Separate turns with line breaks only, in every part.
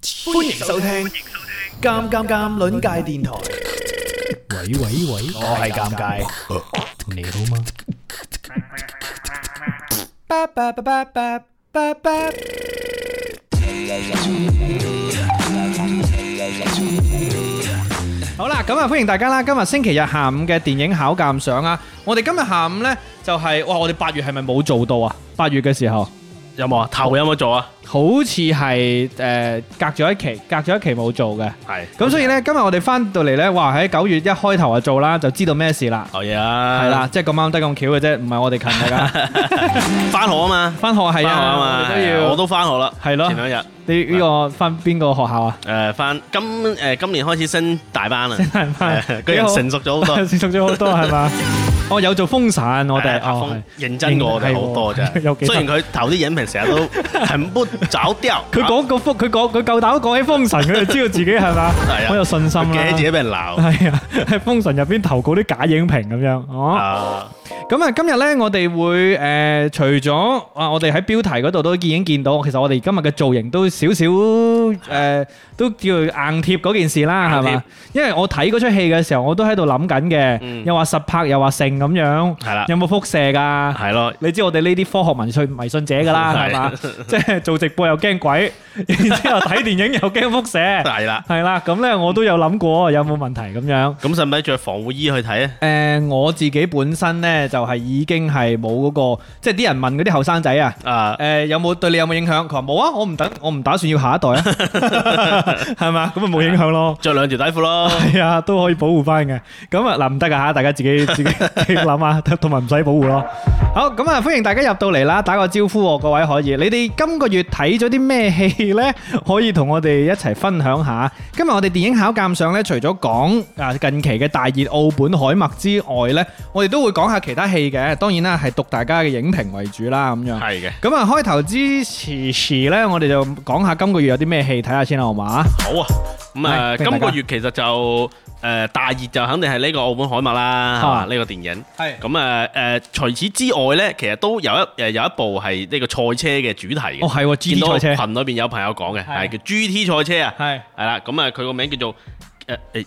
歡迎收聽《尷尷尷》鄰界電台。
喂喂喂，
我係尷尬，
你好嗎？
巴巴巴巴巴巴巴。好啦，咁啊，歡迎大家啦！今日星期日下午嘅電影考鑑賞啊，我哋今日下午呢，就係哇，我哋八月係咪冇做到啊？八月嘅時候。
有冇啊？頭有冇做啊？
好似係誒隔咗一期，隔咗一期冇做嘅。
係
咁所以呢，今日我哋翻到嚟呢，哇喺九月一開頭就做啦，就知道咩事啦。
哦嘢啊，
係啦，即係咁啱得咁巧嘅啫，唔係我哋勤力 啊。
翻學啊嘛，
翻學係
翻學啊
啊，我
嘛，
哋都
係啊
要。
我都翻學啦，
係咯
前兩日
你呢個翻邊個學校啊？
誒翻今誒今年開始升大班啦，
係咪
係啊個人成熟咗好多，
成熟咗好多係 嘛？哦，有做風扇， 我哋
係阿
哦
峰認真過我哋好多
係喎有 幾
啫。雖然佢頭啲影評成日都很不着 調，
係佢講個風，佢講佢夠膽講起風神，佢就知道自己係嘛
係啊，
好有信心
佢
啦
驚自。己俾人鬧
係啊，喺風神入邊投稿啲假影評咁樣 哦。
啊！
咁啊，今日咧我哋會誒、呃除咗啊，我哋喺標題嗰度都已經見到，其實我哋今日嘅造型都少少誒，都叫硬貼嗰件事啦，係
硬貼
嘛？因為我睇嗰出戲嘅時候，我都喺度諗緊嘅，
嗯
又話實拍，又話成咁樣，
係啦
有冇輻射㗎？
係咯，
你知我哋呢啲科學迷信迷信者㗎啦， 係嘛？即係做直播又驚鬼，然之後睇電影又驚 輻射，
係啦。
係啦。咁咧我都有諗過有冇問題咁樣。
咁使唔使着防護衣去睇啊？
誒、我自己本身呢，就係、已經係冇嗰個，即係啲人問嗰啲後生仔啊，誒、
啊，
有冇對你有冇影響？佢話冇啊，我唔等，我唔打算要下一代啊，係嘛？咁咪冇影響咯。
着兩條底褲咯。
係啊，都可以保護翻嘅。咁啊，嗱唔得噶吓，大家自己自己自己諗啊，同埋唔使保護咯。好，咁啊，歡迎大家入到嚟啦，打個招呼喎，各位可以。你哋今個月睇咗啲咩戲呢？可以同我哋一齊分享下。今日我哋電影考鑑賞呢，除咗講啊近期嘅大熱澳本海默之外呢，我哋都會講下其他戲嘅。當然啦，係讀大家嘅影評為主啦，咁樣。
係嘅，
咁啊，開頭之時呢，我哋就講下今個月有啲咩戲睇下先啦，好嘛？
好啊。咁啊，
係歡迎大家
今個月其實就誒大熱就肯定係呢個澳門海默啦，係嘛
啊
呢個電影。
係
咁啊誒，除此之外咧，其實都有一誒有一部係呢個賽車嘅主題嘅。
哦，係喎
見到
，GT 賽車，
群裏邊有朋友講嘅，
係
係叫 GT 賽車啊，
係
係啦，咁啊佢個名叫做誒誒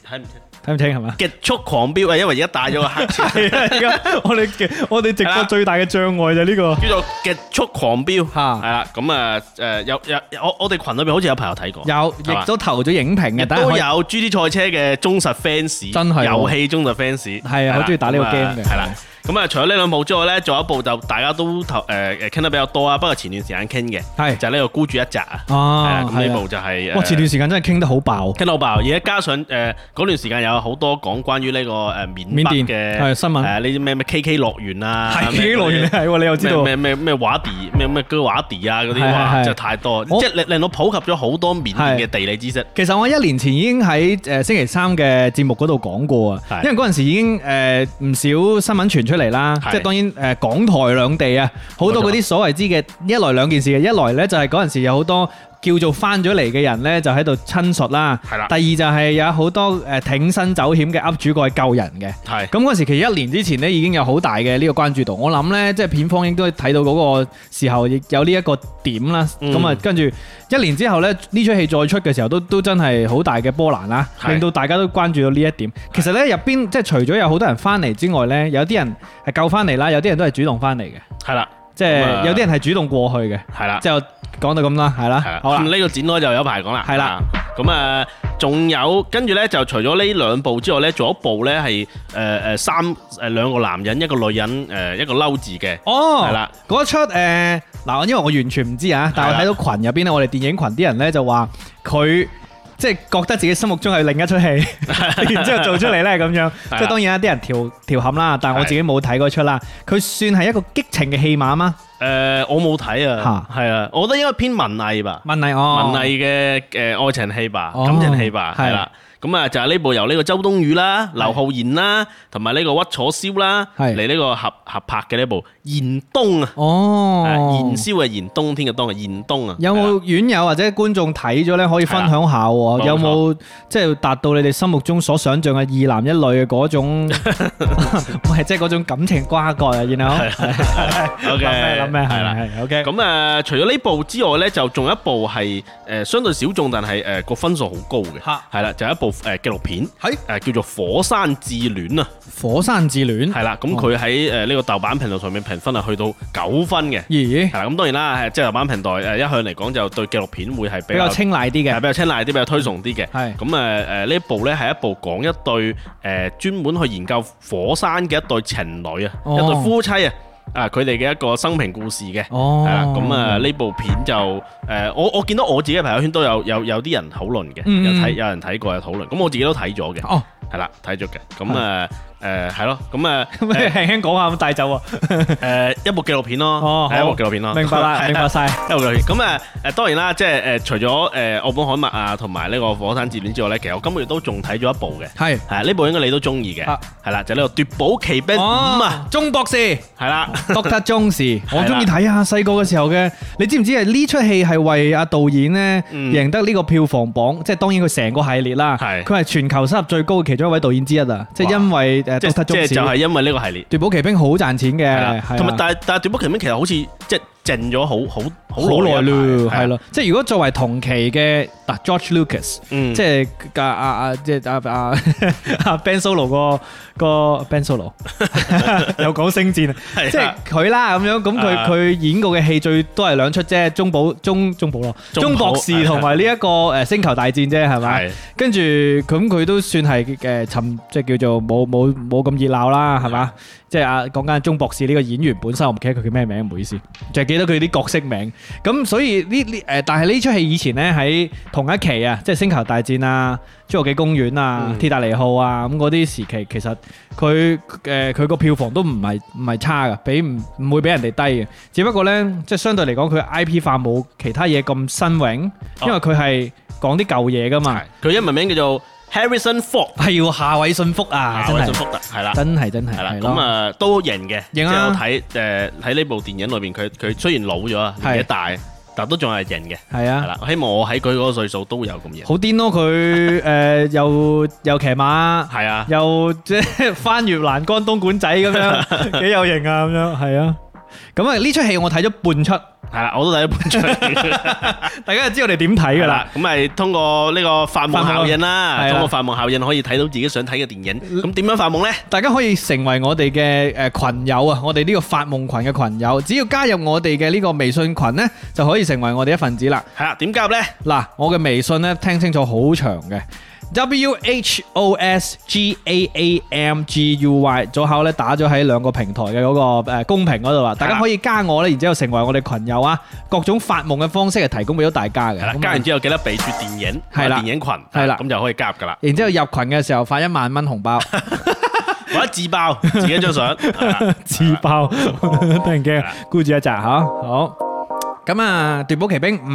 睇
睇
唔清
唔清係嘛？
極速狂飆啊，因為而家戴咗 個黑超，
係啊，而 家我哋嘅我哋直播最大嘅障礙就呢個。
叫做極速狂飆，
嚇
係啦，咁啊誒有有我我哋群裏邊好似有朋友睇過，
有，
係嘛
亦都投咗影評嘅，
亦
但係
都
可以
有 GT 賽車嘅忠實 fans，
真係喎
遊戲忠實 fans，
係啊好中意打呢個 game 嘅
係啦。咁啊，除咗呢兩部之外咧，仲有一部就大家都投誒誒傾得比較多啊。不過前段時間傾嘅
係
就係呢個孤注一擲啊，係
啊
啦，，咁呢
係啊
部就係誒
哇！前段時間真係傾得好爆，
傾到爆，而家加上誒嗰、段時間有好多講關於呢個誒緬
緬
北
甸
嘅
係新聞
誒呢啲咩咩 KK 樂園啊，
係
咩
幾耐原嚟係喎，你又知道
咩咩咩畫地咩咩居畫地啊嗰啲
係係
哇，
係
真係太多，
我
即係令令到普及咗好多緬甸嘅地理知識。
其實我一年前已經喺誒星期三嘅節目嗰度講過啊，
係
因為嗰陣時已經誒唔少新聞傳出嚟啦，
係
即係當然誒呃港台兩地啊，好多嗰啲所謂之嘅一來兩件事嘅，一來呢就係嗰陣時有好多。叫做翻咗嚟嘅人呢，就喺度親述啦。
係啦
第二就係有好多誒挺身走險嘅 up 主過去救人嘅。
係
咁嗰時其實一年之前呢已經有好大嘅呢個關注度，我諗呢，即係片方應該睇到嗰個時候亦有呢一個點啦，
嗯
咁啊、跟住一年之後呢，呢出戲再出嘅時候都都真係好大嘅波瀾啦，
係
令到大家都關注到呢一點。其實呢，入邊即係除咗有好多人翻嚟之外呢，有啲人係救翻嚟啦，有啲人都係主動翻嚟嘅，
係啦
即
咁啊
係有啲人係主動過去嘅。
係啦。
之後講到咁啦，係啦
係啦，，
啊好
咁
啦，
呢個展開就有排講啦。
係啦
啊，咁啊，仲有跟住咧，就除咗呢兩部之外咧，仲有一部咧係誒誒三誒兩個男人一個女人誒一個嬲字嘅，
哦，
係啦，
嗰出誒呃嗱，因為我完全唔知啊，但係我睇到群入邊咧，我哋電影群啲人咧就話佢即係覺得自己心目中係另一出戲， 然之後做出嚟咧咁樣，
係啦
即係當啊然啦，啲人調調侃啦，但係我
係
自己冇睇嗰出啦。佢算係一個激情嘅戲碼嗎？
誒、呃我冇睇啊，係啊，我覺得應該偏文藝吧，
文藝哦，
文藝嘅誒、愛情戲吧，
哦
感情戲吧，
係
係啦。咁啊，就係呢部由呢個周冬雨啦、劉昊然啦，同埋呢個屈楚蕭啦，
係
嚟呢個合合拍嘅呢部《燃冬啊，
哦，
誒燃燒嘅燃，冬天嘅冬啊，燃冬啊，
有
係啦
冇院友或者觀眾睇咗咧，可以分享下喎？
係啦
有啊冇即係達到你哋心目中所想像嘅二男一女嘅嗰 種，唔係即係嗰種感情瓜葛啊？然後諗
OK，
咩諗咩
係
係
啦
啦係 OK，
咁啊，除咗呢部之外呢，就仲有一部係誒、呃相對小眾，但係誒個分數好高嘅，
嚇
係啦，就有一部誒、呃、紀錄片，
係
誒、叫做《火山自戀》啊，
火山自戀
係啦，咁佢喺誒呢個豆瓣評論上面評分係啊去到九分嘅，
咦
係啦，咁當然啦，係即係豆瓣平台呃誒一向嚟講就對紀錄片會係比
比較
較
清麗啲
係
嘅，
比較青睞啲，比較推崇啲嘅。
係
咁誒誒呢一部咧係一部講一對誒、呃、專門去研究火山嘅一對情侶啊，
哦
一對夫妻啊，啊佢哋嘅一個生平故事嘅。
哦
係啦，咁啊呢部片就誒、呃我我見到我自己嘅朋友圈都有有有啲人討論嘅，
嗯
有睇有人睇過有討論，咁我自己都睇咗嘅，
哦，
係啦睇咗嘅，咁啊誒係咯，咁 啊
咁你輕輕講下咁帶走喎。
誒一部紀錄片咯
哦，
係一
好
部紀錄片咯，
明白 啦，明白晒。
一路落去咁誒誒，當然啦，即係誒，除咗誒澳本海默啊，同埋呢個火山自戀之外咧，其實我今個月都仲睇咗一部嘅，
係
係啊呢部應該你都中意嘅
啊，
係啦，就呢個奪寶奇兵五啊，，
鐘博 士
係啦，
，Doctor 鐘士，
啦
我中意睇啊！細個嘅時候嘅，你知唔知啊？呢出戲係為阿導演呢
嗯
贏得呢個票房榜，即係當然佢成個系列啦，
係
佢係全球收入最高嘅其中一位導演之一啊！即係因為誒
即
Doctor
係即係就係
鐘士，
因為呢個系列，
奪寶奇兵好賺錢
係
嘅，
啦
係，
同埋
啊
但係但係奪寶奇兵其實好似即係靜咗好好好啊
好耐
一
咯，
排
係，咯，即係如果作為同期嘅嗱 George Lucas。
嗯，
即
即係
係啊啊啊，即係啊 啊啊 Ben Solo 個個 Ben Solo 有講星戰啊，
係啊
即係佢啦咁樣，咁佢
啊
佢演過嘅戲最都係兩出啫，中保中中保咯，
中保
中博士同埋呢一個誒星球大戰啫，係咪
係？
跟住咁佢都算係誒沉，即係叫做冇冇冇咁熱鬧啦，係嘛？即係啊講緊中博士呢個演員本身，我唔記得佢叫咩名，唔好意思，就係記得佢啲角色名。咁所以呢呢誒，但係呢出戲以前咧喺同一期啊，即係《星球大戰》啊、《侏羅紀公園》啊、《
嗯
鐵達尼號》啊咁嗰啲時期，其實佢誒佢個票房都唔係唔係差噶，比唔唔會比人哋低嘅。只不過咧，即係相對嚟講，佢 I P 化冇其他嘢咁新穎，因為佢係講啲舊嘢噶嘛。
佢英文名叫做 Harrison Ford，
係喎，夏偉信福啊，
夏
真
威信
係
福特，係啦。
真係真係
係啦，
係
咁
咯，
啊都型嘅，即
型
係
啊
我睇誒喺呢部電影裏邊，佢佢雖然老咗啊，
係
年紀大，但都仲係型嘅，
係
係
啊，
啦。希望我喺佢嗰個歲數都會有咁型，
好癲咯佢誒又又騎 馬，
係啊，
又即係 翻越欄杆東莞仔咁 樣，幾有型啊咁樣，係啊。咁啊呢出戲我睇咗半出，
係啦，我都睇咗半出
大家就知我哋點睇
係
㗎啦。
啦。咁咪通過呢個發夢效應
發夢
啦，
係啦
通過發夢效應可以睇到自己想睇嘅電影。咁點樣發夢呢？
大家可以成為我哋嘅誒群友啊，我哋呢個發夢群嘅群友，只要加入我哋嘅呢個微信群呢，就可以成為我哋一份子啦。
係啦，點加入呢？
嗱，我嘅微信咧聽清楚好長嘅，W H O S G A A M G U Y，左口咧打咗喺兩個平台嘅嗰、個、呃、公屏嗰度啦，大家可以加我咧，然之後成為我哋群友啊，各種發夢嘅方式係提供俾到大家嘅。
係啦
咁，啊
加完之後記得備註電影，
係啦
電影群，
係啦
咁就可以加入噶啦。
然之後入群嘅時候發一萬蚊紅 包，
或者自爆 自己一 張相，係啦
自爆， 突然驚
係啦，
孤注一擲吓，好。咁啊，《奪寶奇兵五》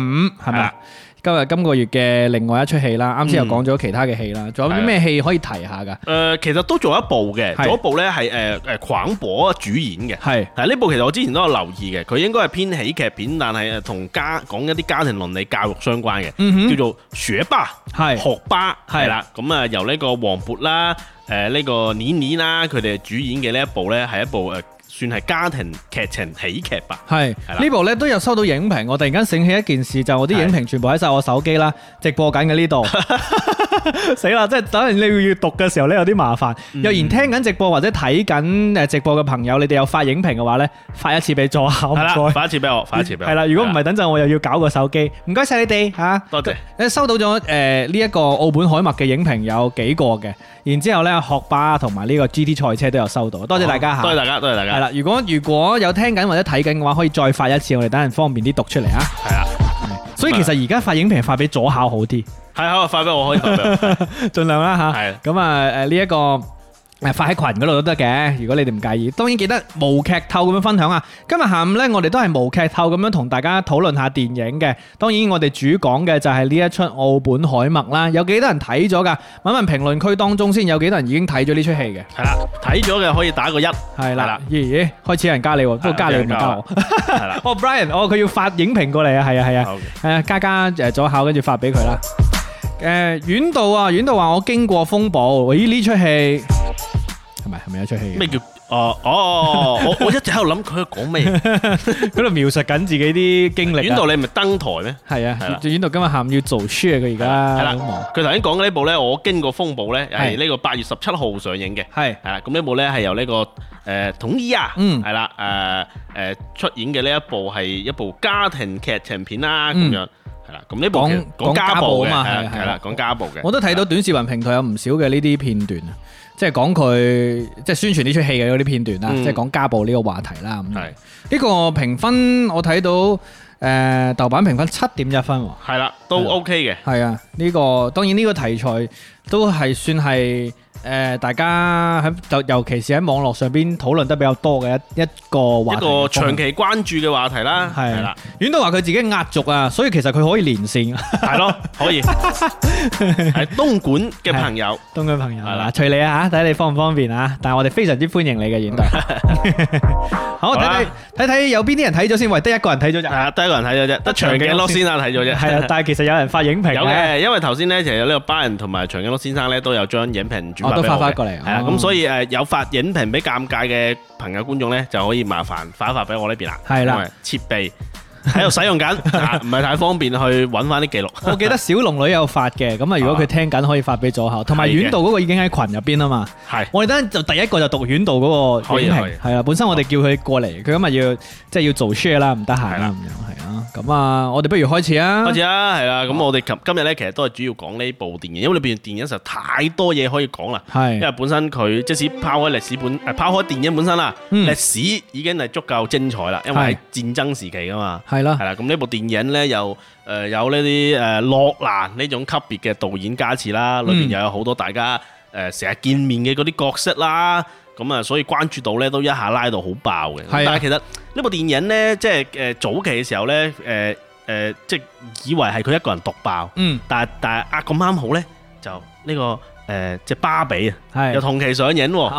係
係
咪
啦？
今日今個月嘅另外一出戲啦，啱先又講咗其他嘅戲啦，仲有
係
啲
啊
咩戲可以提下㗎？
誒、其實都做一部嘅，
係
做一部咧係誒誒狂博主演嘅。
係
但係呢部其實我之前都有留意嘅，佢應該係偏喜劇片，但係誒呃同家講一啲家庭倫理教育相關嘅，
嗯哼
叫做學霸、
係
學霸
係
係啦。咁啊，由呢個黃渤啦、誒、呢個年年啦，佢哋主演嘅呢一部咧係一部誒、呃算係家庭劇情喜劇吧。
係
係啦
呢部咧都有收到影評，我突然間醒起一件事，就我啲影評全部喺晒我手機啦，直播緊嘅 呢度，死啦！即係等陣你要讀嘅時候咧，有啲麻煩。若然聽緊直播或者睇緊誒直播嘅朋友，你哋有發影評嘅話咧，發一次俾左下，唔
係啦，
該。嗯
發一次俾我，發一次俾我。
係啦，如果唔係，等陣我又要搞個手機，唔該晒你哋嚇。
多謝
誒收到咗誒呢一個澳本海默嘅影評有幾個嘅，然之後咧學霸同埋呢個 GT 賽車都有收到，多謝大家嚇。
多謝大家，多謝大家
系。啦，如果如果有聽緊或者睇緊嘅話，可以再發一次，我哋等人方便啲讀出嚟啊。
係啦，
所以其實而家發影評發俾左考好啲，
係好，發俾我可以發俾我。
盡量啦吓。
係
咁啊誒呢一個誒發喺群嗰度都得嘅，如果你哋唔介意，當然記得無劇透咁樣分享啊！今日下午呢，我哋都係無劇透咁樣同大家討論下電影嘅。當然我哋主講嘅就係呢一出《奧本海默》啦，有幾多人睇咗㗎？問一問評論區當中先，有幾多人已經睇咗呢出戲嘅？
係啦，睇咗嘅可以打個一，係
係
係
啦
啦，
咦咦，開始有人加你喎，不過加你唔係加我。
啦。
哦，Brian，哦佢要發影評過嚟啊，係啊係啊。
好嘅
誒加加誒左考，跟住發俾佢啦。誒、遠道啊，遠道話我經過風暴，咦呢出戲係咪係咪有出戲嘅？
咩叫？哦哦，我我一直喺度諗佢 講咩。
佢喺度描述緊自己啲經歷、
遠
啊。
道你咪登台咩？
係
係
啊
啦，
遠道今日下午要做 share 佢而
係
家
啦
好忙。
佢頭先講嘅呢部咧，我經過風暴咧，
係
係呢個八月十七號上映嘅。
係
係啦，咁呢部咧係由呢、個誒、呃、統一啊，
嗯
係啦，誒、呃、呃出演嘅呢一部係一部家庭劇情片啦，咁、
嗯
樣係啦，咁呢部
講
其實講家暴
講家暴
嘅，
啊嘛
係啦
係係
係啦，講家暴嘅，
我都睇到短視頻平台有唔少嘅呢啲片段啊，即係講佢即係宣傳呢出戲嘅嗰啲片段啦，啊
嗯
即係講家暴呢個話題啦。咁
係
呢個評分我睇到誒、豆瓣評分七點一分喎。
係啦，都
係啦
OK 嘅，
係啊，呢、個當然呢個題材都係算係誒、呃大家喺就尤其是喺網絡上邊討論得比較多嘅一一個話
一
題。
個長期關注嘅話題啦，
係
係啦，
遠都話佢自己壓軸啊，所以其實佢可以連線。
係咯，可以係東莞嘅朋友，
東莞朋友
係
嗱，
啦
隨你啊睇你方唔方便啊！但係我哋非常之歡迎你嘅 遠道。 好，
好
睇睇
啦
睇睇有邊啲人睇咗先，喂，得一個人睇咗咋
係？啊，得一個人睇咗啫，得長頸鹿先生睇咗啫，
係啊，但係其實有人發影評
有
嘅。
嘅，因為頭先咧，其實呢個巴人同埋長頸鹿先生咧都有將影評轉
哦
發
都
俾
發
我嘅
返過嚟
係啦。
哦
咁所以誒有發影評俾尷尬嘅朋友觀眾咧，就可以麻煩發一發俾我呢邊啦。
係啦
因為設備喺度使用緊， 啊唔係太方便去揾翻啲記錄。
我記得小龍女有發嘅，咁啊，如果佢聽緊可以發俾左口，同埋
係嘅
遠道嗰個已經喺群入邊啊嘛。
係
我哋等陣就第一個就讀院度嗰個影
可以可以
評，係啦。本身我哋叫佢過嚟，佢今日要即係要做 share 啦，唔得閒
係
啦，
啦
咁樣係啦。咁啊，我哋不如開始啊。
開始啦，係啦。咁我哋今今日咧其實都係主要講呢部電影，因為裏邊電影實在太多嘢可以講啦。因
係
為本身佢即使拋開歷史本，誒拋開電影本身啦，
嗯
歷史已經係足夠精彩啦，因為係戰爭時期噶嘛。
係啦
係，啦，咁呢部電影咧又誒有呢啲誒諾蘭呢種級別嘅導演加持啦，裏邊
嗯
又有好多大家誒成日見面嘅嗰啲角色啦，咁啊所以關注度咧都一下拉到好爆
係
嘅。
啊
咁但係其實呢部電影咧，即係誒早期嘅時候咧，誒誒即係以為係佢一個人獨爆，
嗯，
但係但係啊咁啱好咧就呢個誒即係芭比啊，又
係
同期上映喎。啊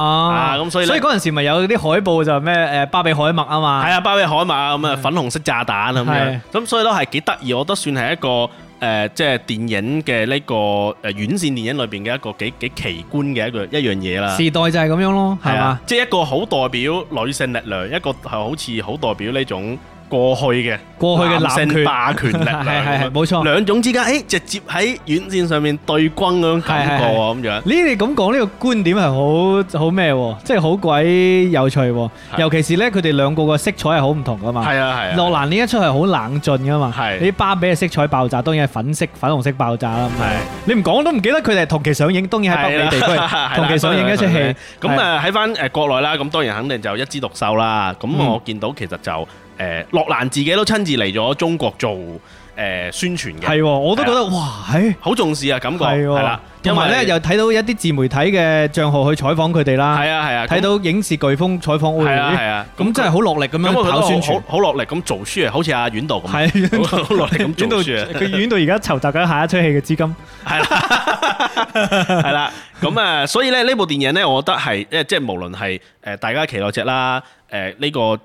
哦，
咁所以呢
所以嗰陣時咪有啲海報就咩誒巴比海默啊嘛，
係啊，包比海馬咁啊，粉紅色炸彈咁
係
樣，咁所以都係幾得意，我覺得算係一個誒、呃即係電影嘅呢、個誒、呃、院線電影裏邊嘅一個幾幾奇觀嘅一個一樣嘢啦。
時代就係咁樣咯，係
係
嘛
啊，，即係一個好代表女性力量，一個係好似好代表呢種過去嘅
過去嘅
男
男
性
權，
霸權力
係
量
係係
咁樣，
冇錯。
兩種之間，誒、直接喺院線上面對轟嗰種感覺喎，咁樣
呢你咁講呢個觀點係好好咩喎，即係好鬼有趣喎，
係
尤其是咧佢哋兩個嘅色彩係好唔同噶嘛。
係啊係啊，
諾蘭呢一出係好冷峻噶嘛，
係
你啲芭比嘅色彩爆炸，當然係粉色、粉紅色爆炸啦。咁樣
係。
你唔講都唔記得佢哋係同期上映，當然喺北美地
係
區
啦
同期上映嘅一出戲。
咁啊誒喺翻誒國內啦，咁當然肯定就一枝獨秀啦。咁
嗯
我見到其實就誒諾蘭自己都親自嚟咗中國做誒宣傳嘅，
係喎，我都覺得哇，係
好重視啊感覺
係
係
喎
啦，。
同埋咧，又睇到一啲自媒體嘅帳號去採訪佢哋啦，
係啊係啊，
睇到影視颶風採訪
係啊係
會，
啊，
咁真係好落力咁
咁我
樣
覺得
跑宣
好
傳
好。好落力咁做書啊，好似阿阮導咁，
係
好好落力咁
遠到
做書啊。
佢遠到而家籌集緊下一出戲嘅資金。
係啦，咁啊，所以咧呢部電影咧，我覺得係誒，即係無論係誒大家期待只啦，誒呢個誒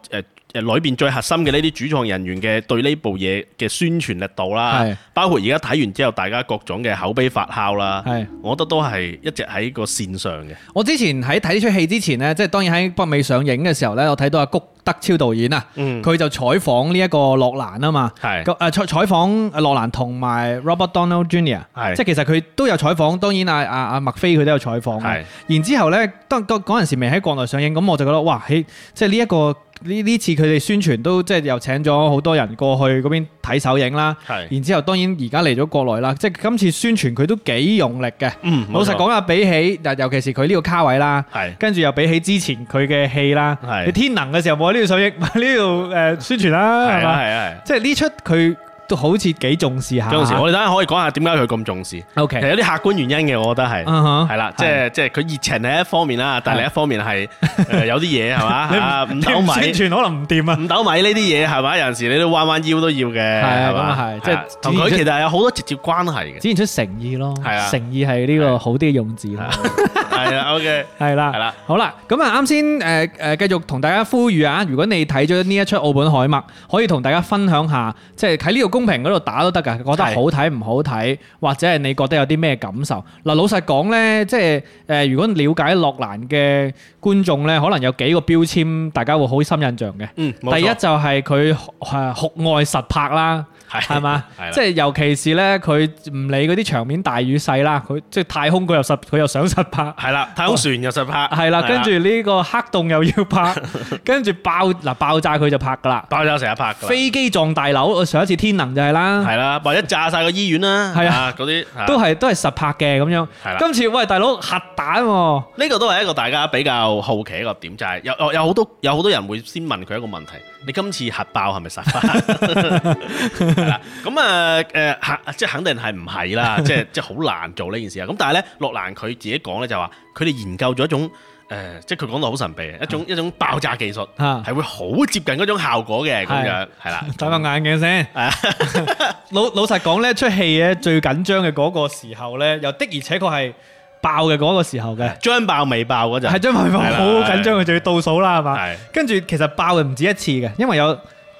誒裏邊最核心嘅呢啲主創人員嘅對呢部嘢嘅宣傳力度啦
係，
包括而家睇完之後大家各種嘅口碑發酵啦，
係
我覺得都係一直喺個線上嘅，
我之前喺睇呢出戲之前呢，即係當然喺北美上映嘅時候呢，我睇到阿谷德超導演啊，
嗯
佢、就採訪呢一個諾蘭啊嘛，
係
咁誒採採訪諾蘭同埋 Robert Donald Jr.，
係
即係其實佢都有採訪，當然阿阿阿麥菲佢都有採訪啊。
係
然之後呢，當嗰嗰陣時未喺國內上映，咁我就覺得哇，嘿即係呢一個呢呢次佢哋宣傳都即係又請咗好多人過去嗰邊睇首映啦。
係，
然之後當然而家嚟咗國內啦，即係今次宣傳佢都幾用力嘅。
嗯，
老實
冇錯
講啊，比起尤其是佢呢個卡位啦。
係
跟住又比起之前佢嘅戲啦，
係
你天能嘅時候冇喺呢度首映，冇喺呢度誒宣傳啦，係
係啊
嘛？
係啊
即係呢出佢都好似幾重視下。
嗰陣時，我哋等下可以講下點解佢咁重視，
O
其實
K，
有啲客觀原因嘅，我覺得係。啊
嗯
係啦，
係
即係即係佢熱情係一方面啦，但係另一方面 係誒有啲嘢係嘛
你唔
啊五斗
你唔宣
米嗯
傳可能唔掂啊。
五斗米呢啲嘢係嘛，有陣時你都彎彎腰都要嘅，
啊
係嘛，
咁啊係即係
啊同佢其實有好多直接關係嘅，
展現出誠意咯，
係啊
誠意係呢個好啲嘅用字啦，
係啊啦，OK，
係啦，
係啦，
好啦，咁啊，啱先誒誒，繼續同大家呼籲啊！如果你睇咗呢一出《澳本海默》，可以同大家分享下，即係喺呢度公屏嗰度打都得㗎，覺得好睇唔好睇，或者係你覺得有啲咩感受？嗱，老實講呢，即係誒、呃如果了解洛蘭嘅觀眾呢，可能有幾個標籤，大家會好深印象嘅。
嗯，冇
第一
錯
就係佢誒酷愛實拍 啦，
係
係嘛
係啦？
即係尤其是呢，佢唔理嗰啲場面大與細啦，佢即係太空佢又實，佢又想實拍。
係啦，太空船又實拍，
係啦，跟住呢個黑洞又要 拍，跟住爆嗱爆炸佢就拍噶啦，
爆炸成日拍㗎啦，
飛機撞大樓，我上一次天能就係啦，
係啦，或者炸晒個醫院啦，
係啊
啊嗰啲
都
都
係都係實拍嘅咁樣。
係啦。
今次喂大佬核彈喎，
呢個都係一個大家比較好奇一個點，就係、有有有好多有好多人會先問佢一個問題：
嗯
你今次核爆係咪實 爆？係啦，咁啊誒肯即係肯定係唔 係啦，即係即係好難做呢件事啊！咁但係咧，洛蘭佢自己講咧就話，佢哋研究咗一種誒、呃即係佢講到好神秘，一
嗯
種一種爆炸技術
啊
係會好接近嗰種效果嘅咁樣，係啦，
戴個眼鏡 先。老老實講呢，出戲咧最緊張嘅嗰個時候呢，又的而且確係爆嘅嗰個時候嘅，
將爆未爆嗰陣
係張文峰
係啦
好緊張，佢仲要倒數啦，係嘛？
係
跟住其實爆嘅唔止一次嘅，因為有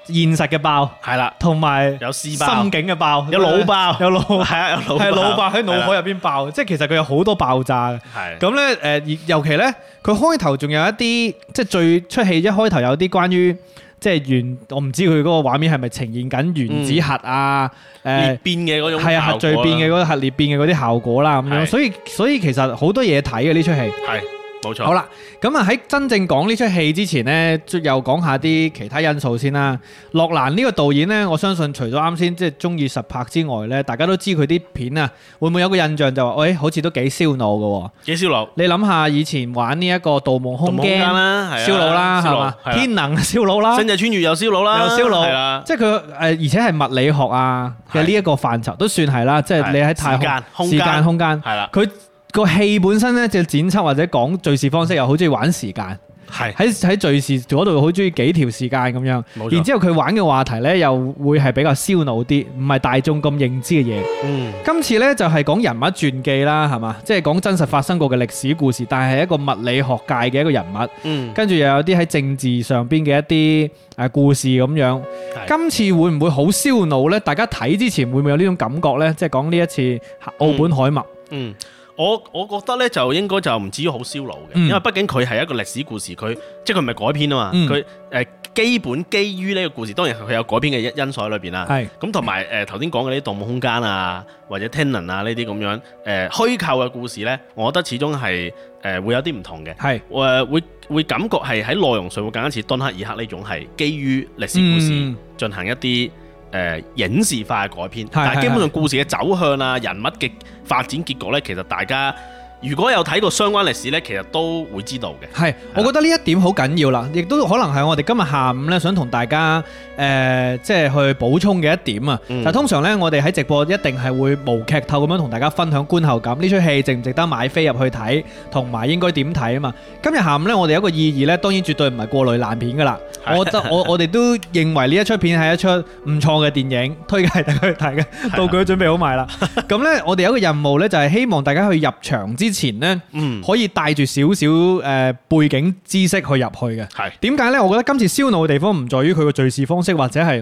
現實嘅爆，
係啦，
同埋
有試爆
心境嘅爆，
有腦爆
有腦
係啊，有
係老白喺腦
係
海入邊爆，即係其實佢有好多爆炸嘅。
啦係
咁咧誒，而尤其咧，佢開頭仲有一啲即係最出戲一開頭有啲關於即係原，我唔知佢嗰個畫面係咪呈現緊原子核啊
嗯裂
誒。
變嘅嗰種
係啊，核聚
效果
變
啦
嘅嗰個核裂變嘅嗰啲效果啦，咁樣，
係
所以所以其實好多嘢睇嘅呢出戲。
係冇錯。
好啦，咁啊喺真正講呢出戲之前呢，即又講下啲其他因素先啦。洛蘭呢個導演呢，我相信除咗啱先即係中意實拍之外呢，大家都知佢啲片啊，會唔會有個印象就話，喂、好似都幾燒腦嘅喎？
幾燒腦，
你諗下以前玩呢一個《盜夢空間》
啦，係啊
燒腦啦，係嘛？
係啊
天能燒腦啦，
星際穿越又燒腦啦，
又燒腦
係啦，
即係佢誒，呃而且係物理學啊嘅呢一個範疇都算係啦，即係
係
你喺太
時間
空
空
時
間
間空間，
係啦，
佢個戲本身呢，就剪輯或者講敘事方式又好中意玩時間。
係
喺喺敘事嗰度好中意幾條時間咁樣，
冇
然
錯，
之後佢玩嘅話題呢，又會係比較燒腦啲，唔係大眾咁認知嘅嘢。
嗯，
今次呢，就係講人物傳記啦，係嘛？即係講真實發生過嘅歷史故事，但係係一個物理學界嘅一個人物，
嗯，
跟住又有啲喺政治上邊嘅一啲誒啊故事咁樣。今次會唔會好燒腦呢？大家睇之前會唔會有呢種感覺呢？即係講呢一次澳本海默，
嗯，我我覺得咧就應該就唔至於好燒腦嘅，
嗯
因為畢竟佢係一個歷史故事，佢即係佢唔係改編啊嘛，
嗯
佢誒基本基於呢個故事，當然佢有改編嘅因因素喺裏邊啦。
係
咁同埋誒頭先講嘅呢啲《盜夢空間》啊，或者《Tenon》啊呢啲咁樣誒虛構嘅故事咧，我覺得始終係誒會有啲唔同嘅。
係
誒會會感覺係喺內容上會更加似敦刻爾克呢種係基於歷史故事
嗯
進行一啲誒、呃影視化嘅改編，
係
但
係
係基本上故事嘅走向啊、人物嘅發展結局呢，其實大家如果有睇過相關歷史呢，其實都會知道嘅。
係，我覺得呢一點好緊要啦，亦都可能係我哋今日下午咧想同大家誒、呃即係去補充嘅一點啊。
嗯
但通常呢，我哋喺直播一定係會無劇透咁樣同大家分享觀後感，呢出戲值唔值得買飛入去睇，同埋應該點睇啊嘛。今日下午呢，我哋有一個意義呢，當然絕對唔係過濾爛片噶啦。
係
我覺得我我哋都認為呢一出片係一出唔錯嘅電影，推介大家去睇嘅。道具都準備好 賣啦。咁呢，我哋有一個任務呢，就係希望大家去入場之前呢。
嗯，
可以帶住少少誒背景知識去入去嘅。
係，
點解呢？我覺得今次燒腦嘅地方唔在於佢個敘事方式或者係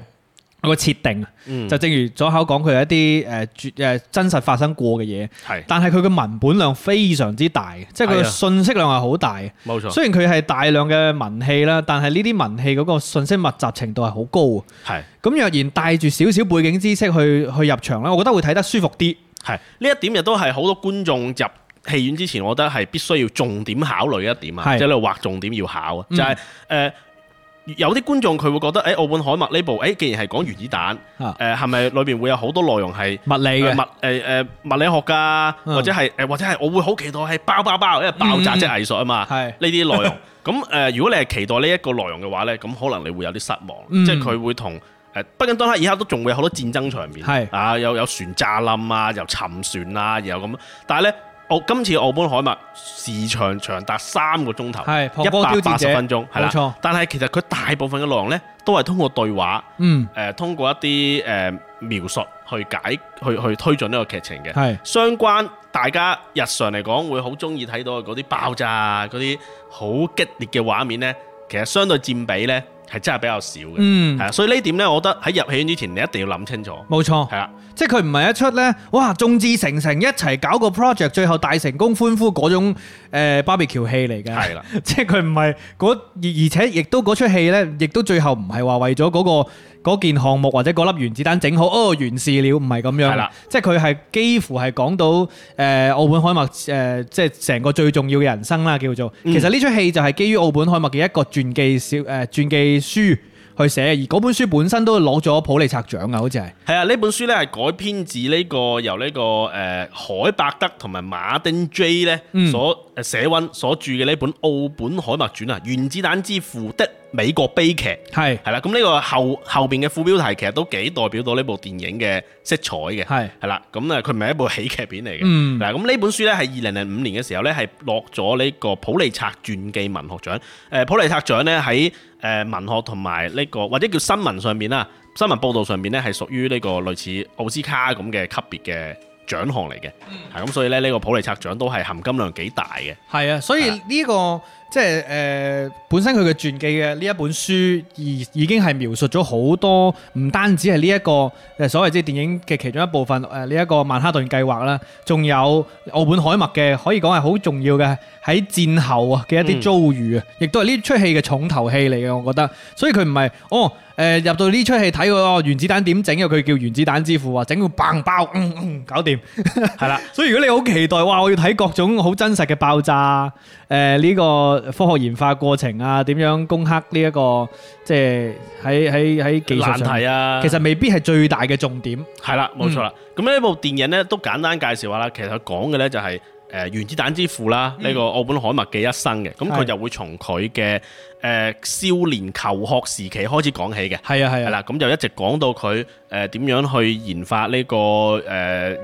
佢個設定，啊
嗯，
就正如左口講，佢係一啲誒呃絕誒真實發生過嘅嘢，
係
但係佢嘅文本量非常之大嘅，即係佢嘅
係啊
信息量係好大嘅。
冇錯，
雖然佢係大量嘅文戲啦，但係呢啲文戲嗰個信息密集程度係好高嘅。
係。
咁若然帶住少少背景知識去去入場咧，我覺得會睇得舒服啲。
係呢一點亦都係好多觀眾入戲院之前，我覺得係必須要重點考慮一點啊，
係
即係你劃重點要考啊，
嗯
就係、呃有啲觀眾佢會覺得，誒、澳本海默呢部，誒、既然係講原子彈，
啊
誒係咪裏邊會有好多內容係
物理嘅
誒物誒誒物理學㗎，
嗯
或者係誒或者係我會好期待係爆爆爆，因為爆炸
嗯嗯
即係藝術啊嘛，
係
呢啲 呃內容。咁誒，如果你係期待呢一個內容嘅話咧，咁可能你會有啲失望，
嗯
即係佢會同呃誒北京敦克爾克都仲會有好多戰爭場面，
係
啊，有有船炸冧啊，又沉船啊，又咁。但係咧，澳今次澳本海默時長長達三個鐘頭，
係旁觀
一
挑
百八
戰者
十分鐘，係
冇錯
啦。但係其實佢大部分嘅內容咧，都係通過對話，
嗯，
誒、通過一啲誒、呃描述去解去去推進呢個劇情嘅。
係
相關大家日常嚟講會好中意睇到嘅嗰啲爆炸啊嗰啲好激烈嘅畫面呢，其實相對佔比呢係真係比較少嘅。
嗯哦
係啊，所以呢點呢，我覺得喺入戲院之前你一定要諗清楚。
冇錯。
係啦，啊
即係佢唔係一出呢，哇！眾志成城一齊搞個 project，最後大成功歡呼嗰種誒 barbecue 戲嚟嘅。
係啦，
即係佢唔係嗰而而且亦都嗰出戲呢，亦都最後唔係話為咗嗰、個嗰件項目或者嗰粒原子彈整好哦完事了，唔係咁樣。
係啦，
即係佢係幾乎係講到誒、呃、奧本海默誒、呃即係成個最重要嘅人生啦，叫做。
嗯
其實呢出戲就係基於奧本海默嘅一個傳記小誒、呃、傳記書去寫，而嗰本書本身都攞咗普利策獎啊，好似係。
係啊，呢本書呢係改編自呢、個由呢、個誒、呃海伯德同埋馬丁 J 呢
嗯
所誒寫温所著嘅呢本《奧本海默傳》啊，《原子彈之父的美國悲劇》。
係
係啦，咁呢個後後邊嘅副標題其實都幾代表到呢部電影嘅色彩嘅，
係
係啦，咁啊佢唔係一部喜劇片嚟嘅，
嗯
嗱咁呢本書咧係二零零五年嘅時候咧係落咗呢個普利策傳記文學獎，誒、呃普利策獎咧喺誒文學同埋呢個或者叫新聞上面啦，新聞報導上面咧係屬於呢個類似奧斯卡咁嘅級別嘅獎項嚟嘅，
嗯
係咁、所以咧呢、個普利策獎都係含金量幾大嘅，
係啊，所以
係
呢、個即係誒、呃本身佢嘅傳記嘅呢一本書，而已經係描述咗好多，唔單止係呢一個誒所謂即係電影嘅其中一部分誒呢一個曼哈頓計劃啦，仲有奧本海默嘅可以講係好重要嘅喺戰後啊嘅一啲
嗯
遭遇啊，亦都係呢出戲嘅重頭戲嚟嘅，我覺得。所以佢唔係哦誒、入到呢出戲睇佢哦原子彈點整，因為佢叫原子彈之父啊，整到棒爆，嗯嗯搞掂。
係啦。
所以如果你好期待，哇！我要睇各種好真實嘅爆炸，誒、呢、個科學研發過程啊，點樣攻克呢、一個即係喺喺喺技術
難
上，
題啊！
其實未必係最大嘅重點。
係啦，冇錯啦。咁呢部電影咧都簡單介紹下啦。其實佢講嘅咧就係、誒、原子彈之父啦，呢、個奧本海默嘅一生嘅。咁
嗯係
佢就會從佢嘅誒少年求學時期開始講起嘅。
係啊係
係
啊，
啦，咁就一直講到佢誒點樣去研發呢、個誒、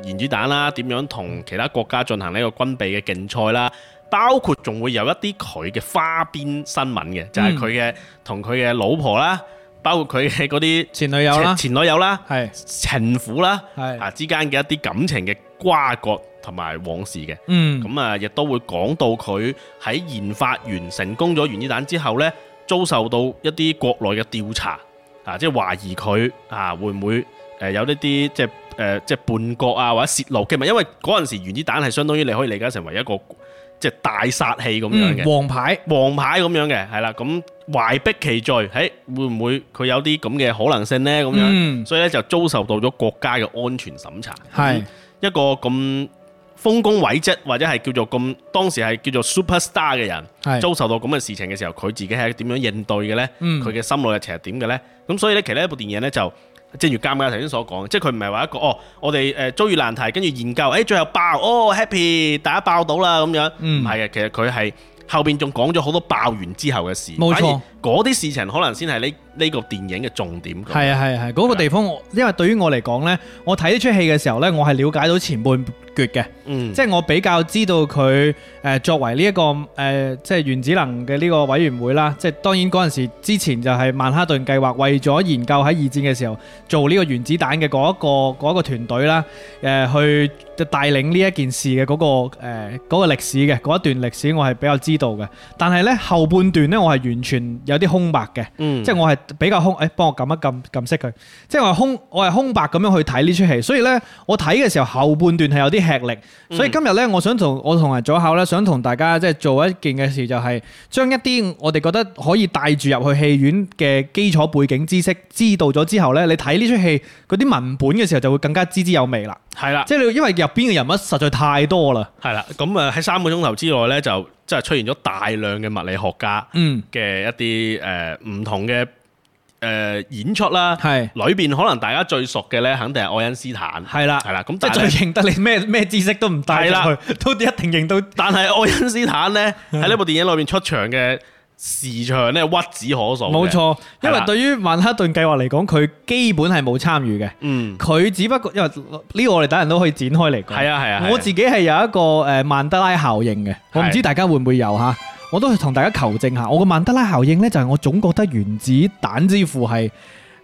原子彈啦，點樣同其他國家進行呢個軍備嘅競賽啦，包括仲會有一啲佢嘅花邊新聞嘅，
嗯
就係佢嘅同佢嘅老婆啦，包括佢嘅嗰啲
前女友啦，
前前女友啦。
係
情婦啦，
係
啊之間嘅一啲感情嘅瓜葛同埋往事嘅，
嗯
咁啊亦都會講到佢喺研發完成功咗原子彈之後呢，遭受到一啲國內嘅調查，啊即係懷疑佢啊會唔會誒、呃有呢啲即係誒、呃即係叛國啊或者泄露嘅，因為嗰陣時原子彈係相當於你可以理解成為一個即係大殺器咁樣嘅。
嗯黃牌
王牌咁樣嘅，係啦，咁懷璧其罪，誒會唔會佢有啲咁嘅可能性呢？咁樣，
嗯
所以咧就遭受到咗國家嘅安全審查。
係
咁一個咁豐功偉績或者係叫做咁當時係叫做 super star 嘅人，
係
遭受到咁嘅事情嘅時候，佢自己係點樣應對嘅呢？
嗯
佢嘅、心路歷程係點嘅呢？咁所以呢，其實呢部電影呢，就正如尷尬頭先所講，即係佢唔係話一個哦，我哋誒遭遇難題，跟住研究，誒、最後爆，哦 happy，大家爆到啦咁樣，
嗯
唔係嘅，其實佢係後邊仲講咗好多爆完之後嘅事，
冇錯
反而嗰啲事情可能先係呢呢個電影嘅重點。
係啊係啊係嗰個地方我，因為對於我嚟講呢，我睇呢出戲嘅時候呢，我係了解到前半橛嘅。
嗯，
即係我比較知道佢誒、呃作為呢、一個誒、呃即係原子能嘅呢個委員會啦，即係當然嗰陣時之前就係曼哈頓計劃為咗研究喺二戰嘅時候做呢個原子彈嘅嗰一個嗰一個團隊啦，誒、去帶領呢一件事嘅嗰、個誒嗰、個歷史嘅嗰一段歷史，我係比較知道嘅。但係呢後半段呢，我係完全有啲空白嘅。
嗯
即係我係比較空，誒、幫我撳一撳撳熄佢。即係我係空，我係空白咁樣去睇呢出戲，所以呢，我睇嘅時候後半段係有啲吃力。
嗯
所以今日呢，我想同我同埋左考呢，想同大家即係做一件嘅事，就係將一啲我哋覺得可以帶住入去戲院嘅基礎背景知識知道咗之後呢，你睇呢出戲嗰啲文本嘅時候就會更加滋滋有味啦。
係啦。
即係你因為入邊嘅人物實在太多啦。
係啦，咁啊喺三個鐘頭之內咧，就即係出現咗大量嘅物理學家
嗯，
嘅一啲誒唔同嘅誒、呃演出啦。
係
裏邊可能大家最熟嘅咧，肯定係愛因斯坦。
係啦，
係啦，咁
即
但
係最
係
認得你咩咩知識都唔帶
係啦
入去，都一定認到。
但係愛因斯坦咧喺呢部電影裏面出場嘅時長咧屈指可數嘅
冇，錯，因
係
為
啦
對於曼克頓計劃嚟講，佢基本係冇參與嘅。
嗯，
佢只不過因為呢個我哋等人都可以展開嚟講。
係啊係啊，係啊
我自己係有一個誒曼德拉效應嘅，我唔知大家會唔會有嚇，我都係同大家求證下。我個曼德拉效應呢，就係我總覺得原子彈之父係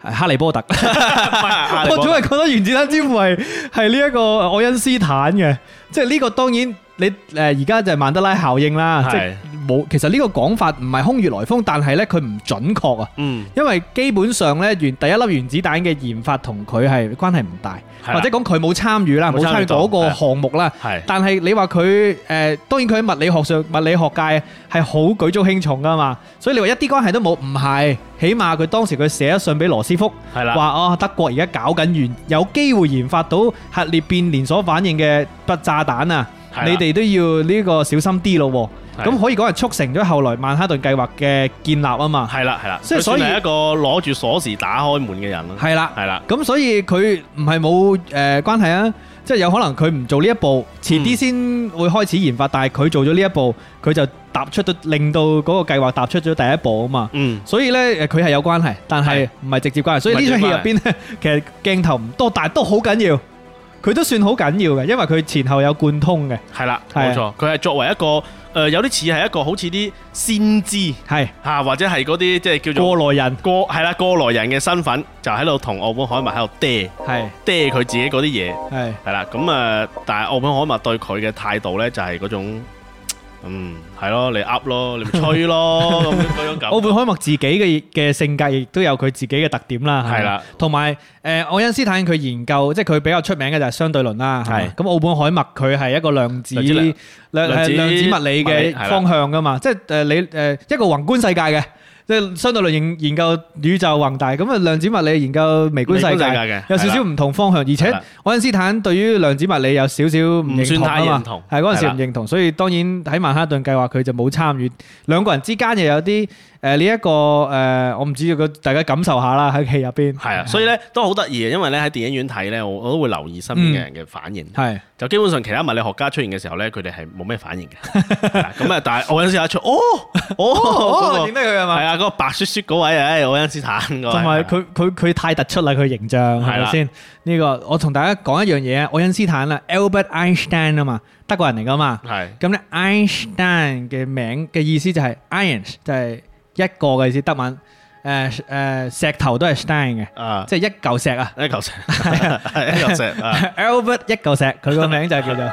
係哈利波 特，
啊
我總係覺得原子彈之父係係呢一個愛因斯坦嘅，即係呢個當然你誒呃而家就係曼德拉效應啦，
係
即係冇其實呢個講法唔係空穴來風，但係呢，佢唔準確啊。
嗯
因為基本上咧，原第一粒原子彈嘅研發同佢係關係唔大，
係啦
或者講佢冇參與啦，
冇
冇
參
參
與
與
到
嗰個
係
項目啦。
係
但係你話佢誒，當然佢喺物理學上、物理學界係好舉足輕重噶嘛，所以你話一啲關係都冇，唔係，起碼佢當時佢寫咗信俾羅斯福，
係啦，
話哦德國而家搞緊原有機會研發到核裂變連鎖反應嘅不炸彈啊
係啦，
你哋都要呢個小心啲咯喎。
係
咁可以講係促成咗後來曼哈頓計劃嘅建立啊嘛。
係啦係啦，
即
即
係
係所以
所以
係一個攞住鎖匙打開門嘅人咯，
係啦。
係啦，
咁所以佢唔係冇誒關係啊，即係有可能佢唔做呢一步，遲啲先會開始研發，但係佢做咗呢一步，佢就踏出咗，令到嗰個計劃踏出咗第一步啊嘛。
嗯
所以呢，誒佢係有關係，但係唔係直接關係。所以呢出戲入邊呢， 其實鏡頭唔多，但係都好緊要，佢都算好緊要嘅，因為佢前後有貫通嘅，
係啦，
係
冇錯，佢係作為一個誒有啲似係一個好似啲先知
係
嚇，或者係嗰啲即係叫做
過來人，
過係啦過來人嘅身份，就喺度同奧本海默喺度嗲
係
嗲佢自己嗰啲嘢。
係
係啦，咁啊，但係奧本海默對佢嘅態度咧，就係嗰種，嗯，係咯，你噏咯，你咪 吹咯，咁嗰種感覺。
奧本海默自己嘅嘅性格亦都有佢自己嘅特點啦，咪
係啦，
同埋誒愛因斯坦佢研究，即係佢比較出名嘅就係相對論啦，係咪
係
咁奧本海默佢係一個量子
量子
量
量
量
量
子
子
量子物理
物理
嘅
係啦
方向噶嘛，即係誒你誒一個宏觀世界嘅，即係相對論研研究宇宙宏大，咁啊量子物理研究微觀世
微觀世界
界
嘅，
有少
係
少
啦
唔同方向，而且
係啦
愛因斯坦對於量子物理有少少唔
唔
認
算
同
太
啊
認同
嘛，係嗰陣時
係啦
唔認同，所以當然喺曼哈頓計劃佢就冇參與，兩個人之間又有啲誒呢一個誒，我唔知個大家感受下啦喺戲入邊，
係啊，所以咧都好得意嘅，因為咧喺電影院睇咧，我我都會留意身邊嘅人嘅反應。
係。
就基本上其他物理學家出現嘅時候咧，佢哋係冇咩反應嘅。係啦咁啊，但係愛因斯坦出，哦，哦，嗰
認
個
得佢係
係
嘛？
啊，嗰個白雪雪嗰位啊，唉愛因斯坦嗰位。
同埋佢佢佢太突出啦，佢形象係
係
咪
啦
先？呢個我同大家講一樣嘢啊，愛因斯坦啦，Albert Einstein 啊嘛，德國人嚟噶嘛。
係
咁咧，Einstein 嘅名嘅意思就係 iron，就係一個嘅意思，德文。誒誒，石頭都係 stein 嘅，
啊，
即係一嚿石啊。
一嚿石，係一嚿石啊，
Albert 一嚿石，佢個名就係叫 做，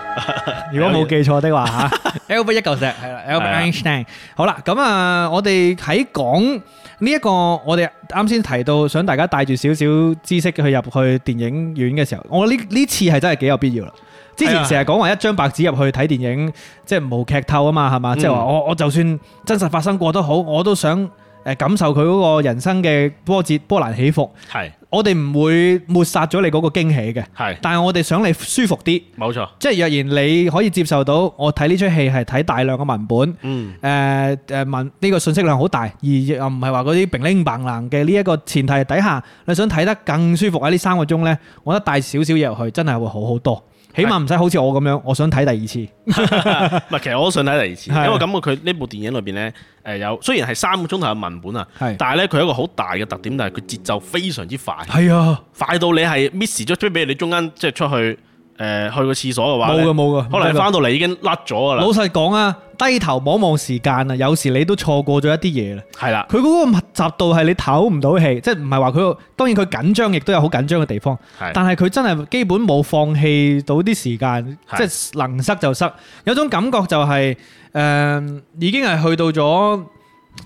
如果冇記錯的話 嚇，Albert 一嚿石係啦
係
，Albert
啊
Einstein。好啦，咁啊，我哋喺講呢一個，我哋啱先提到想大家帶住少少知識去入去電影院嘅時候，我呢呢次係真係幾有必要啦。之
係
前
啊
成日講話一張白紙入去睇電影，即係無劇透啊嘛，係嘛？
嗯
即係話我我就算真實發生過都好，我都想誒感受佢嗰個人生嘅波折、波瀾起伏。
係
我哋唔會抹殺咗你嗰個驚喜嘅。
係
但係我哋想你舒服啲，
冇錯，
即係若然你可以接受到，我睇呢出戲係睇大量嘅文本，
嗯，
誒誒文呢個信息量好大，而又唔係話嗰啲並拎唪冷嘅呢一個前提底下，你想睇得更舒服喺呢三個鐘呢，我覺得帶少少嘢入去真係會好好多，起碼唔使好似我咁樣，我想睇第二次，
唔係，其實我都想睇第二次，因
係
為我感覺佢呢部電影裏邊咧，誒有雖然係三個鐘頭嘅文本啊，
係
但係咧佢有一個好大嘅特點，就係佢節奏非常之快，
係啊，
快到你係 miss 咗，即係比如你中間即係出去誒去個廁所嘅話
冇
咧
噶，冇噶，
可能你翻到嚟已經甩咗噶
老
啦，
實講啊，低頭望一望時間啊，有時你都錯過咗一啲嘢啦。
係啦，
佢嗰個密集度係你唞唔到氣，即係唔係話佢當然佢緊張，亦都有好緊張嘅地方。
係
但係佢真係基本冇放棄到啲時間，
係
即係能塞就塞。有種感覺就係、誒已經係去到咗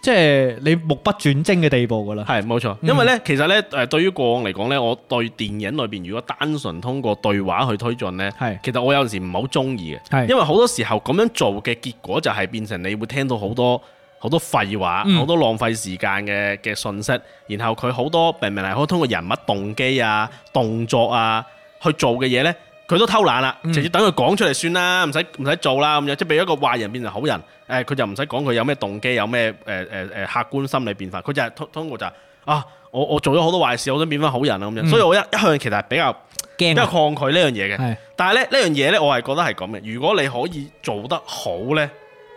即係你目不轉睛嘅地步㗎啦。
係冇錯，
嗯
因為咧其實咧誒對於過往嚟講咧，我對電影裏邊如果單純通過對話去推進咧，
係
其實我有陣時唔係好中意嘅，
係
因為好多時候咁樣做嘅結果就係變成你會聽到好多好多廢話，好、
嗯
多浪費時間嘅嘅信息，然後佢好多明明係可以通過人物動機啊、動作啊去做嘅嘢呢，佢都偷懶啦，
嗯
直接等佢講出嚟算啦，唔使唔使做啦咁樣，即係俾一個壞人變成好人，誒、佢就唔使講佢有咩動機，有咩誒誒誒客觀心理變化，佢就係通通過就係、啊。我我做咗好多壞事，我想變翻好人啊咁樣，
嗯
所以我一一向其實係比較比
驚
較
啊
抗拒呢樣嘢嘅。
係
但係咧呢樣嘢咧，我係覺得係咁嘅。如果你可以做得好咧，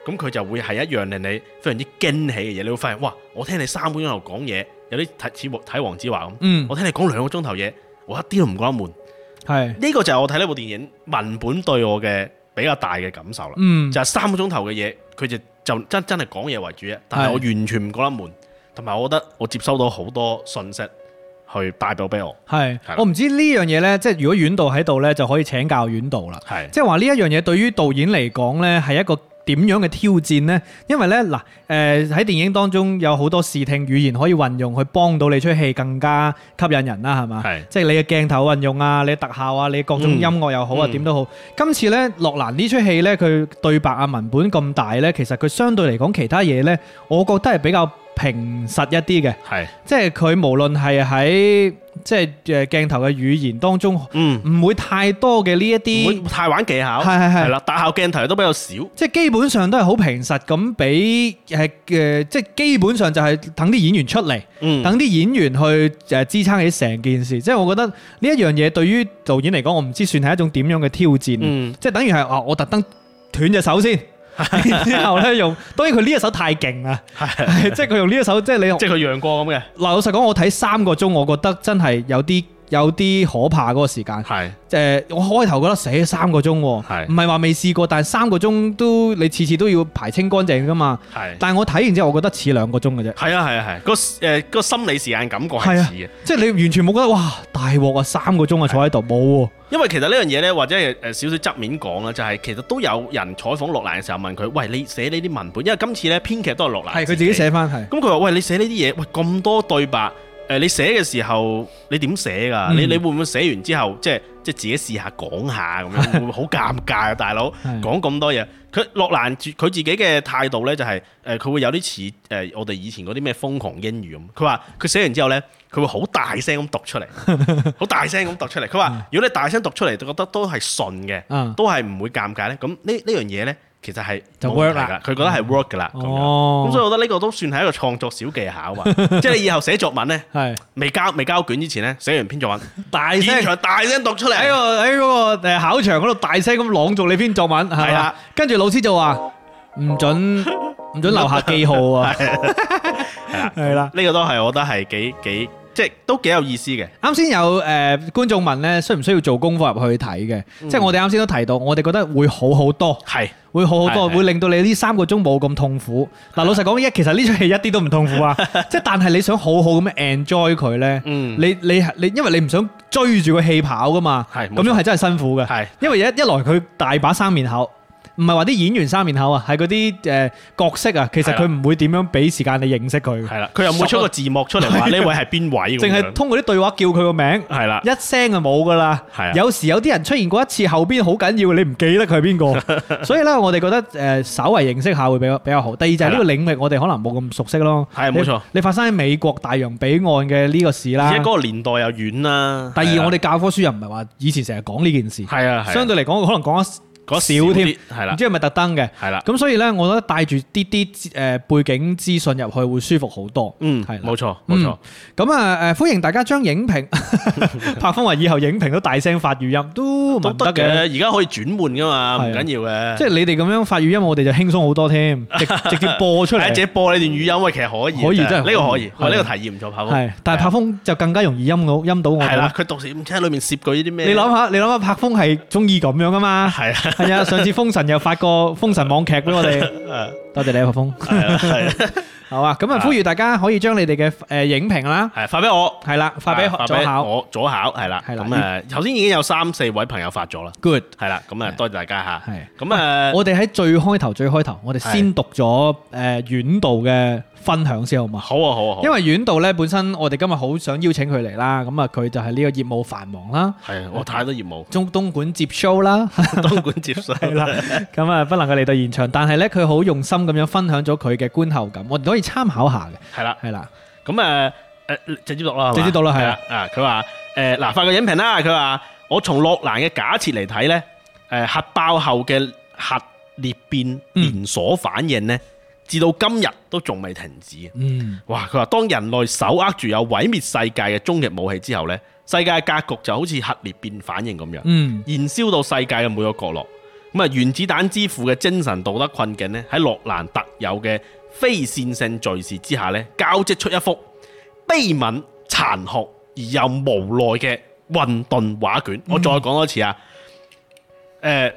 咁咁佢就會係一樣令你非常之驚喜嘅嘢。你會發現，哇！我聽你三個鐘頭講嘢，有啲睇似睇黃子華咁，
嗯
我聽你講兩個鐘頭嘢，我一啲都唔覺得悶。
係，
呢個就係我睇呢部電影文本對我嘅比較大嘅感受啦。
嗯，
就係三個鐘頭嘅嘢，佢就就真真係講嘢為主嘅，但係
係
我完全唔覺得悶，同埋我覺得我接收到好多信息去帶到俾我，
係
係啦。
我唔知呢樣嘢呢，即係如果院導喺度呢，就可以請教院導啦。
係
即係話呢一樣嘢對於導演嚟講呢，係一個點樣嘅挑戰呢？因為呢，嗱，誒喺電影當中有好多視聽語言可以運用，去幫到你出戲更加吸引人啦，係嘛？
係
即係你嘅鏡頭運用啊，你特效啊，你各種音
嗯
樂又好啊，
嗯
點都好。今次呢，洛蘭呢出戲呢，佢對白啊文本咁大呢，其實佢相對嚟講其他嘢呢，我覺得係比較平實一啲嘅，
係
即係佢無論係喺即係誒鏡頭嘅語言當中，
嗯，
唔會太多嘅呢一
唔
啲
會。太玩技巧，
係係係
啦，特效鏡頭都比較少，
即係基本上都係好平實咁俾誒誒，即係基本上就係等啲演員出嚟，
嗯，
等啲演員去誒支撐起成件事。即係我覺得呢一樣嘢對於導演嚟講，我唔知算係一種點樣嘅挑戰。
嗯
即係等於係啊，我特登斷隻手 先，然之後咧用，當然佢呢一手太勁啦，係 即係佢用呢一手，即係你
即係佢讓過咁嘅，
嗱老實講，我睇三個鐘，我覺得真係有啲有啲可怕嗰個時間。
係
誒、我開頭覺得死三個鐘
係
喎，唔係話未試過，但係三個鐘都你次次都要排清乾淨噶嘛。
係
但係我睇完之後，我覺得似兩個鐘嘅啫，
係啊係啊係，個誒個心理時間感覺
係
係
啊
似嘅。
即係你完全冇覺得哇大鑊啊！三個鐘啊坐喺度冇喎，
因為其實呢樣嘢呢，或者係誒少少側面講啦，就係、其實都有人採訪洛蘭嘅時候問佢：，喂，你寫呢啲文本，因為今次呢編劇都係洛蘭，
係佢自己。寫翻係，
咁佢話：，喂，你寫呢啲嘢，喂咁多對白，誒、你寫嘅時候你點寫㗎？
嗯
你你會唔會寫完之後，即係即係自己試下講下咁樣，會唔會好尷尬啊？大佬
係
講咁多嘢，佢洛蘭自佢自己嘅態度呢，就係、誒，佢、會有啲似誒我哋以前嗰啲咩瘋狂英語咁。佢話佢寫完之後呢，佢會好大聲咁讀出嚟。 好大聲咁讀出嚟。佢話：如果你大聲讀出嚟，覺得都係順嘅，
嗯
都係唔會尷尬咧。咁呢呢樣嘢咧，其實係
就
冇問
work
題
啦嗯
㗎佢覺得係 work 噶啦。咁樣
哦
咁所以我覺得呢個都算係一個創作小技 巧啊。即係你以後寫作文咧，
係
未交未交卷之前咧，寫完篇 作文，
大
現
聲。
場大聲讀出嚟。
喺個喺嗰個誒考場嗰度大聲咁朗讀你篇作文係
係
啦
啦，
跟住老師就話唔准唔准留下記號啊， 係啦。
呢個都係我覺得係幾幾即係都幾有意思嘅。
啱先有誒、呃、觀眾問咧，需唔需要做功課入去睇嘅？即係我哋啱先都提到，我哋覺得會好好多，
係
會好好多，
係係
會令到你呢三個鐘冇咁痛苦。嗱，老實講，一其實呢出戲一啲都唔痛苦 啊！即係但係你想好好咁樣 enjoy 佢咧，
嗯
你你你因為你唔想追住個戲跑噶嘛，
係冇
咁樣係真係辛苦嘅。
係
因為一一來佢大把生面口，唔係話啲演員生面口啊，係嗰啲誒角色啊，其實
係啦
佢唔會點樣俾時間你認識佢嘅，
係啦，佢又冇出個字幕出嚟 話呢位係邊位咁
淨係
樣。
通過啊啲對話叫佢個名。
係啦，
一聲就冇噶啦
啊係啊。
有時有啲人出現過一次，後邊好緊要，你唔記得佢係邊 個。所以咧，我哋覺得誒，稍為認識下會比較比較好。第二就係呢個領域，我哋可能冇咁熟悉咯。
係啊冇錯
你你發生喺美國大洋彼岸嘅呢個事啦
而且。嗰個年代又遠啦。
第
係
二，
啦
我哋教科書又唔係話以前成日講呢件事，
係啊，係啊
相對嚟講，可能講得
嗰
少添
啲，係啦
唔，知係咪特登嘅。
係啦。
咁所以咧，我覺得帶住啲啲誒背景資訊入去會舒服好多。
嗯，
係啦
冇錯冇錯，
咁啊誒，歡迎大家將影評， 柏峰話以後影評都大聲發語音，都唔
都
得
得嘅。
嘅。
而家可以轉換噶嘛，
係
唔
啊
緊要嘅。
即係你哋咁樣發語音，我哋就輕鬆好多添，直直接播出
係自
嚟。
己播呢段語音，喂，其實可以，
可以真係可以
呢個可以，
係
我呢個提議唔錯，跑步。
係，但係柏峰就更加容易陰到陰到我
係
哋
啦
啦，。
佢到時唔知喺裏面攝過呢啲咩？
你諗下，你諗下，柏峰係中意咁樣噶 嘛？
係啊，
係啊，上次封神又發個封神網劇俾我哋，多謝你啊，柏峰。
係啊係啊，
好啊，咁啊，
係
呼籲大家可以將你哋嘅誒影評啦，
係啊發俾我，
係啦，發俾
啊
左考。
我左考係啦。
係啦
咁誒，頭先已經有三四位朋友發咗啦，
Good，
係啦，咁啊，
係
多謝大家嚇。
係。
咁啊誒，
我哋喺最開頭，最開頭，我哋先讀咗誒院導嘅分享先好嘛？
好啊好啊好啊，
因為院導咧本身我哋今日好想邀請佢嚟啦，咁啊佢就係呢個業務繁忙啦。，
係啊我太多業務
中東莞接 show 啦，
東莞接水
係啦， 咁啊不能夠嚟到現場，但係咧佢好用心咁樣分享咗佢嘅觀後感，我哋可以參考下嘅，
係啦。
係啦，
咁誒誒直接讀啦，係嘛
直接讀啦係
係
啊
啊，啊佢話誒嗱發個影評啦，佢話我從洛蘭嘅假設嚟睇咧，誒、核爆後嘅核裂變
嗯
連鎖反應咧，至到今日都仲未停止嘅。
嗯，
哇！佢話當人類手握住有毀滅世界嘅終極武器之後咧，世界格局就好似核裂變反應咁樣，
嗯，
燃燒到世界嘅每個角落。咁啊，原子彈之父嘅精神道德困境呢，喺洛蘭特有嘅非線性敘事之下呢，交織出一幅悲憫、殘酷而又無奈嘅混沌畫
嗯
卷。我再講多次啊，誒、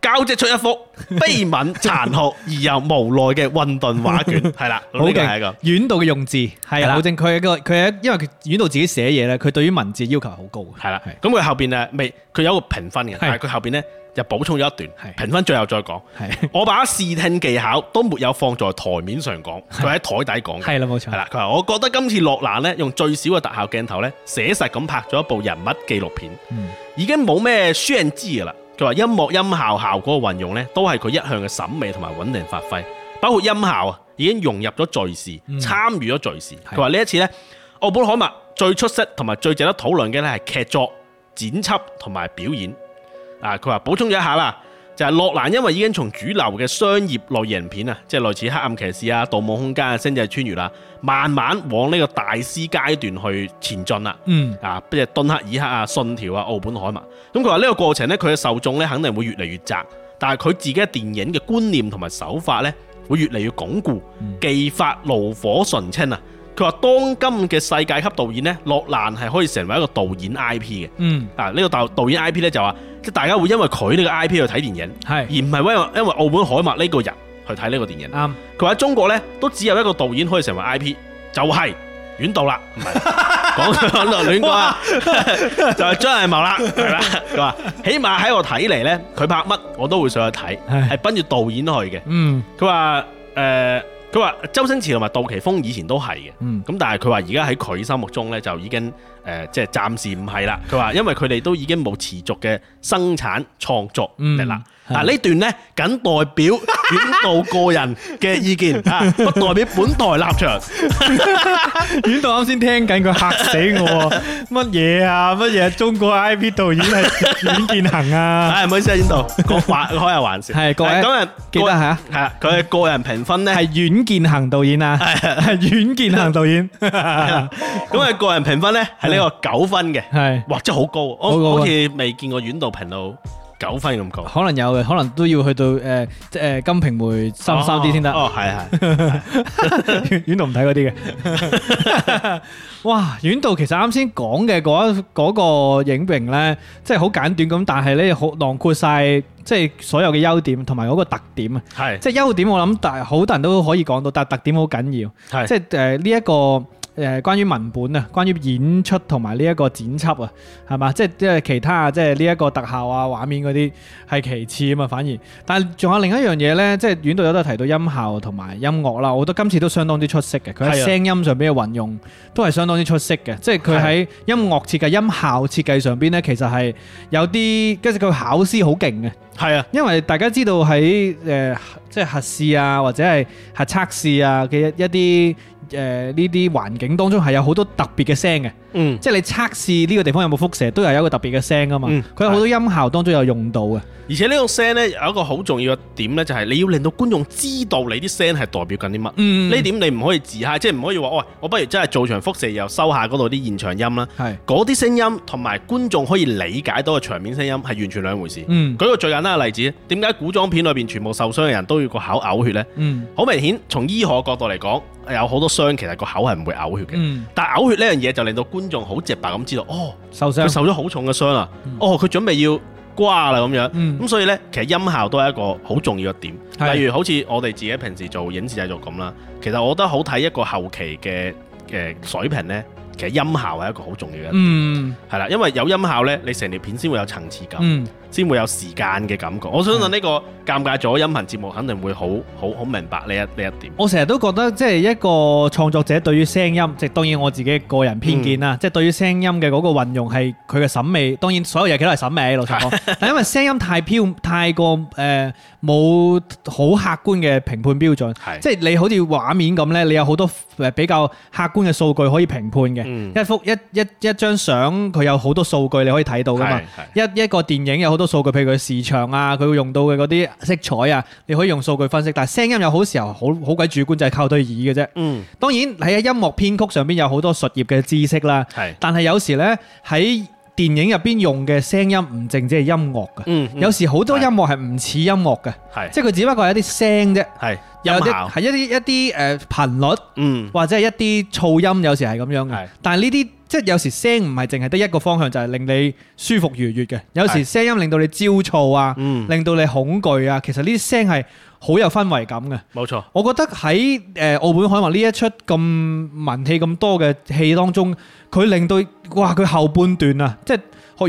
交織出一幅悲憫、殘酷而又無奈嘅混沌畫 卷，係啦，
好
呢個係
勁
一個，
院度嘅用字係
係
啦，
啦
好正。佢係一個佢係一因為佢院度自己寫嘢咧，佢對於文字要求係好高嘅。
係啦。 咁佢後邊誒未，佢有一個評分嘅，但係佢後邊呢，就補充咗一
係
段評分，最後再講。
係
我把視聽技巧都沒有放在台面上講，佢喺台底講嘅。
係啦，冇
係
錯。
啦，佢話我覺得今次洛蘭呢，用最少嘅特效鏡頭呢，寫實咁拍咗一部人物紀錄片，
嗯
已經冇咩宣知㗎啦。佢話音樂音效效果嘅運用呢，都係佢一向嘅審美同埋穩定發揮，包括音效啊，已經融入咗敘事，參與咗敘事。
嗯係
佢話呢一次呢，奧本海默最出色同埋最值得討論嘅呢係劇作、剪輯同埋表演。啊，佢話補充咗一下啦，就係、洛蘭因為已經從主流嘅商業類型片啊，即係類似《黑暗騎士》啊、《盜夢空間》啊、《星際穿越》啦，慢慢往呢個大師階段去前進啦。
嗯，
啊，即係敦克爾克啊、信條啊、奧本海默。咁佢話呢個過程呢，佢嘅受眾呢肯定會越嚟越窄，但係佢自己嘅電影嘅觀念同埋手法呢，會越嚟越鞏固，技法爐火純青啊！佢話當今嘅世界級導演呢，洛蘭係可以成為一個導演 I P 嘅。
嗯，
啊，呢、個導導演 I P 呢，就話，即係大家會因為佢呢個 I P 去睇電影，而
係
唔係因為因為奧本海默呢個人去睇呢個電影。
啱。
佢話喺中國呢，都只有一個導演可以成為 I P，就係阮導啦，唔係講講亂講啊，就係張藝謀啦，係啦。佢話起碼喺我睇嚟呢，佢拍乜我都會上去睇，
係
係奔住導演去嘅。
嗯
佢話誒，佢話周星馳同埋杜琪峰以前都係嘅。
嗯，
咁但係佢話而家喺佢心目中呢，就已經誒、呃即係暫時唔係啦。佢話因為佢哋都已經冇持續嘅生產創作力啦。
嗯
嗱呢段呢，僅代表 遠道個人嘅意見啊，不代表本台立場。
院度啱先聽緊，佢嚇死我喎！乜嘢啊？乜嘢？中國 I P 導演係阮建恒啊？
唉，唔好意思啊，遠道講話開下玩笑。
係各位
咁啊，
記得嚇，
係啊，佢嘅個人評分呢，
係阮建恒導演啊？係阮建恒導演，
咁啊個人評分呢，係呢個九分嘅，
係
哇，真係好高啊，
好高啊
我好似未見過遠道評到九分咁高。
可能有嘅，可能都要去到誒即誒金瓶梅深深啲先得。
哦，哦係係。
院度唔睇嗰啲嘅。哇！院度其實啱先講嘅嗰一嗰個影評咧，即係好簡短咁，但係咧好囊括晒即係所有嘅優點同埋嗰個特點啊！
係
即係優點我諗大好多人都可以講到，但係特點好緊要。
係
即係誒呢一個。誒、關於文本啊，關於演出同埋呢一個剪輯啊，係嘛？即係即係其他啊，即係呢一個特效啊、畫面嗰啲係其次啊嘛，反而。但係仲有另一樣嘢呢，即係院度有都提到音效同埋音樂啦，我覺得今次都相當之出色嘅。佢喺
係啊
聲音上邊嘅運用都係相當之出色嘅，即係佢喺音樂設計、音效設計上邊呢，其實係有啲跟住佢考試好勁嘅。
係啊。
因為大家知道喺誒、呃即係核試啊，或者係核測試啊嘅一一啲誒呃呢啲環境當中係有好多特別嘅聲嘅，
嗯，
即係你測試呢個地方有冇輻射，都係有一個特別嘅聲噶嘛。
嗯
佢有好多音效當中有用到嘅，
而且呢種聲呢，有一個好重要嘅點呢，就係你要令到觀眾知道你啲聲係代表緊啲乜。
嗯
呢點你唔可以自嗨，即係唔可以話，喂，我不如真係做場輻射，又收下嗰度啲現場音啦。
係
嗰啲聲音同埋觀眾可以理解到嘅場面聲音係完全兩回事。
嗯
舉個最簡單嘅例子，點解古裝片裏邊全部受傷嘅人都要個口嘔血呢？
嗯
好明顯，從醫學角度嚟講，有好多傷其實個口係唔會嘔血嘅。
嗯
但係嘔血呢樣嘢就令到觀眾好直白咁知道，哦，
受
佢
傷
受咗好重嘅傷啦，哦，佢準備要瓜啦咁樣，咁、
嗯
所以呢，其實音效都係一個好重要嘅
係
點。例如好似我哋自己平時做影視製作咁啦，其實我覺得好睇一個後期嘅嘅水平呢，其實音效係一個好重要嘅，
嗯
係啦、因為有音效呢，你成條片先會有層次感，
嗯
先、會有時間嘅感覺。我相信呢個尷尬咗音頻節目肯定會好好好明白呢一呢一點。
我成日都覺得即係一個創作者對於聲音，即係當然我自己個人偏見
嗯
啦，即係對於聲音嘅嗰個運用係佢嘅審美，當然所有嘢佢都係審美，老實 講。但因為聲音太飄，太過誒冇好客觀嘅評判標準，
係
即係你好似畫面咁呢，你有好多誒比較客觀嘅數據可以評判嘅。
嗯
一幅一一一張相，佢有好多數據你可以睇到噶嘛
係。
一一個電影有好多數據，譬如佢時長啊，佢會用到嘅嗰啲色彩啊，你可以用數據分析。但係聲音有好時候好好鬼主觀，就係靠對耳嘅啫。
嗯，
當然喺音樂編曲上邊有好多術業嘅知識啦，
係
但係有時呢，喺電影入邊用嘅聲音唔淨止係音樂嘅，
嗯，
有時好多音樂係唔似音樂嘅，
係
即係佢只不過係一啲聲啫，
係
有
音
啲
效，
係一啲一啲誒頻率
嗯
或者係一啲噪音，有時係咁樣嘅
係。
但係呢啲即係有時聲唔係淨係得一個方向，就係令你舒服愉悅嘅。有時
係
聲音令到你焦躁啊，
嗯，
令到你恐懼啊，其實呢啲聲係好有氛圍感嘅。
冇錯，
我覺得喺誒澳門海默呢一出咁文氣咁多嘅戲當中，佢令到哇佢後半段啊，即係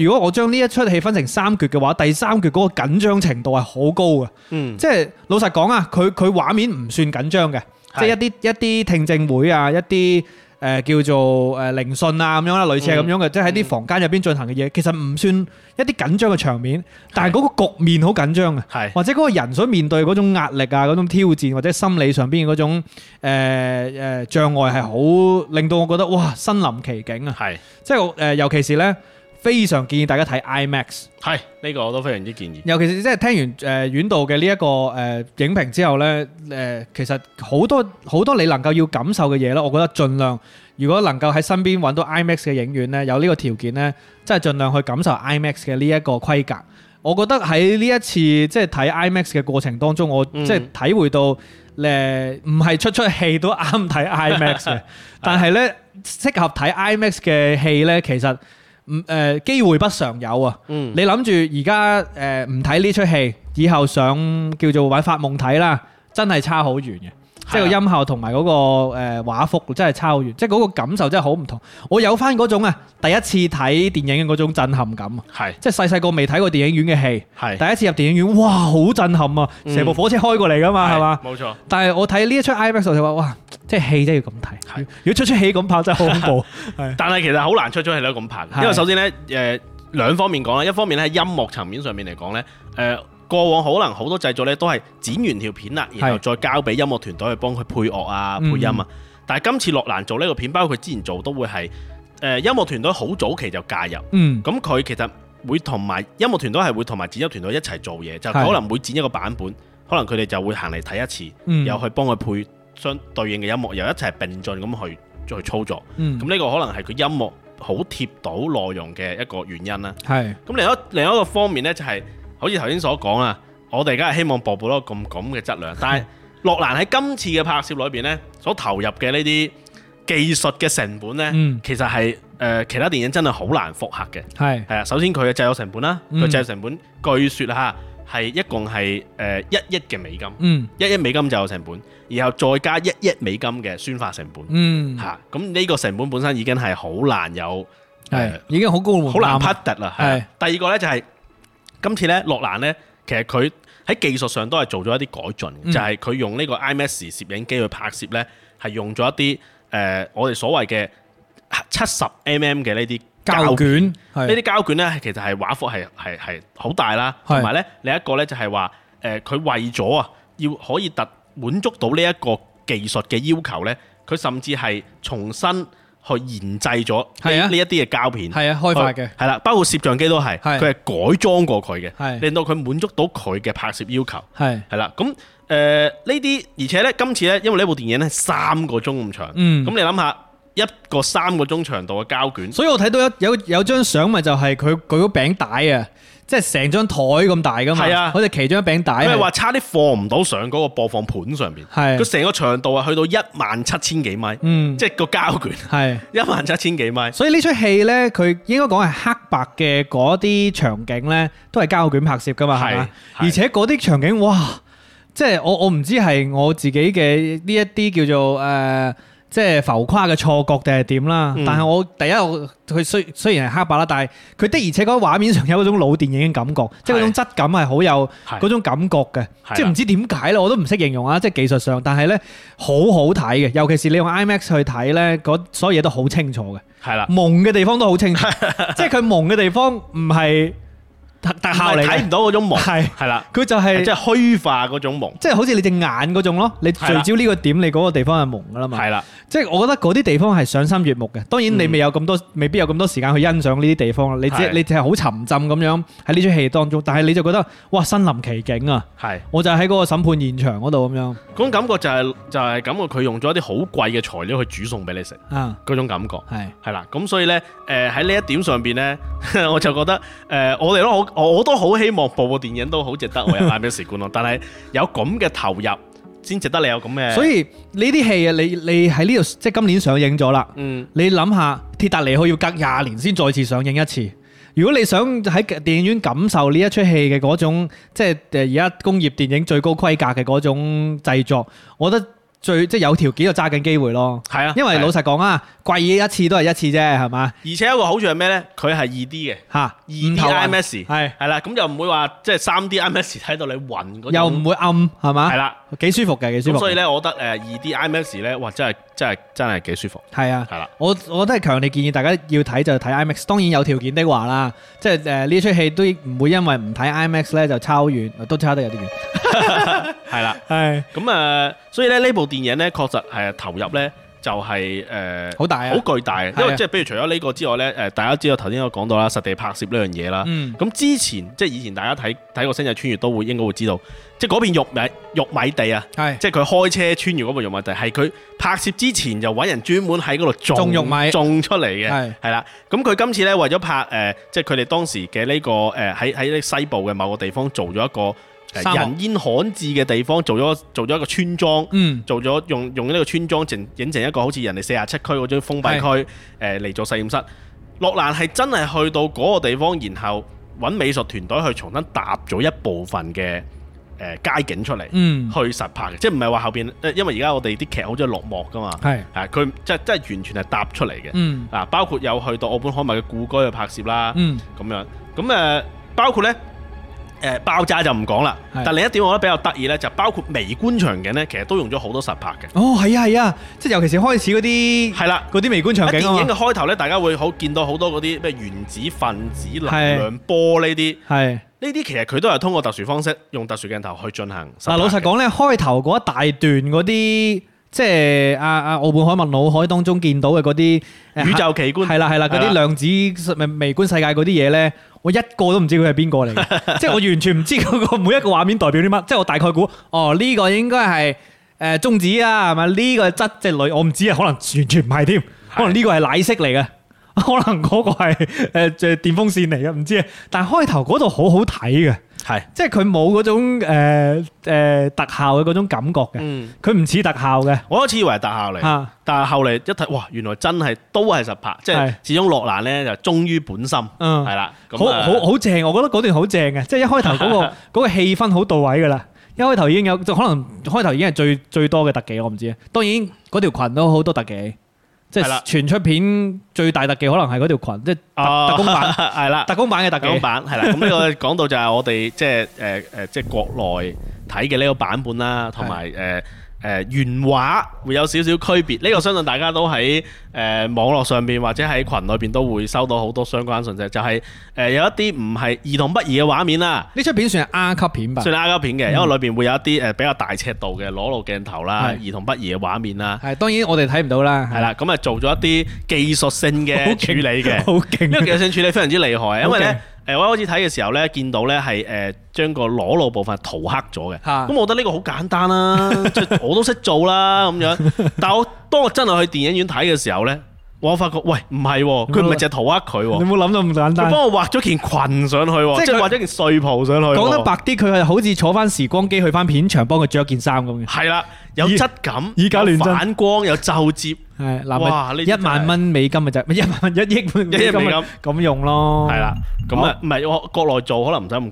如果我將呢一出戲分成三橛嘅話，第三橛嗰個緊張程度係好高嘅。
嗯
即係老實講啊，佢佢畫面唔算緊張嘅，即
係
係一啲一啲聽證會啊，一啲誒、呃叫做誒、呃、聆訊啊咁樣啦，類似係咁樣
嗯
嘅，即係喺啲房間入邊進行嘅嘢，其實唔算一啲緊張嘅場面，但係嗰個局面好緊張啊，
係
或者嗰個人所面對嗰種壓力啊、嗰種挑戰或者心理上邊嗰種誒、呃呃障礙係好令到我覺得哇身臨其境啊！
係
即係誒、呃尤其是呢，非常建議大家睇 IMAX。
係呢個我都非常之建議，
尤其是即係聽完誒、呃、院導嘅呢一個誒、呃影評之後呢，誒、其實好多好多你能夠要感受嘅嘢啦，我覺得盡量如果能夠喺身邊揾到 IMAX 嘅影院呢，有呢個條件呢，真係盡量去感受 IMAX 嘅呢一個規格。我覺得喺呢一次即係睇 IMAX 嘅過程當中，我
嗯
即係體會到誒唔係出出戲都啱睇 IMAX 嘅，但係呢，適合睇 IMAX 嘅戲呢，其實唔誒、呃、機會不常有啊。
嗯，
你諗住而家誒唔睇呢出戲，以後想叫做揾發夢睇啦，真係差好遠嘅。
啊
即係個音效同埋嗰個誒畫幅真係差好遠，即係嗰個感受真係好唔同。我有翻嗰種啊，第一次睇電影嘅嗰種震撼感啊！
係
即係細細個未睇過電影院嘅戲，
係
第一次入電影院，哇，好震撼啊！
嗯
成部火車開過嚟㗎啊嘛，係嘛？
冇錯，
但係我睇呢一出 IMAX 我就話哇，即係戲真係要咁睇，
係
如果出出戲咁拍真係好恐 怖。
但係其實好難出咗戲都咁拍嘅，因為
係
首先咧誒兩方面講啦，一方面咧喺音樂層面上面嚟講咧誒。過往可能好多製作咧都係剪完條片啦，然後再交俾音樂團隊去幫佢配樂啊、配
嗯
音啊。但係今次洛蘭做呢個片，包括佢之前做都會係誒、音樂團隊好早期就介入。
嗯，
咁佢其實會同埋音樂團隊係會同埋剪輯團隊一齊做嘢，就
係
可能每剪一個版本，可能佢哋就會行嚟睇一次，
嗯
又去幫佢配相對應嘅音樂，又一齊並進咁去去操作。
嗯
咁呢個可能係佢音樂好貼到內容嘅一個原因啦。
係
咁另一另一個方面呢，就係、好似頭先所講啦，我哋而家係希望步步都有咁咁嘅質 量，但係洛蘭喺今次嘅拍攝裏邊呢，所投入嘅呢啲技術嘅成本呢，
嗯
其實係誒、呃其他電影真係好難複刻嘅。
係
係啊，首先佢嘅製作成本啦，
嗯
佢製作成本據說嚇係一共係誒一億嘅美金，
嗯
一億美金製作成本，然後再加一億美金嘅宣發成本
嗯
嚇，咁呢個成本本身已經係好難有
係
誒
已經好高門
好難
檻啦
cut 突啦。係啊第二個呢就係今次呢，洛蘭呢，其實佢喺技術上都係做咗一啲改進
嗯
嘅，就係佢用呢個 IMAX 攝影機去拍攝呢，係用咗一啲誒我哋所謂嘅七十 mm 嘅呢啲
膠
膠
卷係
呢啲膠卷咧，其實係畫幅係係係好大啦，
係
同埋咧另一個咧就係話誒，佢、為咗啊要可以突滿足到呢一個技術嘅要求咧，佢甚至係重新去研製咗
係啊
呢呢一啲嘅膠片。
係啊開發嘅，
係啦，包括攝像機都係，
係
佢係改裝過
係
佢嘅，令到佢滿足到佢嘅拍攝要求，
係
係啦。咁誒呢啲，而且咧今次咧，因為呢部電影咧三個鐘咁長，咁、
嗯
你諗下一個三個鐘長度嘅膠卷，
所以我睇到有有有張相咪就係佢佢嗰餅帶啊，即係成張台咁大噶嘛，
係啊
好似其中一餅帶
佢係
係
話差啲放唔到上嗰個播放盤上邊，
係
佢成個長度啊係去到一萬七千幾米，
嗯
即係個膠卷
係。
一萬七千幾米，
所以呢出戲呢，佢應該講係黑白嘅嗰啲場景呢，都係膠卷拍攝噶嘛，係嘛？
係係
而且嗰啲場景，哇！即係我我唔知係我自己嘅呢一啲叫做誒、呃即係浮誇嘅錯覺定係點啦。
嗯
但係我第一我佢雖雖然係黑白啦，但係佢的而且確喺畫面上有嗰種老電影嘅感覺，即係嗰種質感係好有
係
嗰種感覺嘅。
係
即係唔知點解咧，我都唔識形容啊！即係技術上，但係呢，好好睇嘅，尤其是你用 IMAX 去睇呢，嗰所有嘢都好清楚嘅。
啊係啦，
蒙嘅地方都好清楚，即係佢蒙嘅地方唔係特特
但
效嚟
係睇
嘅
唔，到嗰種蒙，
係
係啦，
佢就
即
係
係虛化嗰種蒙，
即係好似你隻眼嗰種咯，你
係
聚
啦
焦呢個點，你嗰個地方係蒙噶啦嘛。
係啦，
即係我覺得嗰啲地方係賞心悅目嘅。當然你
嗯
未有咁多，未必有咁多時間去欣賞呢啲地方啦。你只
係
你只係好沉浸咁樣喺呢出戲當中，但係你就覺得哇身臨其境啊！
係
我就喺嗰個審判現場嗰度咁樣
嗰種感覺就係就係感覺佢用咗一啲好貴嘅材料去煮餸俾你食
啊，
嗰種感覺。
係
係啦，咁所以呢，誒喺呢一點上邊呢， 我就覺得誒、我哋都好，我我都好希望部部電影都好值得我入 IMAX 時觀咯。但係有咁嘅投入，先值得你有咁嘅。
所，以呢啲戲啊，你你喺呢度即係今年上映咗啦。
嗯，
你諗下，《鐵達尼號》要隔廿年先再次上映一次。如果你想喺電影院感受呢一出戲嘅嗰種，即係誒而家工業電影最高規格嘅嗰種製作，我覺得最即係有條件就揸緊機會咯。
係啊，
因為
係啊
老實講啊，貴一次都係一次啫，係嘛
而且有一個好處係咩呢？佢係二 D 嘅，
嚇？
二 D
啊
IMAX
係
係啦，咁又唔會話即係三 D IMAX 睇到你暈嗰種
又唔會暗係
係
嘛？
啦。
幾舒服嘅，幾舒
咁
服嘅。
所以呢，我覺得誒二 D IMAX 呢，哇，真係真係真係幾舒服，
係啊。
係啦，
我我都係強烈建議大家要睇就睇 IMAX，當然有條件的話啦，即係誒呢出戲都唔會因為唔睇 IMAX 咧就抄遠，都抄得有啲遠。
係啦。
係
咁誒、呃所以咧呢部電影咧確實係投入咧就係誒
好大啊！
好巨大嘅，因
係啊
為即係比如除咗呢個之外咧，誒、大家知道頭先我講到啦，實地拍攝呢樣嘢啦。
嗯，
咁之前即係以前大家睇睇過《星際穿越》都會應該會知道，即係嗰邊玉米玉米地啊，
係
即係佢開車穿越嗰部玉米地，係佢拍攝之前就揾人專門喺嗰度種
種玉米
種出嚟嘅，
係
係啦。咁佢今次咧為咗拍誒、呃即係佢哋當時嘅呢、個誒喺喺呢西部嘅某個地方做咗一個。呃
沙漠
人煙罕至嘅地方做咗做咗一個村莊，
嗯
做咗用用呢個村莊整影成一個好似人哋四廿七區嗰種封閉區，誒嚟做實驗室。洛蘭係真係去到嗰個地方，然後揾美術團隊去重新搭咗一部分嘅誒、呃街景出嚟，
嗯
去實拍嘅，即係唔係話後邊，呃因為而家我哋啲劇好中意落幕噶嘛，
係
啊佢即係即係完全係搭出嚟嘅，
嗯
啊包括有去到奧本海默嘅故居去拍攝啦，
嗯
咁樣，咁誒、呃包括呢，誒、爆炸就唔講啦，
係
但另一點我覺得比較得意呢，就包括微觀場景呢，其實都用咗好多實拍嘅，
哦係啊係啊，即係尤其是開始嗰啲
係啦。
嗰啲微觀場景
喺電
啊
影嘅
嘛，
開頭呢，大家會好見到好多嗰啲咩原子、分子、
係
能量波呢啲，
係
呢啲其實佢都係通過特殊方式，用特殊鏡頭去進行實拍嘅。
嗱老實講咧，開頭嗰一大段嗰啲。即係啊阿阿奧本海默腦海當中見到嘅嗰啲呃
宇宙奇觀
係啦係啦，嗰
係
啲
啦
量子微微觀世界嗰啲嘢咧，我一個都唔知佢係邊個嚟 嘅，即係我完全唔知嗰個每一個畫面代表啲乜，即係我大概估，哦呢、個應該係誒中指啊，係咪？呢、個質即係女，我唔知啊，可能完全唔係添，可能呢個係奶色嚟嘅。 可能嗰個係誒誒電風扇嚟嘅，唔知啊。但係開頭嗰度好好睇嘅，
係，
即係佢冇嗰種誒、呃、特效嘅嗰種感覺嘅，
嗯，
佢唔似特效嘅
我開始以為係特效嚟，
嚇，
但係後嚟一睇，哇，原來真係都係實拍，即
係
係始終落難咧就忠於本心，
嗯。
係啦，咁
好
啊
好好正，我覺得嗰段好正嘅，即係一開頭嗰 個嗰個氣氛好到位㗎啦。一開頭已經有，就可能開頭已經係最最多嘅特技，我唔知啊。當然嗰條裙都好多特技，即
係
係
啦
全出片最大特技可能係嗰條裙，即係特
哦
特工 版
係啦，
特工版嘅特
特工
技。
版係啦，咁呢個 講到就係我哋即係誒誒，即係國內睇嘅呢個版本啦，同埋誒誒原畫會有少少區別。呢個相信大家都喺誒網絡上邊或者喺群裏邊都會收到好多相關信息，就係誒有一啲唔係兒童不宜嘅畫面啦。
呢出片算係 R 級片吧？
算係 R 級片嘅，因為裏邊會有一啲呃誒比較大尺度嘅裸露鏡頭啦、
係
兒童不宜嘅畫面啦，
係當然我哋睇唔到啦，
係啦，咁啊做咗一啲技術性
好
嘅
勁
處理嘅，
好勁。
呢個技術性處理非常之厲害，因為
好勁
咧誒我一開始睇嘅時候咧，見到咧係誒將個裸露部分塗黑咗嘅，
嚇
咁我覺得呢個好簡 單啦，即係我都識做啦咁樣。但係我當我真係去電影院睇嘅時候咧，我發覺喂唔係喎，佢唔係淨係塗黑佢
你
喎，
冇諗啊到咁簡
佢
單。
幫我畫咗件裙上去
即係
喎，即係
佢
畫咗件睡袍上去喎。
講得白啲，佢係好似坐翻時光機去翻片場幫佢着件衫咁嘅。
係 啦，有
以
質感，
以假亂
有
真
反光，有皺摺，
係嗱，
哇
咪
呢啲
一
真係
萬蚊美金咪就 咪一萬一億蚊
一億美金
咁用咯。
係啦。咁啊，唔係我國內做可能唔使咁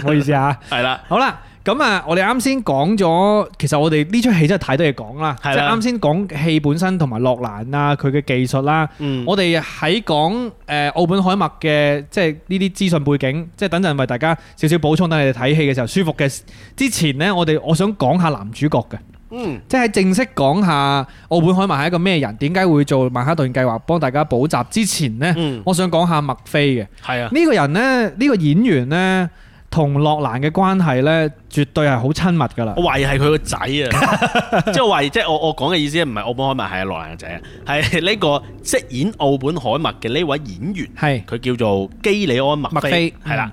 唔好意思啊。
係啦，
好啦，咁啊，我哋啱先講咗，其實我哋呢出戲真係太多嘢講啦，即
係啦
係啱先講戲本身同埋洛蘭啊，佢嘅技術啦。
嗯，
我哋喺講誒奧本海默嘅，即係呢啲資訊背景，即係等陣為大家少少補充，等你哋睇戲嘅時候舒服嘅。之前呢，我哋我想講下男主角嘅，
嗯，
即係正式講下奧本海默係一個咩人，點解會做曼哈頓計劃幫大家補習之前呢，
嗯
我想講下墨菲嘅
係啊，
呢個人呢，呢、個演員呢，同諾蘭嘅關係呢，絕對係好親密㗎啦
我。懷疑係佢個 仔啊，即係我懷疑，即係我我講嘅意思唔係奧本海默係阿羅蘭嘅仔，係呢個飾演奧本海默嘅呢位演員，
係
佢叫做基里安麥
麥菲
菲，係啦，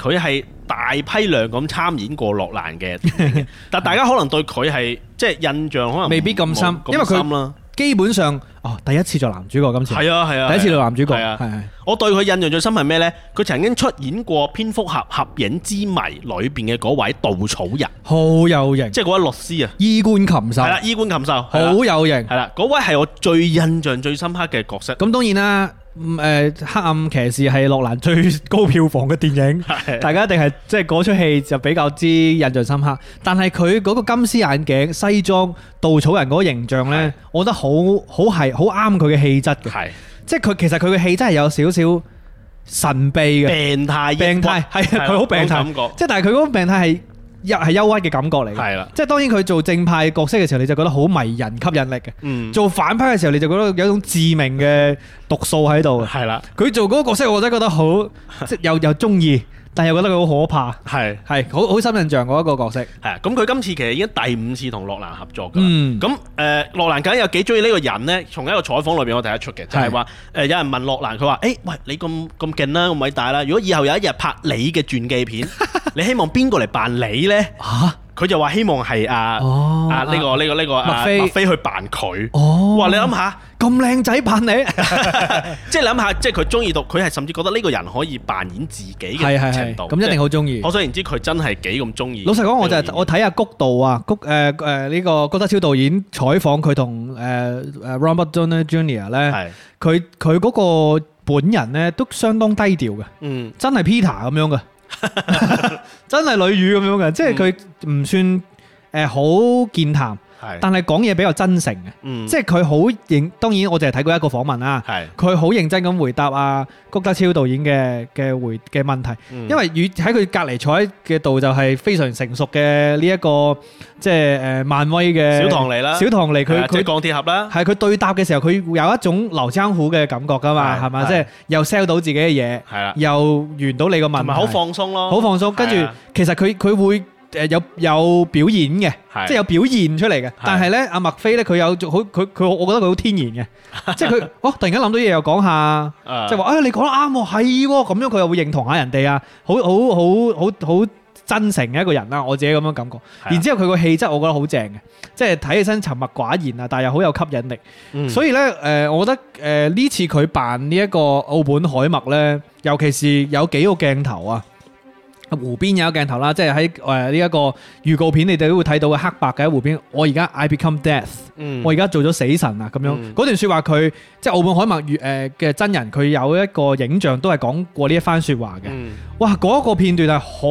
佢係大批量咁參演過諾蘭嘅電 影嘅，但大家可能對佢係即係印象可能
未必咁深
冇
因為佢
深啦，
基本上哦，第一次做男主角今次，
係啊係啊，
第一次做男主角，
係啊
係係
我對佢印象最深係咩呢？佢曾經出演過《蝙蝠俠合影之謎》裏邊嘅嗰位稻草人，
好有型，
即係嗰位律師啊，
衣冠禽
係啦，
獸，
衣冠禽獸，係
嗯好
啦
有型。
係啦，嗰位係我最印象最深刻嘅角 色。
咁當然啦，嗯誒黑暗騎士係諾蘭最高票房嘅電影， 大家一定係即係嗰出戲就比較之印象深刻。但係佢嗰個金絲眼鏡、西裝、稻草人嗰個形象呢，我覺得好好係好啱佢嘅氣質嘅，
係
即係佢其實佢嘅氣質係有少少神秘嘅。
病態抑鬱，
病態係啊，佢好病
嗰種感
態
覺，
即係但係佢嗰種病態係憂係憂鬱嘅感覺嚟嘅。
係啦
即係當然佢做正派角色嘅時候，你就覺得好迷人、吸引力嘅；
嗯，
做反派嘅時候，你就覺得有一種致命嘅毒素喺度。
係啦，
佢做嗰個角色，我真係覺得好，即係又又中意，但又覺得佢好可怕，
係
係好好深印象嗰一個角色。
係啊咁佢今次其實已經第五次同洛蘭合作㗎
嗯
啦。咁誒、呃洛蘭究竟有幾中意呢個人呢？從一個採訪裏邊我睇得出嘅，就
係
係話誒有人問洛蘭，佢話：誒、喂，你咁咁勁啦，咁偉大啦，如果以後有一日拍你嘅傳 記片，你希望邊個嚟扮你呢？
嚇！
佢就話希望係啊
哦
啊呢、個呢、個呢、個
麥
啊
菲
麥菲去扮佢。
哦，
哇！你諗下，
咁靚仔扮你，
即係諗下，即係佢中意到，佢係甚至覺得呢個人可以扮演自己
係係
嘅
係，
程度。
咁一定
好。
好中意。
可想而知，佢真係幾咁中意。嗯
老實講，我就係我睇下谷導啊，谷誒誒呢個谷德超導演採訪佢同誒誒 Robert Downey Jr. 咧，
係
佢佢嗰個本人咧都相當低調嘅，
嗯
真係 Peter 咁樣嘅， 真係女語咁樣嘅，即係佢唔算誒好健談，
係
但係講嘢比較真誠嘅，
嗯
即係佢好認。當然，我淨係睇過一個訪問啦。
係
佢好認真咁回答啊谷德超導演嘅嘅回嘅問題，
嗯
因為與喺佢隔離坐喺嘅度就係非常成熟嘅呢一個即係誒漫威嘅
小唐尼啦
呃小唐尼
係
佢
啊即係
佢
鋼鐵俠啦，
係佢對答嘅時候，佢有一種流江虎嘅感覺㗎嘛，
係
係嘛？
係
即係又 sell 到自己嘅嘢，
係啦，
又完到你個問
同
題，
埋好放鬆咯，
好放鬆。跟住
係啊
其實佢佢會誒有有表演嘅。
係啊
即係有表現出嚟嘅。但係咧，阿麥菲咧，佢有做好佢佢，我覺得佢好天然 嘅，即係佢哦，突然間諗到嘢又講下，
啊
即係話啊，你講得啱喎，係喎，咁樣佢又會認同下人哋啊，好好好好好真誠嘅一個人啦，我自己咁樣感覺。
啊
然之後佢個氣質我覺得好正嘅，即係睇起身沉默寡言啊，但係又好有吸引力。
嗯
所以咧，誒、我覺得誒呃呢、次佢扮呢一個澳本海默咧，尤其是有幾個鏡頭啊，湖邊有一個鏡頭啦，即係喺呃誒呢一個預告片，你哋都會睇到嘅黑白嘅喺湖邊。我而家 I become death，、
嗯
我而家做咗死神啊，咁樣
嗯
嗰、段説話佢即係澳本海默誒嘅真人，佢有一個影像都係講過呢一番説話嘅。
嗯
哇，嗰、個片段係好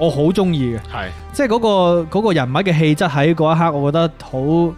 我好中意嘅。
係
即係嗰、個嗰個人物嘅氣質喺嗰一刻，我覺得好。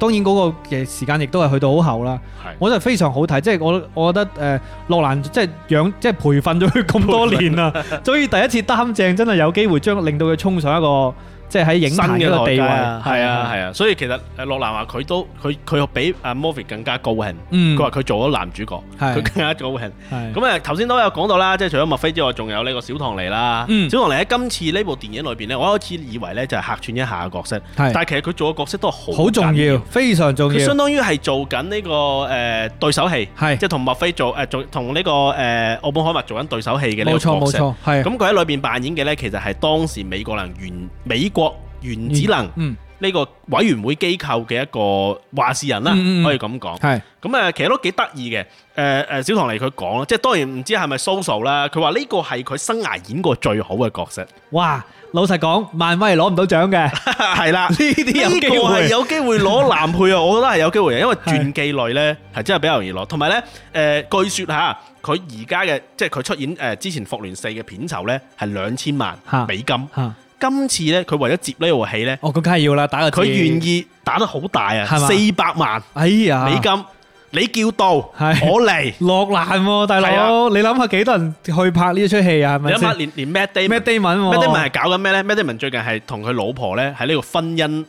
當然嗰個嘅時間亦都係去到好後啦。
係
我覺得非常好睇，即係我我覺得誒洛蘭即係養即係培訓咗佢咁多年 啦，所以第一次擔正真係有機會將令到佢衝上一個即係喺影
新
壇
嘅
一個地位。
台階啊係啊，係啊，所以其實誒洛蘭話佢都佢佢比阿 m o r p h y 更加高興，
嗯
佢話佢做咗男主角，
係
佢更加高興。
係
咁呃誒頭先都有講到啦，即係除咗墨菲之外，仲有呢個小唐尼啦。
嗯
小唐尼喺今次呢部電影裏邊咧，我一開始以為咧就係客串一下嘅角色，但係其實佢做嘅角色都係好
好重
緊
要，非常重
佢
要
相。當於係做緊呢個誒對手戲，
係
即係同墨菲做誒呃做同呢個誒奧本海默做緊對手戲嘅呢個
冇錯
角
冇
色。
錯，係
咁佢喺裏邊扮演嘅呢，其實係當時美國能原美國原子能
嗯
呢個委員會機構嘅一個話事人啦，
嗯嗯嗯
可以咁講。
係
咁誒，其實都幾得意嘅。誒、誒，小唐尼佢講啦，即係當然唔知係咪 social 啦。佢話呢個係佢生涯演過最好嘅角色，
哇！老實講，漫威係攞唔到獎 嘅， 呢
係啦。
啲有
呢
機
個係
會。
有機會攞男配啊！我覺得係有機會嘅，因為傳記類呢係真係比較容易攞。同埋呢，誒、呃據說嚇佢而家嘅即係佢出演誒、之前復聯四嘅片酬呢係兩千萬
嚇
美金。
嚇
今次呢，佢為咗接呢部戲呢，
哦，咁梗係要啦，打個
佢
字
願意打得好大啊，
係嘛
四百萬
哎呀，
美金，你叫到
係
我嚟。
落難喎，大
係
佬，你諗下幾多人去拍呢出戲 啊？係
你
咪
諗下，
先？
連連 Matt Damon
咩 Damon 喎？
Matt Damon 係搞緊咩呢？Matt Damon 最近係同佢老婆呢，喺呢個婚姻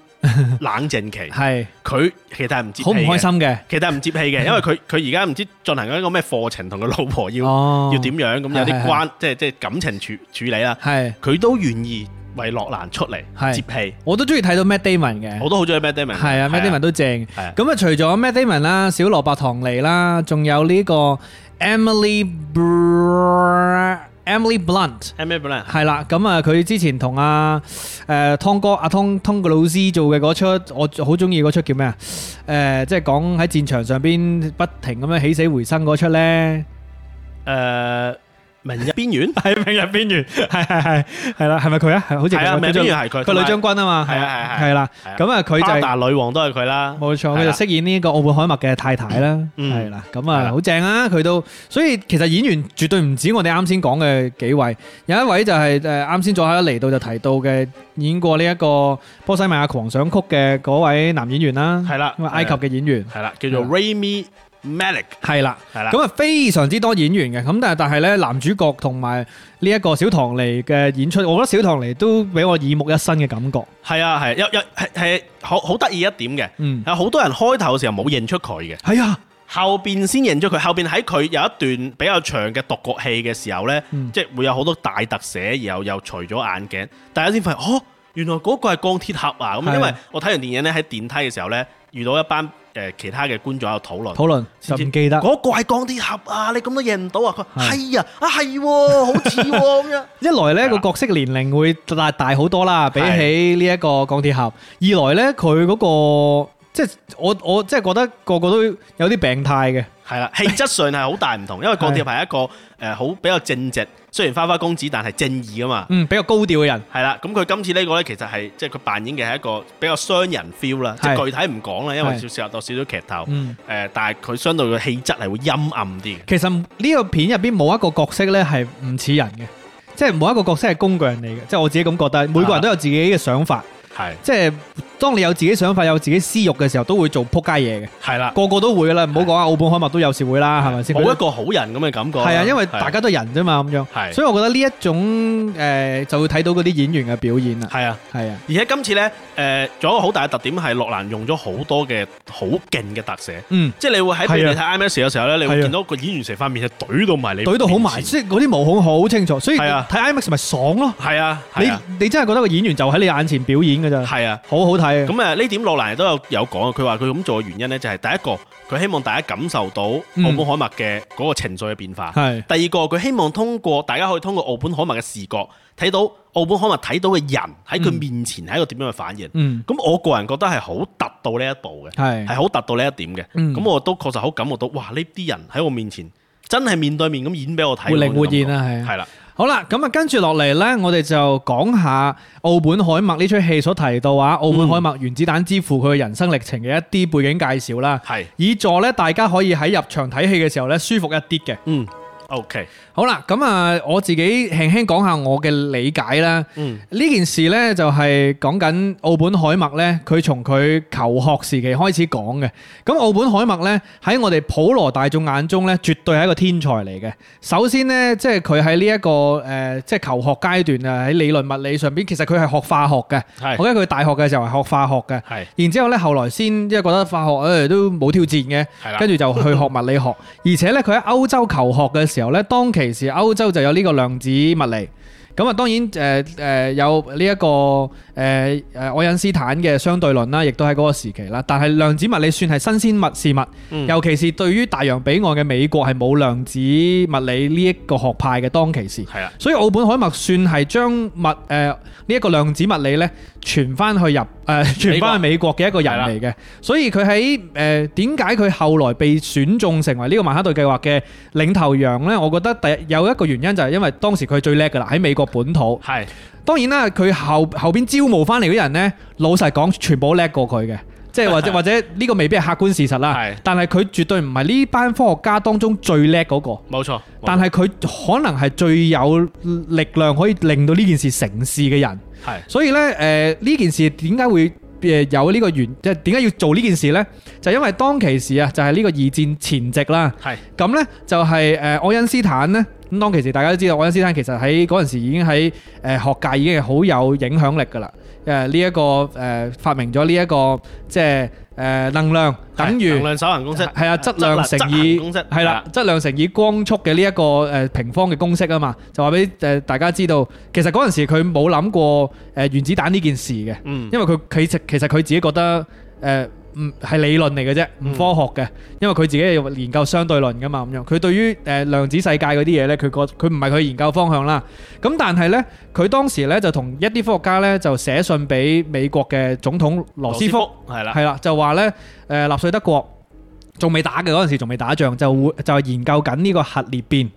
冷靜期，
係
佢其實係唔接氣
好唔
嘅
開，心嘅。
其實係唔接氣
嗯
嘅，因為佢佢而家唔知進行緊一個咩課程，同佢老婆要
哦，
要點樣咁有
係係
啲
係
關，即係即係感情處處理啦。
係，
佢都願意為洛蘭出嚟
係
接氣，
我都中意睇到 Matt Damon 嘅。
我都好中意 Matt Damon。
係啊，Matt Damon 都正。
係啊
咁啊，除咗 Matt Damon 啦、小蘿蔔唐尼啦，仲有呢個 Emily Br- Emily Blunt。
Matt Damon
係啦，咁啊，佢之前同阿誒湯哥阿湯湯個老師做嘅嗰出，我好中意嗰出叫咩啊？誒、即係講喺戰場上邊不停咁樣起死回生嗰出咧，
誒明 日邊緣
係明日邊緣，係係係係啦，係咪佢啊？係好似
係啊，
佢
明日邊緣係佢，
佢女將軍啊嘛，
係啊係啊係啊
係啦，
係啊
咁啊佢就
巴
係
達女王都係佢啦。
冇錯，
係
佢就
啦
飾演呢個奧本海默嘅太太啦，
嗯
係啦，咁
係
啊
啦
好正啊！佢都所以其實演員絕對唔止我哋啱先講嘅幾位，有一位就係誒呃啱先左下一嚟到就提到嘅演過呢一個波西米亞狂想曲嘅嗰位男演員啦，
係啦
咁啊埃及嘅演員
係啦，叫做
係啦
Rami Malek
係啦，
係啦。
咁啊非常之多演員嘅，咁但係但係咧男主角同埋呢一個小唐尼嘅演出，我覺得小唐尼都俾我耳目一新嘅感覺，
係啊係，有有係係好好得意一點嘅，
嗯，
有好多人開頭嘅時候冇認出佢嘅，
係啊，
後邊先認出佢，後邊喺佢有一段比較長嘅獨角戲嘅時候呢，
嗯
即係會有好多大特寫，然後又除咗眼鏡，大家先發現哦，原來嗰個係鋼鐵俠啊！
係啊
咁因為我睇完電影呢，喺電梯嘅時候呢，遇到一班誒、呃其他嘅觀眾喺度討論。
討論就唔記得，
嗰個係鋼鐵俠啊！你咁都認唔到啊？佢話
係
係啊，啊係喎，好似喎咁樣。
一來咧
係
個
啦
角色年齡會大大好多啦，比起呢一個鋼鐵俠；二來咧佢嗰個即係我我即係覺得個個都有啲病態嘅，
係啦，氣質上係好大唔同，因為鋼鐵係一個誒好比較正直，雖然花花公子，但係正義啊嘛。
嗯，比較高調嘅人，
係啦，咁佢今次呢個呢，其實係即係佢扮演嘅係一個比較商人 feel 啦，即
係
係具體唔講啦，因為
係
少少有少少劇透。
嗯。
誒，但係佢相對嘅氣質係會陰暗啲嘅。
其實呢個片入邊冇一個角色咧係唔似人嘅，即係冇一個角色係工具人嚟嘅，即係我自己咁覺得，每個人都有自己嘅想法，
係
即係當你有自己想法、有自己私欲嘅時候，都會做撲街嘢嘅，
係啦，
個個都會噶啦，唔好講啊，奧本海默都有時會啦，係咪先？
冇一個好人咁嘅感覺啦。
係啊，因為大家都人啫嘛，咁樣。
係
所以我覺得呢一種誒、呃就會睇到嗰啲演員嘅表演啦。
係啊，
係啊，
而且今次呢，誒仲有一個好大嘅特點係洛蘭用咗好多嘅好勁嘅特寫，
嗯，
即係你會喺譬
係
如
啊
你睇 IMAX 嘅時候呢，你
係啊
會見到個演員成塊面係懟到埋你
懟到好
面
埋，
前
即係嗰啲毛孔好清楚，所以
係啊
睇 IMAX 咪爽咯。
係啊，係啊，
你你真係覺得個演員就喺你眼前表演㗎咋，
係啊。
好好睇啊。
咁誒呢點洛蘭都有有講啊，佢話佢咁做嘅原因呢，就係第一個佢希望大家感受到奧
嗯
本海默嘅嗰個情緒嘅變化。
係
第二個佢希望通過大家可以通過奧本海默嘅視覺睇到奧本海默睇到嘅人喺佢
嗯
面前係一個點樣嘅反應。
嗯
咁、我個人覺得係好突到呢一步嘅，係啊
係
好突到呢一點嘅。咁、
嗯
我都確實好感覺到，哇！呢啲人喺我面前真係面對面咁演俾我睇，
活靈活現啊，係啊。
係啦，
好啦，咁啊，跟住落嚟呢，我哋就講下奧本海默呢出戲所提到啊，
嗯
奧本海默原子彈之父佢嘅人生歷程嘅一啲背景介紹啦，
係
以助呢大家可以喺入場睇戲嘅時候呢，舒服一啲嘅。
嗯，OK，
好啦，咁啊，我自己輕輕講下我嘅理解啦。
嗯
呢件事呢，就係講緊奧本海默呢，佢從佢求學時期開始講嘅。咁奧本海默呢，喺我哋普羅大眾眼中呢，絕對係一個天才嚟嘅。首先呢，即係佢喺呢一個誒、呃即係求學階段啊，喺理論物理上邊，其實佢係學化學嘅。我
係
記得佢大學嘅時候係學化學嘅。
係
然之後呢，後來先即係覺得化學誒、呃都冇挑戰嘅。
係啦
跟，住就去學物理學，而且咧佢喺歐洲求學嘅時候咧，當其時歐洲就有呢個量子物理。咁啊，當然誒誒、呃有呢、一個誒誒、呃愛因斯坦嘅相對論啦，亦都喺嗰個時期啦。但係量子物理算係新鮮物事物，
嗯
尤其是對於大洋彼岸嘅美國係冇量子物理呢一個學派嘅當其時。
係啦，
所以奧本海默算係將物誒呢一個量子物理咧傳翻去入誒、呃、傳翻去美國嘅一個人嚟嘅，所以佢喺誒點解佢後來被選中成為呢個曼哈頓計劃嘅領頭羊咧？我覺得第有一個原因就係因為當時佢最叻㗎啦，喺美國本土。
係
當然啦，佢後後邊招募翻嚟嗰啲人呢，老實講，全部都叻過佢嘅，即係或者或者呢個未必係客觀事實啦
係。
但係佢絕對唔係呢班科學家當中最叻嗰個。
冇錯，
但係佢可能係最有力量可以令到呢件事成事嘅人，
係
所以呢，誒、呢件事點解會誒有呢個原即係點解要做呢件事呢？就因為當其時啊，就係呢個二戰前夕啦。呃
係
咁呢，就係誒愛因斯坦呢，咁當其時大家都知道，愛因斯坦其實喺嗰陣時已經喺誒、呃、學界已經係好有影響力㗎啦。誒呢一個誒、呃發明咗呢一個即係誒、呃能量等於
能量守恒公式
係啊質量乘
質
以
能公式啊
係啦，質量乘以光速嘅呢一個誒平方嘅公式啊嘛，就話俾誒大家知道，其實嗰陣時佢冇諗過誒原子彈呢件事嘅。
嗯
因為佢佢其其實佢自己覺得誒唔係理論嚟嘅啫，唔科學
嗯
嘅。因為佢自己係研究相對論噶嘛，咁樣佢對於誒、呃量子世界嗰啲嘢呢，佢覺佢唔係佢研究方向啦。咁但係呢，佢當時呢就同一啲科學家呢就寫信俾美國嘅總統羅斯福，
係啦，
係啦，就話呢，誒、納粹德國仲未打嘅嗰陣時仲未打仗，就會就係研究緊呢個核裂變。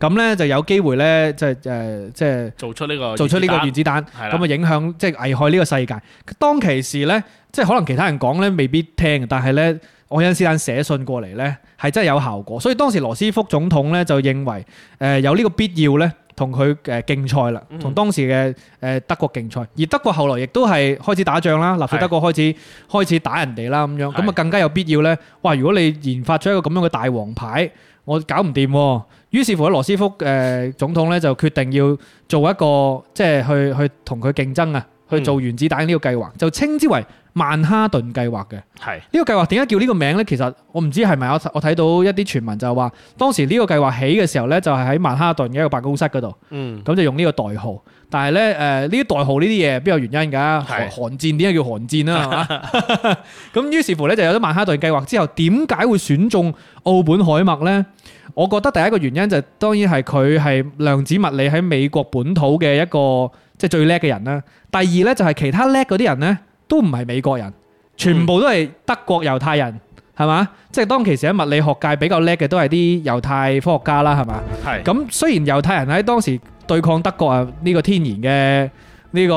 咁呢就有機會呢，即係誒即係。
做出呢個
做出呢個
哦原
原
子
子彈，
係啦
咁啊影響即係危害呢個世界。當其時呢，即係可能其他人講呢未必聽，但係呢，愛因斯坦寫信過嚟呢係真係有效果。所以當時羅斯福總統呢就認為誒、呃有呢個必要呢同佢誒競賽啦，
嗯
同當時嘅誒德國競賽。而德國後來亦都係開始打仗啦，納粹德國開始開始打人哋啦咁樣，
係
咁啊更加有必要呢。哇！如果你研發出一個咁樣嘅大王牌，我搞唔掂喎。於是乎，羅斯福誒、呃、總統咧就決定要做一個即係去去同佢競爭啊，去做原子彈呢個計劃，就稱之為曼哈頓計劃嘅。
係
呢個計劃點解叫呢個名呢？其實我唔知係咪我我睇到一啲傳聞就係話，當時呢個計劃起嘅時候呢，就係喺曼哈頓嘅一個辦公室嗰度，
嗯
咁就用呢個代號。但係呢，誒呢啲代號呢啲嘢邊有原因㗎？韓
係
韓戰點解叫韓戰 啦？係嘛？咁於是乎呢，就有咗曼哈頓計劃之後，點解會選中澳本海默呢？我覺得第一個原因就係當然係佢係量子物理喺美國本土嘅一個即係最叻嘅人啦。第二呢，就係其他叻嗰啲人呢，都唔係美國人，全部都係德國猶太人，係嘛？即係當其時喺物理學界比較叻嘅都係啲猶太科學家啦，係嘛？
係
咁雖然猶太人喺當時對抗德國啊呢個天然嘅呢個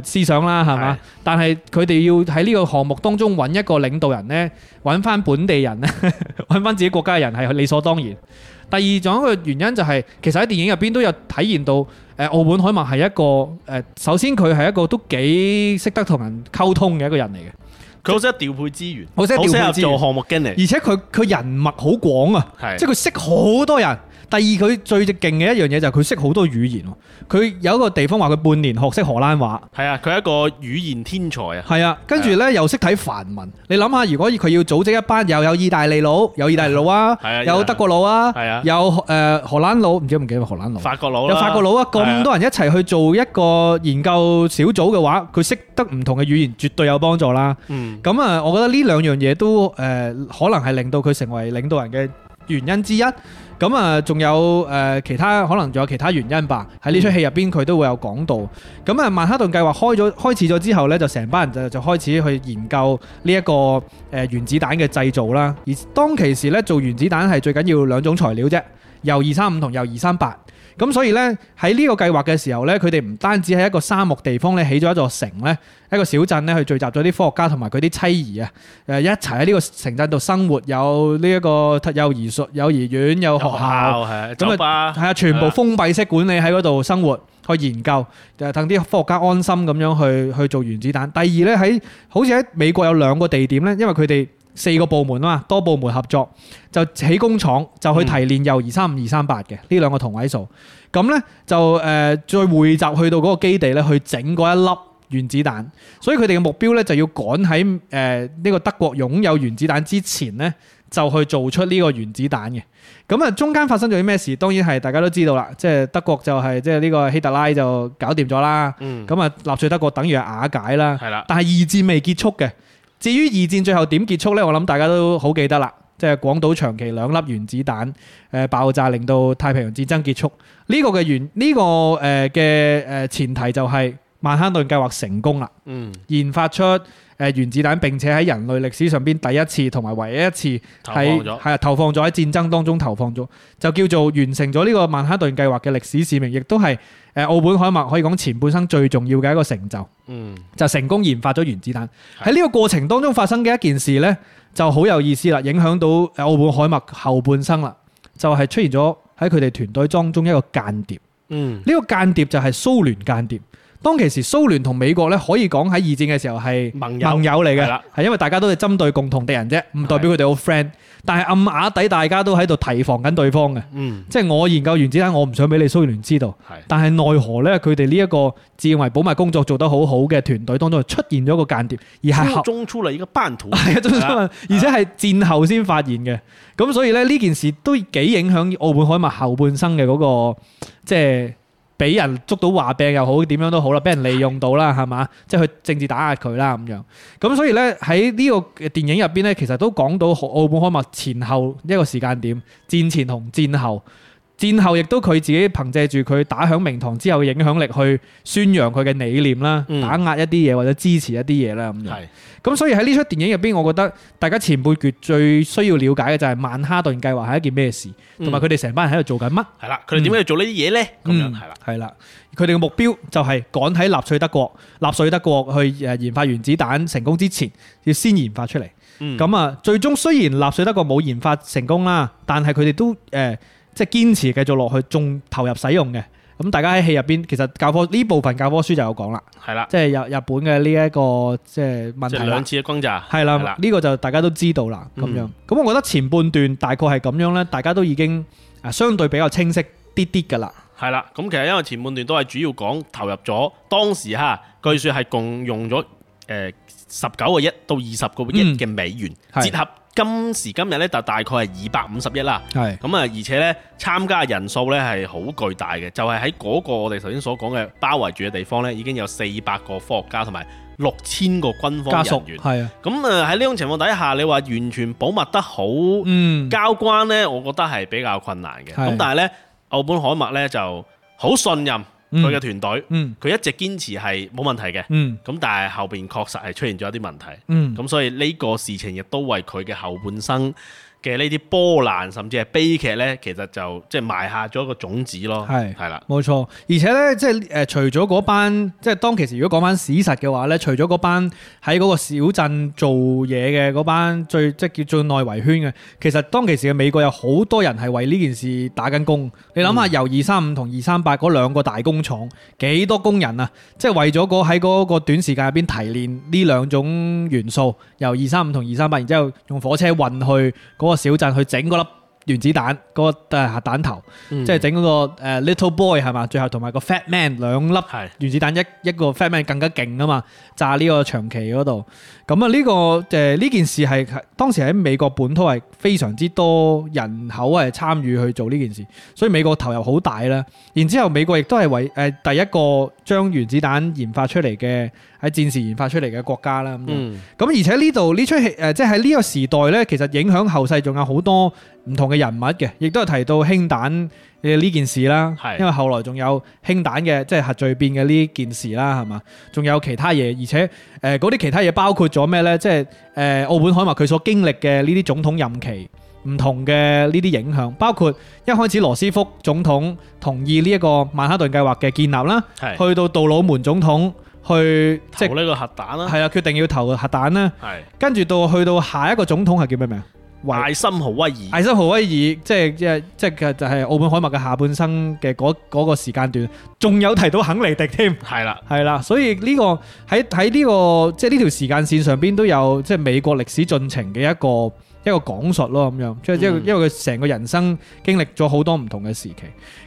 誒思想啦，係嘛
係？
但係佢哋要喺呢個項目當中揾一個領導人呢，揾翻本地人呢， 揾翻自己國家嘅人係理所當然。第二仲有一個原因就係、其實喺電影入邊都有體現到誒、呃、澳本海默係一個誒、呃首先佢係一個都幾識得同人溝通嘅一個人嚟嘅，
佢好識得調配資源，
好識得調配資
好識
源
得做項目經理，
而且佢佢人脈好廣啊。
係
即係佢識好多人。第二，佢最勁嘅一樣嘢就係佢識好多語言喎。佢有一個地方話佢半年學識荷蘭話，
係啊，佢係一個語言天才啊，
係啊，跟住呢又識睇梵文。你諗下，如果佢要組織一班又有意大利佬，有意大利佬啊
係啊，
有德國佬啊
係啊，
有誒荷蘭佬，唔知唔記得荷蘭佬，
法國佬啦
有法國佬啊，咁多人一齊去做一個研究小組嘅話，佢識得唔同嘅語言，絕對有幫助啦。
嗯
咁啊，我覺得呢兩樣嘢都誒、呃可能係令到佢成為領導人嘅原因之一。咁啊，仲有誒、呃其他可能仲有其他原因吧。喺呢出戲入邊，佢都會有講到。咁啊，曼哈頓計劃開咗開始咗之後呢，就成班人就就開始去研究呢、一個誒、呃原子彈嘅製造啦。而當其時呢，做原子彈係最緊要兩種材料啫，鈾二三五同鈾二三八。咁所以呢，喺呢個計劃嘅時候呢，佢哋唔單止喺一個沙漠地方呢起咗一座城呢，一個小鎮呢去聚集咗啲科學家同埋佢啲妻兒啊，誒一齊喺呢個城鎮度生活，有呢一個幼兒所、幼兒園、有
有
學
學
校，
校係
咁啊
酒吧
係啊，全部封閉式管理喺嗰度生活。去研究，就等啲科學家安心咁樣去去做原子彈。第二呢，喺好似喺美國有兩個地點呢，因為佢哋四個部門啊嘛，多部門合作就起工廠，就去提煉鈾二三五、二三八嘅呢兩個同位素。咁呢，就誒、呃再匯集去到嗰個基地呢，去整嗰一粒原子彈。所以佢哋嘅目標呢，就要趕喺誒呢個德國擁有原子彈之前呢，就去做出呢個原子彈嘅。咁啊，中間發生咗啲咩事？當然係大家都知道啦，即係德國就係即係呢個希特拉就搞掂咗啦。
嗯
咁啊，納粹德國等於係瓦解啦。
係啦，
但係二戰未結束嘅。至於二戰最後點結束呢？我諗大家都好記得啦，即係廣島長期兩粒原子彈誒、呃爆炸，令到太平洋戰爭結束。呢、個嘅原呢、個誒嘅誒前提就係曼哈頓計劃成功啦，
嗯
研發出誒原子彈，並且喺人類歷史上邊第一次同埋唯一一次
投放
喺
咗
係啊投放咗喺戰爭當中投放咗，就叫做完成咗呢個曼哈頓計劃嘅歷史使命，亦都係誒奧本海默可以講前半生最重要嘅一個成就。
嗯
就成功研發咗原子彈。
係
喺呢個過程當中發生嘅一件事呢，就好有意思啦，影響到誒奧本海默後半生啦，就係、出現咗喺佢哋團隊當中一個間諜。呢、
嗯
個間諜就係蘇聯間諜。當其時蘇聯同美國咧，可以講喺二戰嘅時候係
盟友
盟友嚟
係
嘅
啦，
係因為大家都係針對共同敵人啫，唔代表佢哋好 friend。但係暗啞底大家都喺度提防緊對方嘅，
嗯，
即係我研究原子彈，我唔想俾你蘇聯知道。
係
但係奈何咧，佢哋呢一個自認為保密工作做得好好嘅團隊當中，出現咗個間諜，而係合
初中出嚟一個班圖，
係啊，中
係啦
而且係戰後先發現嘅。咁所以咧，呢件事都幾影響澳門海默後半生嘅嗰、個，即係俾人捉到話病又好，點樣都好啦，俾人利用到啦，係嘛？即係去政治打壓佢啦咁樣。咁所以咧喺呢個電影入邊咧，其實都講到澳門海默前後一個時間點，戰前同戰後。戰後亦都佢自己憑借住佢打響名堂之後嘅影響力去宣揚佢嘅理念啦，
嗯
打壓一啲嘢或者支持一啲嘢啦咁樣。
係
咁所以喺呢出電影入邊，我覺得大家前輩決最需要了解嘅就係曼哈頓計劃係一件咩事，
嗯
同埋佢哋成班人喺度做緊乜。
係啦，佢哋點解要做呢啲嘢咧？咁樣
嗯
係啦，，
係啦，佢哋嘅目標就係趕喺納粹德國、納粹德國去誒研發原子彈成功之前，要先研發出嚟。
嗯
咁啊，最終雖然納粹德國冇研發成功啦，但係佢哋都誒、呃即係堅持繼續落去，仲投入使用嘅。咁大家喺戲入邊，其實教科呢部分教科書就有講啦，
係啦，
即係日日本嘅呢一個即係問
即
題啦
係兩。次嘅轟炸，
係啦，嗯呢個就大家都知道啦，咁樣。咁、我覺得前半段大概係咁樣咧，大家都已經啊相對比較清晰啲啲噶啦。
係啦，咁其實因為前半段都係主要講投入咗當時嚇，據說係共用咗誒十九個億到二十個億
嗯
嘅美元，
係
折合今時今日咧就大概係二百五十億啦。
係
咁啊，而且咧參加嘅人數咧係好巨大嘅，就係喺嗰個我哋頭先所講嘅包圍住嘅地方咧，已經有四百個科學家同埋六千個軍
家
方
屬
人員。
係啊，
咁啊喺呢種情況底下，你話完全保密得好
嗯，
交關呢，我覺得係比較困難嘅。
係
咁但係呢，澳本海默呢就好信任佢嘅團隊，
嗯
佢一直堅持係冇問題嘅。
嗯
咁但係後邊確實係出現咗一啲問題。
嗯，
咁所以呢個事情亦都為佢嘅後半生嘅呢啲波瀾甚至係悲劇呢，其實就即係埋下咗一個種子咯。
係
係啦，
冇錯。而且咧，即係誒、呃除咗嗰班，即係當其時，如果講翻史實嘅話咧，除咗嗰班喺嗰個小鎮做嘢嘅嗰班最即係叫最內圍圈嘅，其實當其時嘅美國有好多人係為呢件事打緊工。你諗下，由二三五同二三八嗰兩個大工廠，幾多工人啊？即係為咗嗰喺嗰個短時間入邊提煉呢兩種元素，由二三五同二三八，然之後用火車運去嗰個小鎮去整嗰粒原子彈，嗰、個呃誒核彈頭，
嗯
即係整嗰個誒 Little Boy 係嘛，最後同埋個 Fat Man 兩粒
係
原子彈一一個 Fat Man 更加勁啊嘛，炸呢個長崎嗰度。咁啊呢個誒呢件事係係當時喺美國本土係非常之多人口係參與去做呢件事，所以美國投入好大啦。然之後美國亦都係為誒、呃第一個將原子彈研發出嚟嘅喺戰時研發出嚟嘅國家啦。咁樣
嗯
咁而且呢度呢出戲誒，即係喺呢個時代呢，其實影響後世仲有好多唔同嘅人物嘅，亦都係提到氫彈嘅呢件事啦。
係
因為後來仲有氫彈嘅即係核聚變嘅呢件事啦，係嘛？仲有其他嘢，而且誒嗰啲其他嘢包括咗咩呢？即係誒、呃、澳本海默佢所經歷嘅呢啲總統任期。唔同嘅呢啲影響，包括一開始羅斯福總統同意呢一個曼哈頓計劃嘅建立啦，
係
去到杜魯門總統去即係
投呢個核彈啦，
係啦，決定要投核彈啦。
係
跟住到去到下一個總統係叫咩名？啊維
艾森豪威爾
艾森豪威爾，即係即係即係就係澳本海默嘅下半生嘅嗰嗰個時間段，仲有提到肯尼迪添。
係啦，
係啦，所以呢、個喺喺呢個即係呢條時間線上邊都有即係美國歷史進程嘅一個一個講述咯咁樣，即係因為
嗯
因為佢成個人生經歷咗好多唔同嘅時期，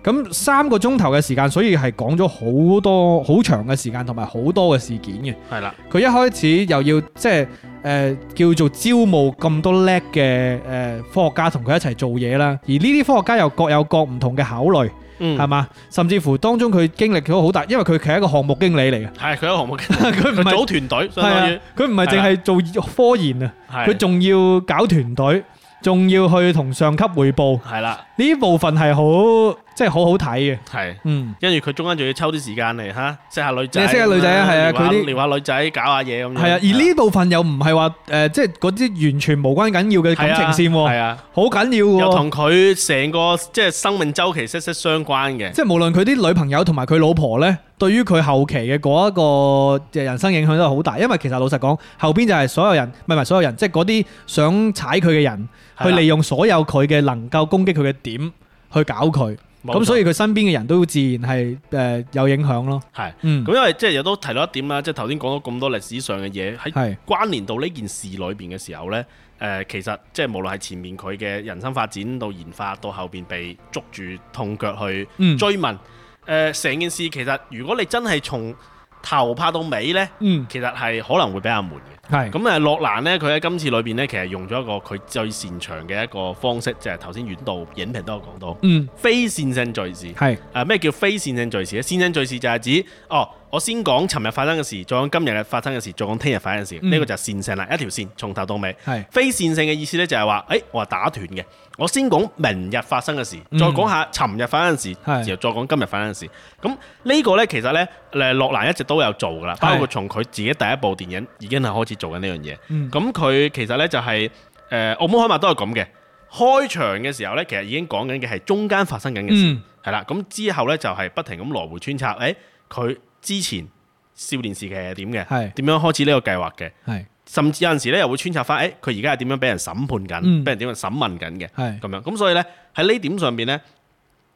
咁三個鐘頭嘅時間，所以係講咗好多好長嘅時間同埋好多嘅事件嘅。
係啦，
佢一開始又要即係誒、呃叫做招募咁多叻嘅誒呃科學家同佢一齊做嘢啦，而呢啲科學家又各有各唔同嘅考慮，
嗯
係嘛、甚至乎當中佢經歷咗好大，因為佢係一個項目經理嚟嘅，
係佢有項目嘅，
佢唔
佢
係
組團隊，相
係
當於
啊，佢唔係淨係做科研啊，
係
佢仲要搞團隊，仲要去同上級匯報，
係啦，
呢部分係好即係好好睇嘅，
係。
嗯。
跟住佢中間仲要抽啲時間嚟嚇識下女仔，
你識下女仔啊係啊
撩下
佢啲
撩下女仔，搞下嘢咁樣。
係啊，而呢部分又唔係話誒，即係嗰啲完全無關緊要嘅感情線
係
喎，
啊，
好緊要喎。
又同佢成個即係生命周期息息相關嘅。
即係無論佢啲女朋友同埋佢老婆呢，對於佢後期嘅嗰一個人生影響都係好大，因為其實老實講，後邊就係所有人，唔係唔係所有人，即係嗰啲想踩佢嘅人，
係啦
去利用所有佢嘅能夠攻擊佢嘅點去搞佢，
冇
咁
錯
所以佢身邊嘅人都自然係誒有影響咯。
係
嗯，
咁因為即係亦都提到一點啦，即係頭先講到咁多歷史上嘅嘢，喺
係
關聯到呢件事裏邊嘅時候呢，誒、其實即係無論係前面佢嘅人生發展到研發，到後邊被捉住痛腳去
嗯
追問，誒、成件事其實如果你真係從頭拍到尾呢，
嗯
其實係可能會比較悶嘅。
係
咁誒，呃洛蘭呢，佢喺今次裏邊呢，其實用咗一個佢最擅長嘅一個方式，就係頭先遠道影評都有講到
嗯
非線性敘事。
係
啊咩叫非線性敘事咧？線性敘事就係指哦，我先講尋日發生嘅事，再講今日嘅發生嘅事，再講聽日發生嘅事，
嗯
呢、個就係線性啦，一條線從頭到尾。
係
非線性嘅意思呢，就係話，誒、我係打斷嘅，我先講明日發生嘅事，
嗯
再講下尋日發生嘅事，
係
然後再講今日發生嘅事。咁呢個呢，其實呢，誒洛蘭一直都有做噶啦，
係
包括從佢自己第一部電影已經係開始做緊呢樣嘢。
嗯
咁佢、其實呢，就係、誒《澳門海默》都係咁嘅，開場嘅時候呢，其實已經講緊嘅係中間發生緊嘅事。
嗯
係啦，咁之後呢，就係不停咁來回穿插，誒佢之前少年時期係點
係
嘅，點樣開始呢個計劃嘅，
係
甚至有陣時呢又會穿插翻，誒佢而家係點樣俾人審判緊，俾、
嗯
人點樣審問緊嘅，
係
咁樣，咁所以呢，喺呢點上邊呢，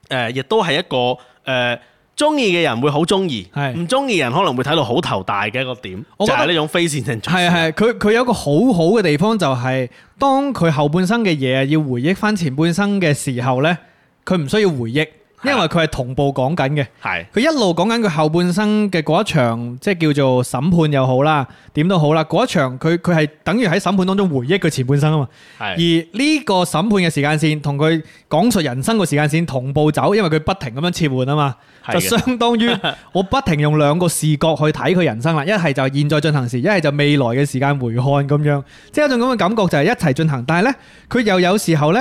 誒、亦都係一個誒中意嘅人會好中意，
係
唔中意嘅人可能會睇到好頭大嘅一個點，
我
就
覺得
係呢種非線性敘事啊
係係，佢佢有一個好好嘅地方就係、當佢後半生嘅嘢要回憶翻前半生嘅時候呢，佢唔需要回
啊
憶，因為佢係同步講緊嘅。
係
佢一路講緊佢後半生嘅嗰一場，即係叫做審判又好啦，點都好啦。嗰一場佢佢係等於喺審判當中回憶佢前半生啊嘛。而
係
呢個審判嘅時間線同佢講述人生個時間線同步走，因為佢不停咁樣切換啊嘛，
係
就
嘅
相當 於我不停用兩個視角去睇佢人生啦。一係就係現在進行時，一係就未來嘅時間回看咁樣，即係一種咁嘅感覺就係一齊進行。但係呢，佢又有時候呢，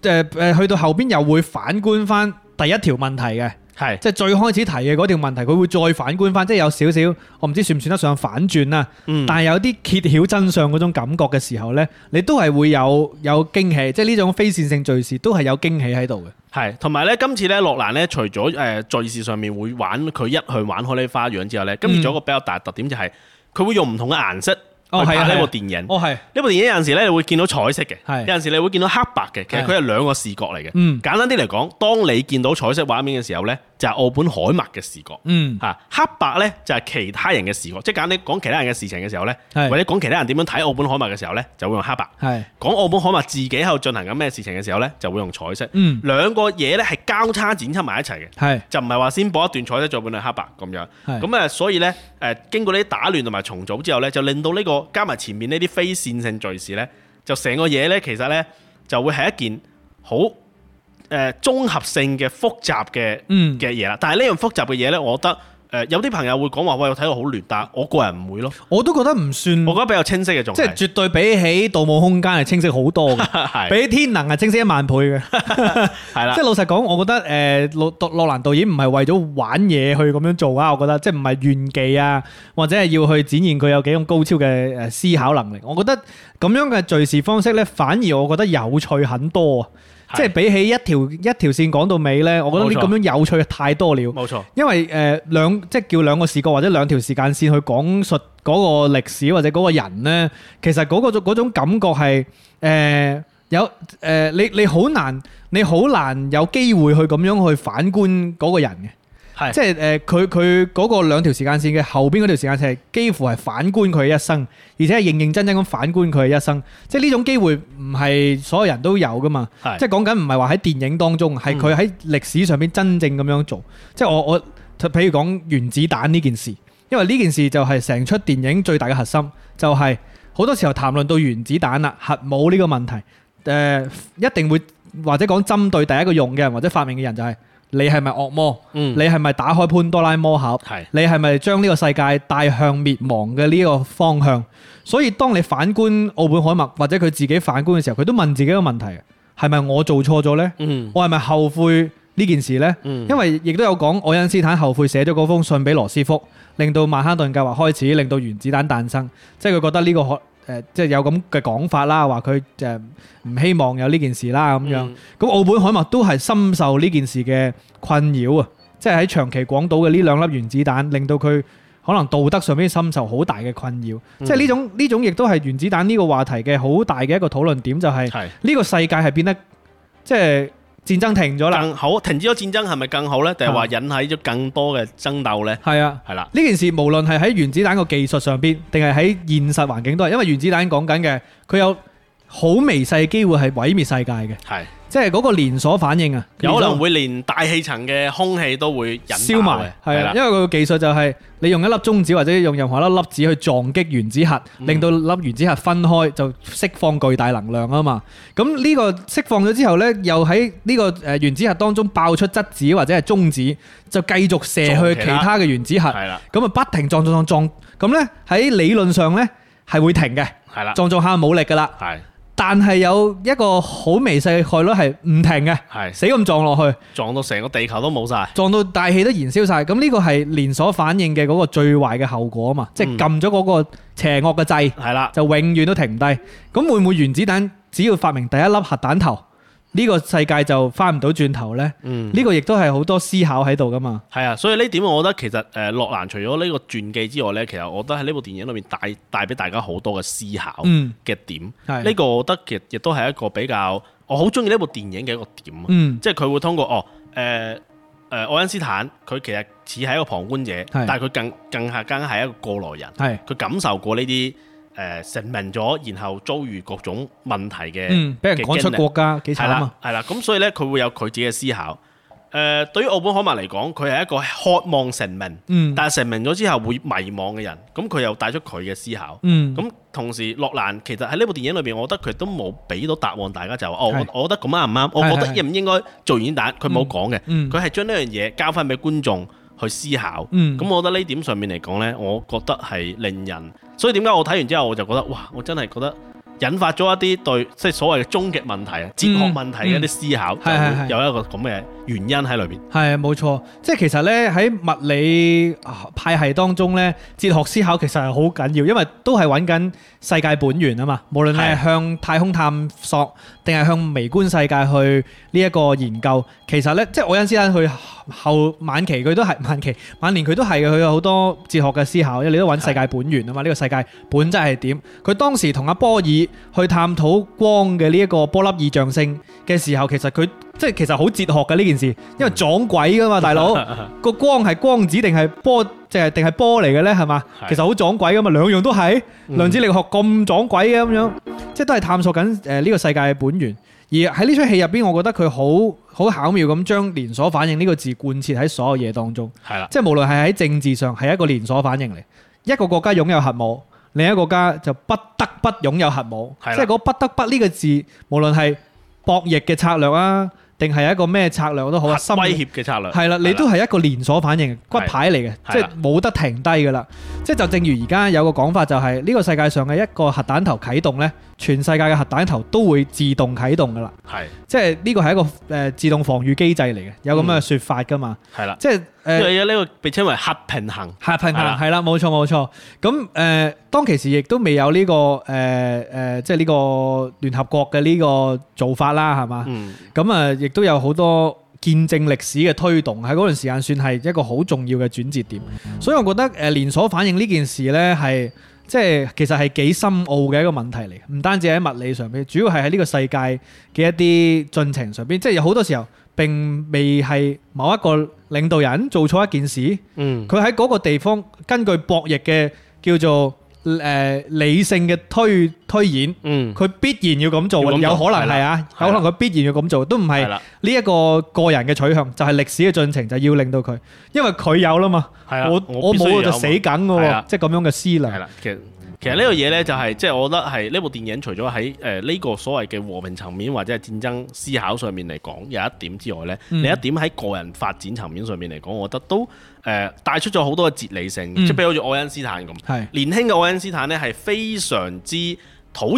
誒、誒去到後邊又會反觀翻第一條問題嘅。
係
即係最開始提嘅嗰條問題，佢會再反觀翻，即係有少少，我唔知算唔算得上反轉啦。
嗯
但係有啲揭曉真相嗰種感覺嘅時候呢，你都係會有有驚喜，即係呢種非線性敘事都係有驚喜喺度嘅。
係，同埋咧，今次咧，洛蘭咧，除咗誒敘事上面會玩佢一去玩開呢啲花樣之後咧，今次仲有一個比較大特點就係、佢會用唔同嘅顏色去
哦係啊
拍呢
係啊
部電影。
哦，係，
呢部電影有陣時咧，你會見到彩色嘅
係，
有陣時你會見到黑白嘅。其實佢係兩個視覺嚟嘅。
嗯
簡單啲嚟講，當你見到彩色畫面嘅時候咧，就係、澳本海默嘅視覺。
嗯，
嚇黑白咧就係其他人嘅視覺，即係簡單啲講其他人嘅事情嘅時候咧，
係
或者講其他人點樣睇澳本海默嘅時候咧，就會用黑白。
係，
講澳本海默自己喺度進行緊咩事情嘅時候呢，就會用彩色。
嗯
兩個嘢呢係交叉剪輯埋一齊嘅，
係，
就唔係話先播一段彩色再播一段黑白咁樣。
係
咁啊，所以呢，誒、經過呢啲打亂同埋重組之後呢，就令到呢、個加埋前面呢啲非線性敘事呢，就成個嘢呢，其實呢就會係一件好誒、呃、綜合性嘅複雜嘅
嗯
嘅嘢啦。但係呢樣複雜嘅嘢呢，我覺得誒、呃有啲朋友會講話喂，我睇到好亂，但係我個人唔會咯，
我都覺得唔算
我，覺得比較清晰嘅仲
嗯即係
係
絕對比起《盜墓空間》係清晰好多嘅，
係
比起《天能》係清晰一萬倍嘅。
係啦
即係。老實講，我覺得誒洛洛蘭導演唔係為咗玩嘢去咁樣做啊，我覺得即係唔係炫技啊，或者係要去展現佢有幾咁高超嘅誒思考能力。我覺得咁樣嘅敘事方式呢，反而我覺得有趣很多啊！
係
即係比起一條一條線講到尾呢，我覺得呢
冇錯
咁樣有趣嘅太多了。
冇錯，
因為誒、呃、兩即係叫兩個視角或者兩條時間線去講述嗰個歷史或者嗰個人呢，其實嗰、個嗰種感覺係誒、呃有誒、呃你你好難你好難有機會去咁樣去反觀嗰個人嘅。
係
即係誒，佢佢嗰個兩條時間線嘅後邊嗰條時間線係幾乎係反觀佢嘅一生，而且係認認真真咁反觀佢嘅一生。即係呢種機會唔係所有人都有噶嘛。
係嗯
即係講緊唔係話喺電影當中，係佢喺歷史上邊真正咁樣做。即係我我，譬如講原子彈呢件事，因為呢件事就係成出電影最大嘅核心，就係、好多時候談論到原子彈啦、核武呢個問題，誒、一定會或者講針對第一個用嘅人或者發明嘅人就係、你係咪惡魔？
嗯
你係咪打開潘多拉魔盒？
係
你係咪將呢個世界帶向滅亡嘅呢個方向？所以當你反觀奧本海默或者佢自己反觀嘅時候，佢都問自己一個問題：係咪我做錯咗呢？
嗯
我係咪後悔呢件事呢？
嗯
因為亦都有講愛因斯坦後悔寫咗嗰封信俾羅斯福，令到曼哈頓計劃開始，令到原子彈誕生。即係佢覺得呢個可誒，即係有咁嘅講法啦，話佢誒唔希望有呢件事啦咁
嗯
樣。咁澳本海默都係深受呢件事嘅困擾啊，即係喺長期廣島嘅呢兩粒原子彈，令到佢可能道德上面深受好大嘅困擾。
嗯
即係呢種呢種亦都係原子彈呢個話題嘅好大嘅一個討論點，就係
嗯係
呢個世界係變得即係戰爭停咗啦，
更好停止咗戰爭係咪更好呢？定係話引起咗更多嘅爭鬥呢？
係啊。
係啦，
呢件事無論係喺原子彈個技術上邊，定係喺現實環境都係，因為原子彈講緊嘅，佢有好微細嘅機會係毀滅世界嘅，
係
即係嗰個連鎖反應啊，
有可能會連大氣層嘅空氣都會引爆
燒埋，
嘅
係
係
啊
啦，，
因為佢個技術就係你用一粒中子或者用任何一粒粒子去撞擊原子核，
嗯
令到粒原子核分開就釋放巨大能量啊嘛。咁呢個釋放咗之後呢，又喺呢個誒原子核當中爆出質子或者係中子，就繼續射
撞
去
其他
其他嘅原子核，
係啦，
咁啊不停撞撞撞撞，咁呢，喺理論上呢係會停嘅，
係啦，
撞撞下冇力噶啦。
係
但係有一個好微細嘅概率係唔停嘅，
係
死咁撞落去。
撞到成個地球都冇晒，
撞到大氣都燃燒晒，咁呢個係連鎖反應嘅嗰個最壞嘅後果啊
嗯
嘛，即係撳咗嗰個邪惡嘅掣，
係啦，
就永遠都停唔低。咁會唔會原子彈只要發明第一粒核彈頭，呢、個世界就翻唔到轉頭呢？
嗯。
呢、個亦都係好多思考喺度噶嘛。
係啊，所以呢點我覺得其實誒、呃、洛蘭除咗呢個傳記之外呢，其實我覺得喺呢部電影裏面帶帶俾大家好多嘅思考
嗯，
嘅點。呢、
係
個我覺得其實亦都係一個比較我好中意呢部電影嘅一個點啊，
嗯
即係佢會通過哦誒誒、呃呃愛因斯坦佢其實似係一個旁觀者，但係佢更更下更係一個過來人，
係
佢感受過呢啲誒成名咗，然後遭遇各種問題嘅，
嗯，俾人
嘅
趕出
經歷
國家幾慘
係啦
啊！，
係啦，咁所以咧，佢會有佢自己嘅思考。誒、對於奧本海默嚟講，佢係一個渴望成名，
嗯
但係成名咗之後會迷茫嘅人，咁佢又帶出佢嘅思考。
嗯，
咁、同時，洛蘭其實喺呢部電影裏邊，我覺得佢都冇俾到答案，大家就話哦，我我覺得咁啱唔啱？我覺
係係
得應唔應該做軟蛋？佢冇講嘅，
嗯
佢係將呢樣嘢交翻俾觀眾去思考。咁、
嗯
我覺得呢點上面嚟講呢，我覺得係令人，所以點解我睇完之後我就覺得哇，我真係覺得引發咗一啲對即係所謂嘅終極問題啊、哲學問題嘅一啲思考，
嗯係係係
就會有一個咁嘅原因喺裏邊。
係冇錯，即係其實呢，喺物理啊派系當中呢，哲學思考其實係好緊要，因為都係揾緊世界本源啊嘛。無論你係
係
向太空探索，定係向微觀世界去呢一個研究，其實呢，即係愛因斯坦佢後晚期佢都係 晚期晚年佢都係嘅佢有好多哲學嘅思考，因為你都揾世界本源啊嘛。呢個世界本質係點？佢當時同阿波爾去探討光嘅呢一個波粒二象性嘅時候，其實佢即係其實好哲學嘅呢件事，因為撞鬼噶 嘛，大佬個光係光子定係波，即係定係波嚟嘅呢？係嘛？
係
其實好撞鬼噶嘛，兩樣都係
嗯
量子力學咁撞鬼嘅咁樣，即係都係探索緊誒呢個世界嘅本源。而喺呢出戲入邊，我覺得佢好好巧妙咁將連鎖反應呢個字貫徹喺所有嘢當中。
係啦，
即係無論係喺政治上係一個連鎖反應嚟，一個國家擁有核武，另一個國家就不得不擁有核武。
係啦
即係嗰不得不呢個字，無論係博弈嘅策略啊，定係一個咩策略都好啊，
核
心
威脅嘅策略
係啦，你都係一個連鎖反應，骨牌嚟嘅，
係
即係冇得停低噶啦。即係就正如而家有個講法，就係呢個世界上嘅一個核彈頭啟動呢，全世界嘅核彈頭都會自動啟動噶啦。
係
即係呢個係一個誒自動防禦機制嚟嘅，有咁
嗯
嘅説法噶嘛。
係啦，
即係誒。
因為呢個被稱為核平衡。
係平
係
衡
啦
係啦，冇錯冇錯。咁誒、呃，當其時亦都未有呢、個誒誒、呃呃即係呢個聯合國嘅呢個做法啦，係嘛？
嗯，
咁啊、亦都有好多見證歷史嘅推動，喺嗰段時間算係一個好重要嘅轉折點。
嗯
所以我覺得誒、呃、連鎖反應呢件事呢，係即係其實係幾深奧嘅一個問題嚟，唔單止喺物理上邊，主要係喺呢個世界嘅一啲進程上邊，即係有好多時候並未係某一個領導人做錯一件事。
嗯，
佢喺嗰個地方根據博弈嘅叫做誒、呃理性嘅推推演，
嗯，
佢必然要咁做，
要咁做
有可能係啊，
係
有
啦
可能佢必然要咁做，都唔係呢
係啦，
一個個人嘅取向，就係、歷史嘅進程就要令到佢，因為佢有啦嘛，
係啦，
我我
必須
冇
要有
就
嘛
死梗嘅
係
喎
啦，
即係咁樣嘅思
係
量，
啦，其實其實呢個嘢呢，就係即係我覺得係呢部電影除咗喺誒呢個所謂嘅和平層面或者係戰爭思考上面嚟講有一點之外呢，
嗯
另一點喺個人發展層面上面嚟講，我覺得都誒、呃、帶出咗好多嘅哲理性，
嗯
即係比如好似愛因斯坦咁，
係，
年輕嘅愛因斯坦呢，係非常之討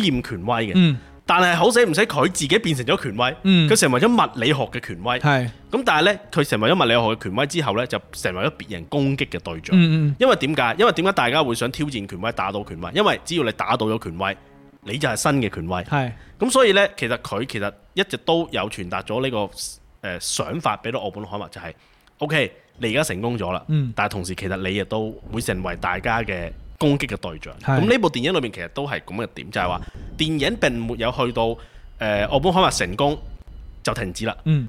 厭權威嘅，
嗯
但係好死唔死佢自己變成咗權威，佢、
嗯
成為咗物理學嘅權威，
係，
咁但係呢，佢成為咗物理學嘅權威之後呢，就成為咗別人攻擊嘅對象。
嗯嗯
因為點解？因為點解大家會想挑戰權威、打倒權威？因為只要你打倒咗權威，你就係新嘅權威。
係，
咁所以呢，其實佢其實一直都有傳達咗呢個誒、呃想法俾到奧本海默，就係、OK，你而家成功咗啦，
嗯
但係同時其實你亦都會成為大家嘅攻擊嘅對象。
係
咁呢部電影裏面其實都係咁嘅點，就係、話電影並沒有去到誒、呃、奧本海默成功。就停止啦。
嗯，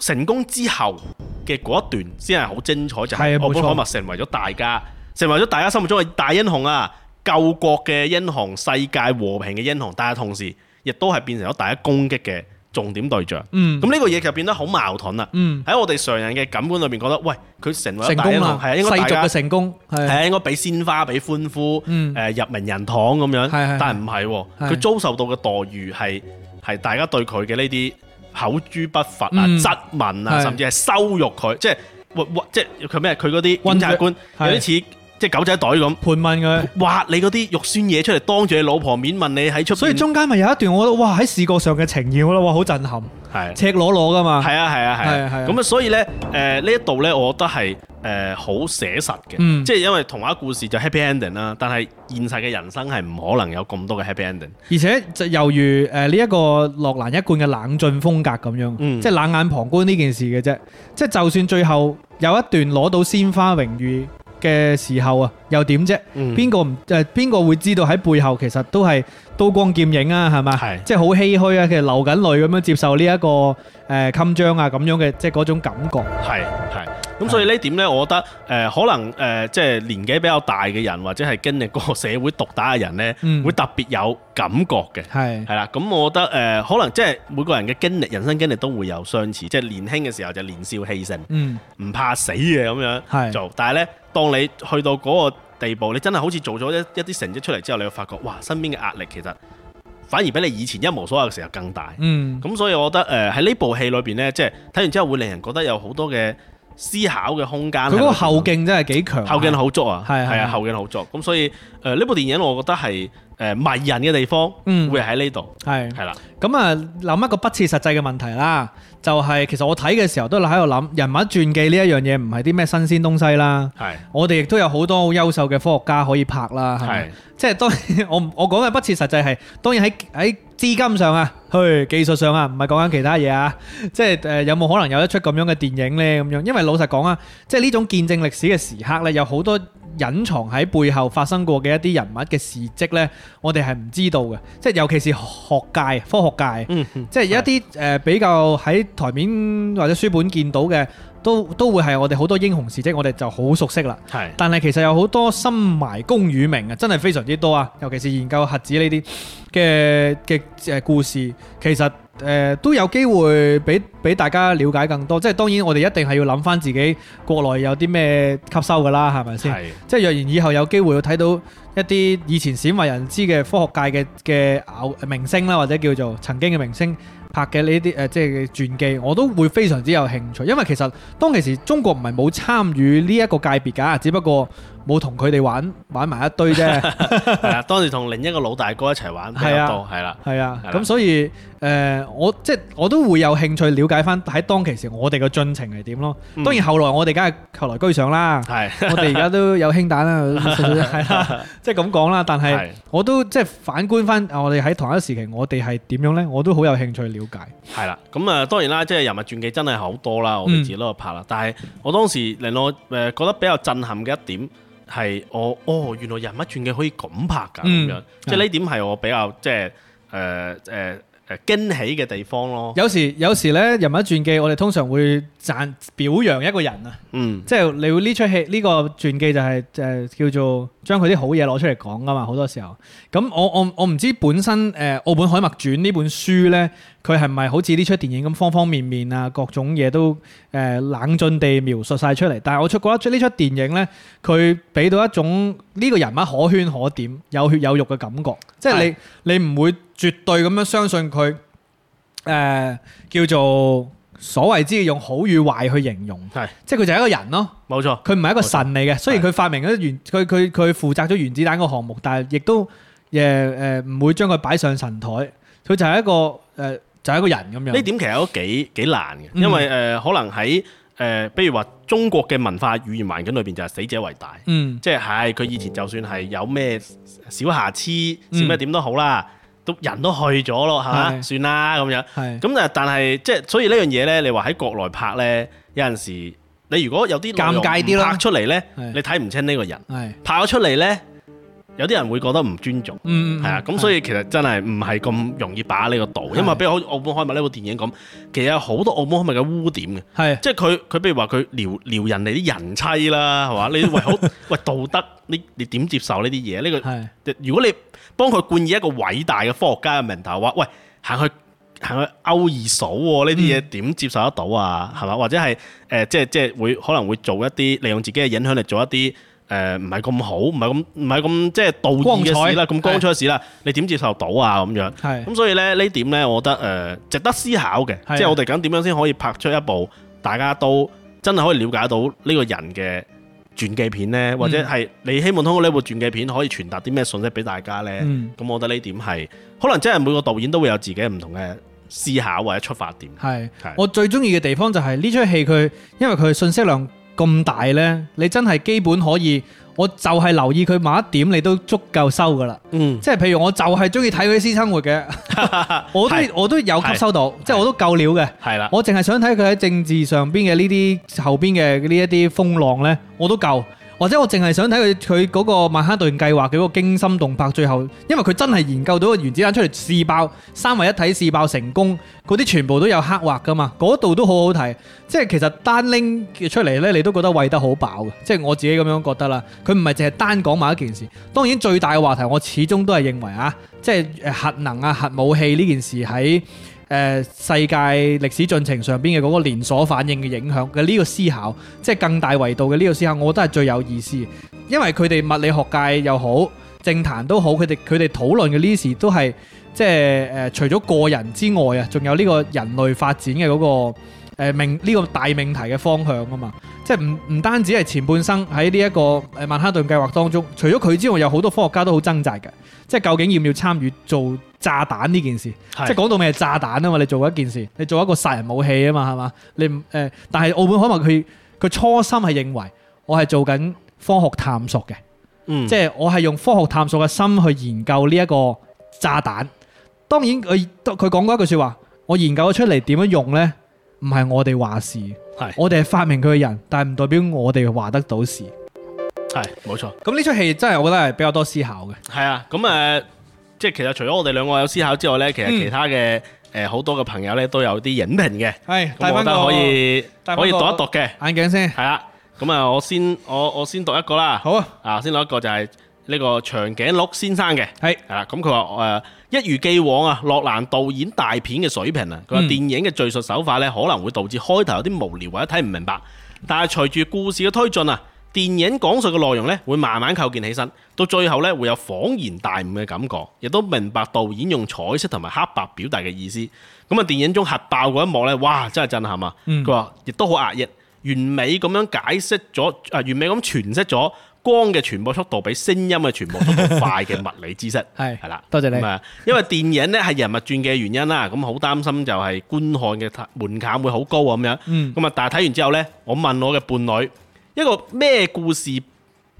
成功之後嘅嗰一段先係好精彩，就係
係啊冇
奧
錯
本海默成為咗大家，成為咗大家心目中嘅大英雄啊！救國嘅英雄，世界和平嘅英雄，但係同時亦都係變成咗大家攻擊嘅重點對象。
嗯
咁呢個嘢就變得好矛盾啦。
嗯
喺我哋常人嘅感官裏面，覺得喂佢成為咗
成
大英
功
雄，
啦，
係啊，應該大
世俗
家
嘅成功係
係啊，應該俾鮮花，俾歡呼，誒、
嗯
入名人堂咁樣。
係係
但係唔係
係
喎，佢遭受到嘅待遇係係大家對佢嘅呢啲口誅筆伐啊、
嗯
質問啊，
係
甚至係羞辱佢，即係屈屈，即係佢咩？佢嗰啲檢察官有
係
啲似即係狗仔袋咁，
盤問佢。
挖你嗰啲肉酸嘢出嚟，當住你老婆面問你喺出邊。
所以中間咪有一段，我覺得哇喺視覺上嘅呈現，我覺得哇好震撼，
係
赤裸裸噶嘛。
係啊係啊係
係啊係
啊
啊，
咁啊所以咧誒呢一度咧，我覺得係誒好寫實嘅，
嗯
即係因為童話故事就 happy ending 啦，但係現實嘅人生係唔可能有咁多嘅 happy ending。
而且就猶如誒呢一個洛蘭一貫嘅冷峻風格咁樣，
嗯
即係冷眼旁觀呢件事嘅啫。即係就算最後有一段攞到鮮花榮譽嘅時候啊，又點啫？
嗯
邊個唔誒邊個會知道喺背後其實都係刀光劍影啊？係嘛
係？
即係好唏噓啊！其實流緊淚咁樣接受呢、一個誒、襟章啊咁樣嘅，即係嗰種感覺。
係係。咁所以呢點呢，我覺得誒、呃可能誒、呃即係年紀比較大嘅人，或者係經歷過社會毒打嘅人呢，
嗯
會特別有感覺嘅。
係
係啦，咁我覺得誒、呃可能即係每個人嘅經歷、人生經歷都會有相似，即係年輕嘅時候就年少氣盛，
嗯
唔怕死嘅咁樣
係
做。但係呢，當你去到嗰個地步，你真係好似做咗一一啲成績出嚟之後，你會發覺，哇，身邊嘅壓力其實反而比你以前一無所有嘅時候更大。
嗯
咁所以我覺得誒喺呢部戲裏邊呢，即係睇完之後會令人覺得有好多嘅思考嘅空間。
佢嗰個後勁真係幾強，
啊後勁好足啊，
係係
啊，
係
後勁好足。咁所以誒呢部電影我覺得係誒迷人嘅地方，
嗯
會喺呢度
係
係啦，
咁啊，諗一個不切實際嘅問題啦，就係、其實我睇嘅時候都喺度諗人物傳記呢一樣嘢唔係啲咩新鮮東西啦。
係
我哋亦都有好多好優秀嘅科學家可以拍啦，係咪
係
即係當 然我唔我講嘅不切實際係當然喺喺資金上啊，去技術上啊，唔係講緊其他嘢啊，即係誒、呃有冇可能有一出咁樣嘅電影呢？咁樣，因為老實講啊，即係呢種見證歷史嘅時刻呢，有好多隱藏喺背後發生過嘅一啲人物嘅事蹟呢，我哋係唔知道嘅，即係尤其是學界、科學界。
嗯嗯
即係一啲誒比較喺台面或者書本見到嘅，都都會係我哋好多英雄事蹟，我哋就好熟悉啦。
係
但係其實有好多深埋功與名啊，真係非常之多啊！尤其是研究核子呢啲嘅嘅誒故事，其實誒、呃都有機會俾俾大家了解更多。即係當然我哋一定係要諗翻自己國內有啲咩吸收㗎啦，係咪先？
係
即係若然以後有機會睇到一啲以前鮮為人知嘅科學界嘅嘅偶明星啦，或者叫做曾經嘅明星拍嘅呢啲呃誒，即係傳記，我都會非常之有興趣，因為其實當其時中國唔係冇參與呢一個界別㗎，只不過冇同佢哋玩玩埋一 堆啫，啊
係啦。當時同另一個老大哥一齊玩比較多，係啦，
係啊
係啦，
咁所以誒、呃我即係我都會有興趣了解翻喺當其時我哋嘅進程係點咯。
嗯
當然後來我哋梗係後來居上啦。
係
我哋而家都有氫彈啦，係啦，即係咁講啦。但
係
係我都即係反觀翻，啊我哋喺同一時期，我哋係點樣呢？我都好有興趣了解。
係啦。咁啊當然啦，即係人物傳記真係好多啦，我哋
嗯
自己都有拍啦。但係我當時令我誒呃覺得比較震撼嘅一點。係我哦，原來人物傳記可以咁拍㗎咁
嗯
樣，即係呢點係我比較即係誒誒誒驚喜嘅地方咯。
有時有時咧，人物傳記我哋通常會讚表揚一個人啊，
嗯，
即係你會呢出戲呢個傳記就係、誒、叫做將佢啲好嘢攞出嚟講噶嘛，好多時候。咁我我我唔知本身誒、澳本海默傳》呢本書呢，佢係咪好似呢出電影咁方方面面啊，各種嘢都誒、冷峻地描述晒出嚟。但係我出覺得出呢出電影呢，佢俾到一種呢、個人物可圈可點、有血有肉嘅感覺，即係你你唔會絕對咁樣相信佢誒、叫做所謂之用好與壞去形容，
係
即係佢就係一個人咯。
冇錯。
佢唔係一個神嚟嘅，雖然佢發明咗原佢佢佢負責咗原子彈個項目，但係亦都誒誒唔會將佢擺上神台，佢就係一個誒、呃就係一個人咁樣。
呢點其實都幾幾難嘅，
嗯
因為誒、呃可能喺誒、呃比如話中國嘅文化語言環境裏邊就係死者為大，
嗯
即係係佢以前就算係有咩小瑕疵、
嗯
小咩點都好啦，都人都去咗咯，係嘛？
係
算啦咁樣。
係
咁啊但但係即係所以呢樣嘢咧，你話喺國內拍咧，有陣時你如果有啲內容
尷尬啲
唔
啦
拍出嚟咧，
係
你睇唔清呢個人。
係
拍咗出嚟咧，有啲人會覺得唔尊重。
嗯，
係啊，咁所以其實真係唔係咁容易把握呢個度，因為比如好似《澳門開幕》呢部電影咁，其實有好多《澳門開幕》嘅污點嘅，
係
即係佢佢譬如話佢撩撩人哋啲人妻 啦，係嘛？你喂好喂道德，你你點接受呢啲嘢？呢、個
係
如果你幫佢冠以一個偉大嘅科學家嘅名頭話，喂行去行去勾二嫂喎，呢
嗯
啲嘢點接受得到啊？係嘛？或者係誒、呃即係即係會可能會做一啲利用自己嘅影響力做一啲誒唔係咁好，唔係咁唔係咁即係道義嘅事
光彩
啦，咁光彩嘅事啦，你點接受到啊？咁樣
係
咁所以咧呢點咧，我覺得誒、呃值得思考嘅
係啊，
即係我哋咁點樣先可以拍出一部大家都真係可以了解到呢個人嘅。傳記片呢，或
嗯
者係你希望通過呢部傳記片可以傳達啲咩信息俾大家呢？
嗯
咁、我覺得呢點係可能真係每個導演都會有自己唔同嘅思考或者出發點。
係
係
我最中意嘅地方就係呢出戲佢，因為佢信息量咁大呢，你真係基本可以，我就係留意佢某一點，你都足夠收噶啦。
嗯，
即係譬如我就係中意睇佢私生活 嘅，我都
係
我都有吸收到，即係我都夠料嘅。
係啦，
我淨係想睇佢喺政治上邊嘅呢啲後邊嘅呢一啲風浪呢，我都夠。或者我淨係想睇佢佢嗰個曼哈頓計劃嘅嗰個驚心動魄，最後因為佢真係研究到個原子彈出嚟試爆三位一體試爆成功，嗰啲全部都有刻畫噶嘛，嗰度都好好睇。即係其實單拎出嚟呢，你都覺得喂得好飽嘅，即係我自己咁樣覺得啦。佢唔係淨係單講某一件事，當然最大嘅話題我始終都係認為啊，即係誒核能啊、核武器呢件事喺誒、呃世界歷史進程上邊嘅嗰個連鎖反應嘅影響嘅呢個思考，即係更大維度嘅呢個思考，我覺得係最有意思。因為佢哋物理學界又好，政壇都好，佢哋佢哋討論嘅呢啲事都係即係誒、除咗個人之外啊，仲有呢個人類發展嘅嗰、個。誒命呢、個大命題嘅方向啊嘛，即係唔唔單止係前半生喺呢一個誒曼哈頓計劃當中，除咗佢之外，有好多科學家都好掙扎嘅，即係究竟要唔要參與做炸彈呢件事？
係
即係講到尾係炸彈啊嘛！你做一件事，你做一個殺人武器啊嘛，係嘛？你唔誒、但係澳本海默佢佢初心係認為我係做緊科學探索嘅，
嗯
即係我係用科學探索嘅心去研究呢一個炸彈。當然佢佢講過一句説話，我研究咗出嚟點樣用呢？唔係我哋話事，
係
我哋係發明佢嘅人，但係唔代表我哋話得到事。
係冇錯，
咁呢出戲真係啊我覺得係比較多思考嘅。
係啊。咁誒、呃即係其實除咗我哋兩個有思考之外呢，其實
嗯
其他嘅誒好多嘅朋友呢都有啲影評嘅，
係
咁我覺得可以
戴返個
可以讀一讀嘅，
眼鏡先。
係啦。咁啊，我先我我先讀一個啦。
好啊，
啊，先攞一個就係呢個長頸鹿先生嘅，
係
係啦。咁佢話誒一如既往啊，諾蘭導演大片嘅水平啊，佢話
嗯
電影嘅敘述手法咧可能會導致開頭有啲無聊或者睇唔明白，但係隨住故事嘅推進啊。電影講述嘅內容咧，會慢慢構建起身，到最後咧會有恍然大悟嘅感覺，亦都明白導演用彩色同埋黑白表達嘅意思。咁啊，電影中核爆嗰一幕咧，哇，真係震撼啊！
嗯
佢話亦都好壓抑，完美咁樣解釋咗，啊，完美咁詮釋咗光嘅傳播速度比聲音嘅傳播速度快嘅物理知識。
係
係啦，
多謝你
咁啊，因為電影咧係人物傳嘅原因啦，咁好擔心就係觀看嘅門檻會好高啊咁樣。
嗯
咁啊，但係睇完之後呢，我問我嘅伴侶，一個咩故事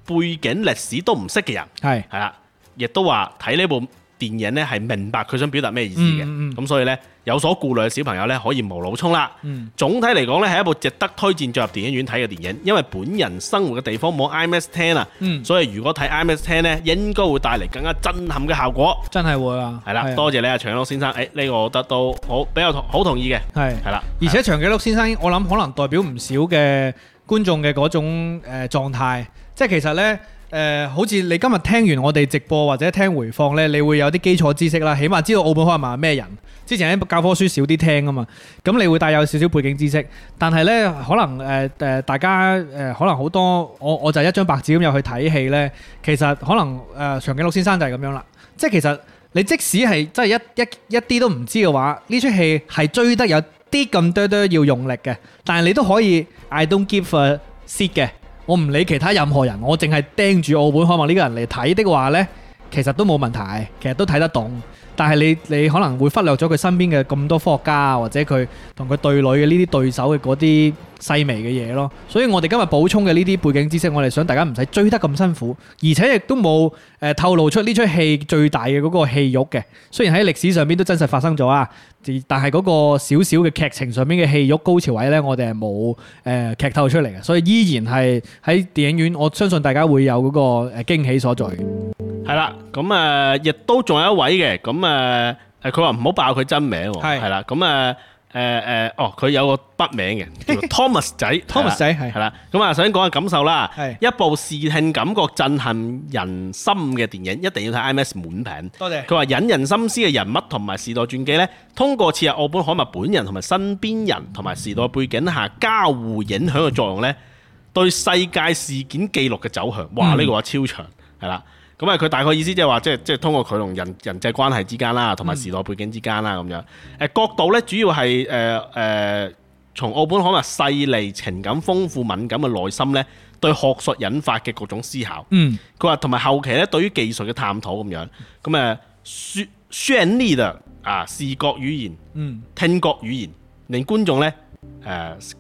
背景歷史都唔識嘅人，
係
係啦，亦都話睇呢部電影呢係明白佢想表達咩意思嘅。咁、
嗯嗯
所以呢，有所顧慮嘅小朋友呢，可以無腦衝啦。
嗯
總體嚟講呢，係一部值得推薦進入電影院睇嘅電影，因為本人生活嘅地方冇 IMAX 廳啊，
嗯
所以如果睇 IMAX 廳呢，應該會帶嚟更加震撼嘅效果。
真係會啊。
係啦，
係啊
多謝你啊，長樂先生。誒、呢、個我覺得都好比較同好同意嘅。
係。
係啦，
而且長頸鹿先生，我諗可能代表唔少嘅觀眾嘅嗰種誒、呃、狀態，即係其實呢，誒、呃好似你今日聽完我哋直播或者聽回放呢，你會有啲基礎知識啦，起碼知道奧本海默係咩人。之前喺教科書少啲聽啊嘛，咁你會帶有少少背景知識，但係呢，可能誒誒、呃大家誒、呃可能好多我我就一張白紙咁入去睇戲呢，其實可能誒、呃、長頸鹿先生就係咁樣啦，即係其實。你即使係真係一一一啲都唔知嘅話，呢出戲係追得有啲咁多多要用力嘅，但係你都可以 I don't give a shit 嘅，我唔理其他任何人，我淨係盯住澳本海默呢個人嚟睇的話呢，其實都冇問題，其實都睇得懂。但係你你可能會忽略咗佢身邊嘅咁多科學家或者佢同佢對壘嘅呢啲對手嘅嗰啲細微嘅嘢咯。所以我哋今日補充嘅呢啲背景知識，我哋想大家唔使追得咁辛苦，而且亦都冇誒透露出呢出戲最大嘅嗰個戲肉嘅。雖然喺歷史上邊都真實發生咗啊，但係嗰個少少嘅劇情上面嘅戲肉高潮位呢，我哋係冇誒劇透出嚟嘅，所以依然係喺電影院，我相信大家會有嗰個誒驚喜所在嘅。
係啦，咁啊，亦都仲有一位嘅，咁啊，誒佢話唔好爆佢真名喎，
係
係啦，咁啊，誒誒，哦，佢有個筆名 嘅，叫做 Thomas 仔
Thomas 仔係
係啦，咁啊，首先講下感受啦
係，
一部視聽感覺震撼人心嘅電影，一定要睇 IMAX 滿屏。
多謝
佢話引人深思嘅人物同埋時代傳記呢，通過切入奧本海默本人同埋身邊人同埋時代背景下交互影響嘅作用呢，對世界事件記錄嘅走向，
嗯
哇！呢、個話超長，係啦。咁啊，佢大概意思即係話，即係即係通過佢同人人際關係之間啦，同埋時代背景之間啦咁樣。誒角度呢，主要係誒誒，從奧本海默細膩、情感豐富、敏感嘅內心呢，對學術引發嘅各種思考。
嗯，
佢話同埋後期咧對於技術嘅探討咁樣，咁啊誒渲渲呢的啊視覺語言、
嗯，
聽覺語言，令觀眾咧誒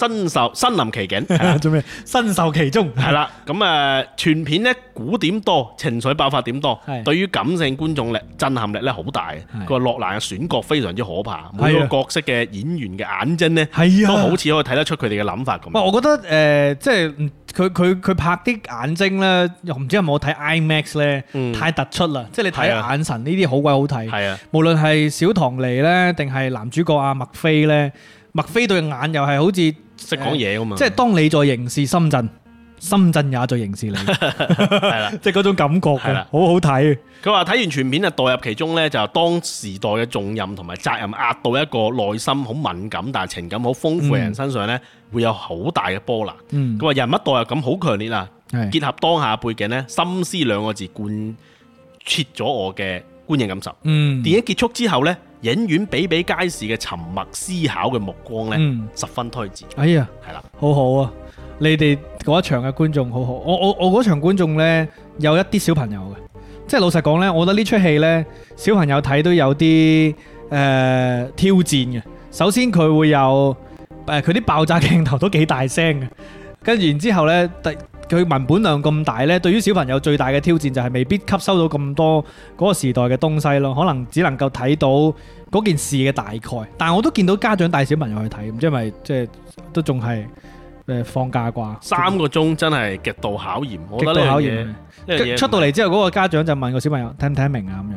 身受身臨 其境，係啦
做咩？身受其中，
係啦，咁誒全片咧古點多，情緒爆發點多
係，
對於感性觀眾力震撼力咧好大嘅。
係
佢話洛蘭嘅選角非常之可怕，
係啊
每個角色嘅演員嘅眼睛咧
係啊
都 好似可以睇得出佢哋嘅諗法
喂，
咁。
我覺得誒、呃即係嗯佢佢佢拍啲眼睛咧，又唔知有冇睇 IMAX 咧，
嗯
太突出啦！即係你睇
係啊
眼神呢啲好鬼好睇，
係啊，
無論係小唐尼咧，定係男主角阿麥菲咧，麥菲對眼又係好似即
識講嘢噶嘛，
係當你在凝視深圳，深圳也在凝視你，
係啦。
即係嗰種感覺
係
嘅，
啦
好好睇。
佢話睇完全片就代入其中呢，就當時代嘅重任同埋責任壓到一個內心好敏感但係情感好豐富嘅人身上呢，會有好大嘅波瀾。
嗯
佢，話人物代入感好強烈啊！
係
結合當下背景呢，心思兩個字貫徹咗我嘅觀影感受。
嗯，
電影結束之後呢，影院比比皆是嘅沉默思考嘅目光呢，
嗯
十分推薦。
哎呀！
係啦，
好好啊！你哋嗰一場嘅觀眾好好，我我我嗰場觀眾呢，有一啲小朋友嘅，即係老實講呢，我覺得呢出戲呢，小朋友睇都有啲誒、呃挑戰嘅。首先佢會有誒佢啲爆炸鏡頭都幾大聲嘅，跟住然之後呢，第佢文本量咁大呢，對於小朋友最大嘅挑戰就係未必吸收到咁多嗰個時代嘅東西咯，可能只能夠睇到嗰件事嘅大概。但我都見到家長帶小朋友去睇，唔知係咪即係都仲係誒放假啩？
三個鐘真係極度考驗，我
極
覺
度
得呢樣
考
嘢
驗。
呢樣嘢
跟出到嚟之後，嗰個家長就問個 小朋友睇唔睇得明啊咁樣。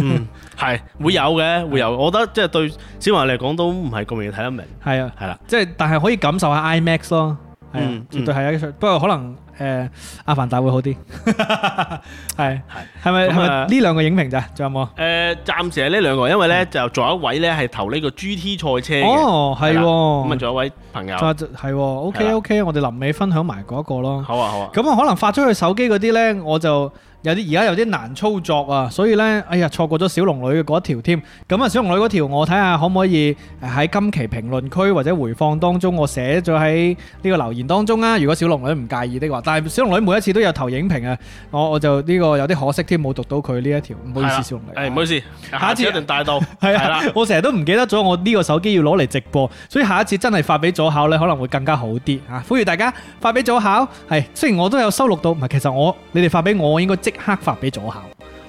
嗯，係會有嘅，會有。我覺得即係對小朋友嚟講都唔係咁容易睇得明，
係啊，
係啦。
即係但係可以感受下 IMAX 咯。係啊
嗯，
絕對係啊。不過可能誒阿凡達會 好啲。係係咪係
咁
咪
啊
呢兩個影評咋？仲有冇啊？
誒、暫時係呢兩個，因為咧就仲有一位咧係投呢個 GT 賽車嘅，
哦，係
啦
喎
咁啊。仲有一位朋友，
就係喎
係
，OK
啦
OK，我哋臨尾分享埋嗰一個咯。
好啊好啊，
咁啊，可能發咗去手機嗰啲呢，我就有啲而家有啲難操作啊，所以呢，哎呀，錯過咗小龍女嘅嗰一條添。咁啊，小龍女嗰條我睇下可唔可以呃喺今期評論區或者回放當中，我寫咗喺呢個留言當中啊。如果小龍女唔介意的話，但係小龍女每一次都有投影評啊，我我就呢個有啲可惜添，冇讀到佢呢一條，唔好意
係啦
思，小龍
誒唔
女
好。意思，下次
次
一定帶 到，
係
係
啊
啦，，
我成日都唔記得咗我呢個手機要攞嚟直播，所以下一次真係發俾左考呢，可能會更加好啲嚇。呼籲大家發俾左考，係雖然我都有收錄到，唔係其實我你哋發俾我，我應該即刻發俾左考，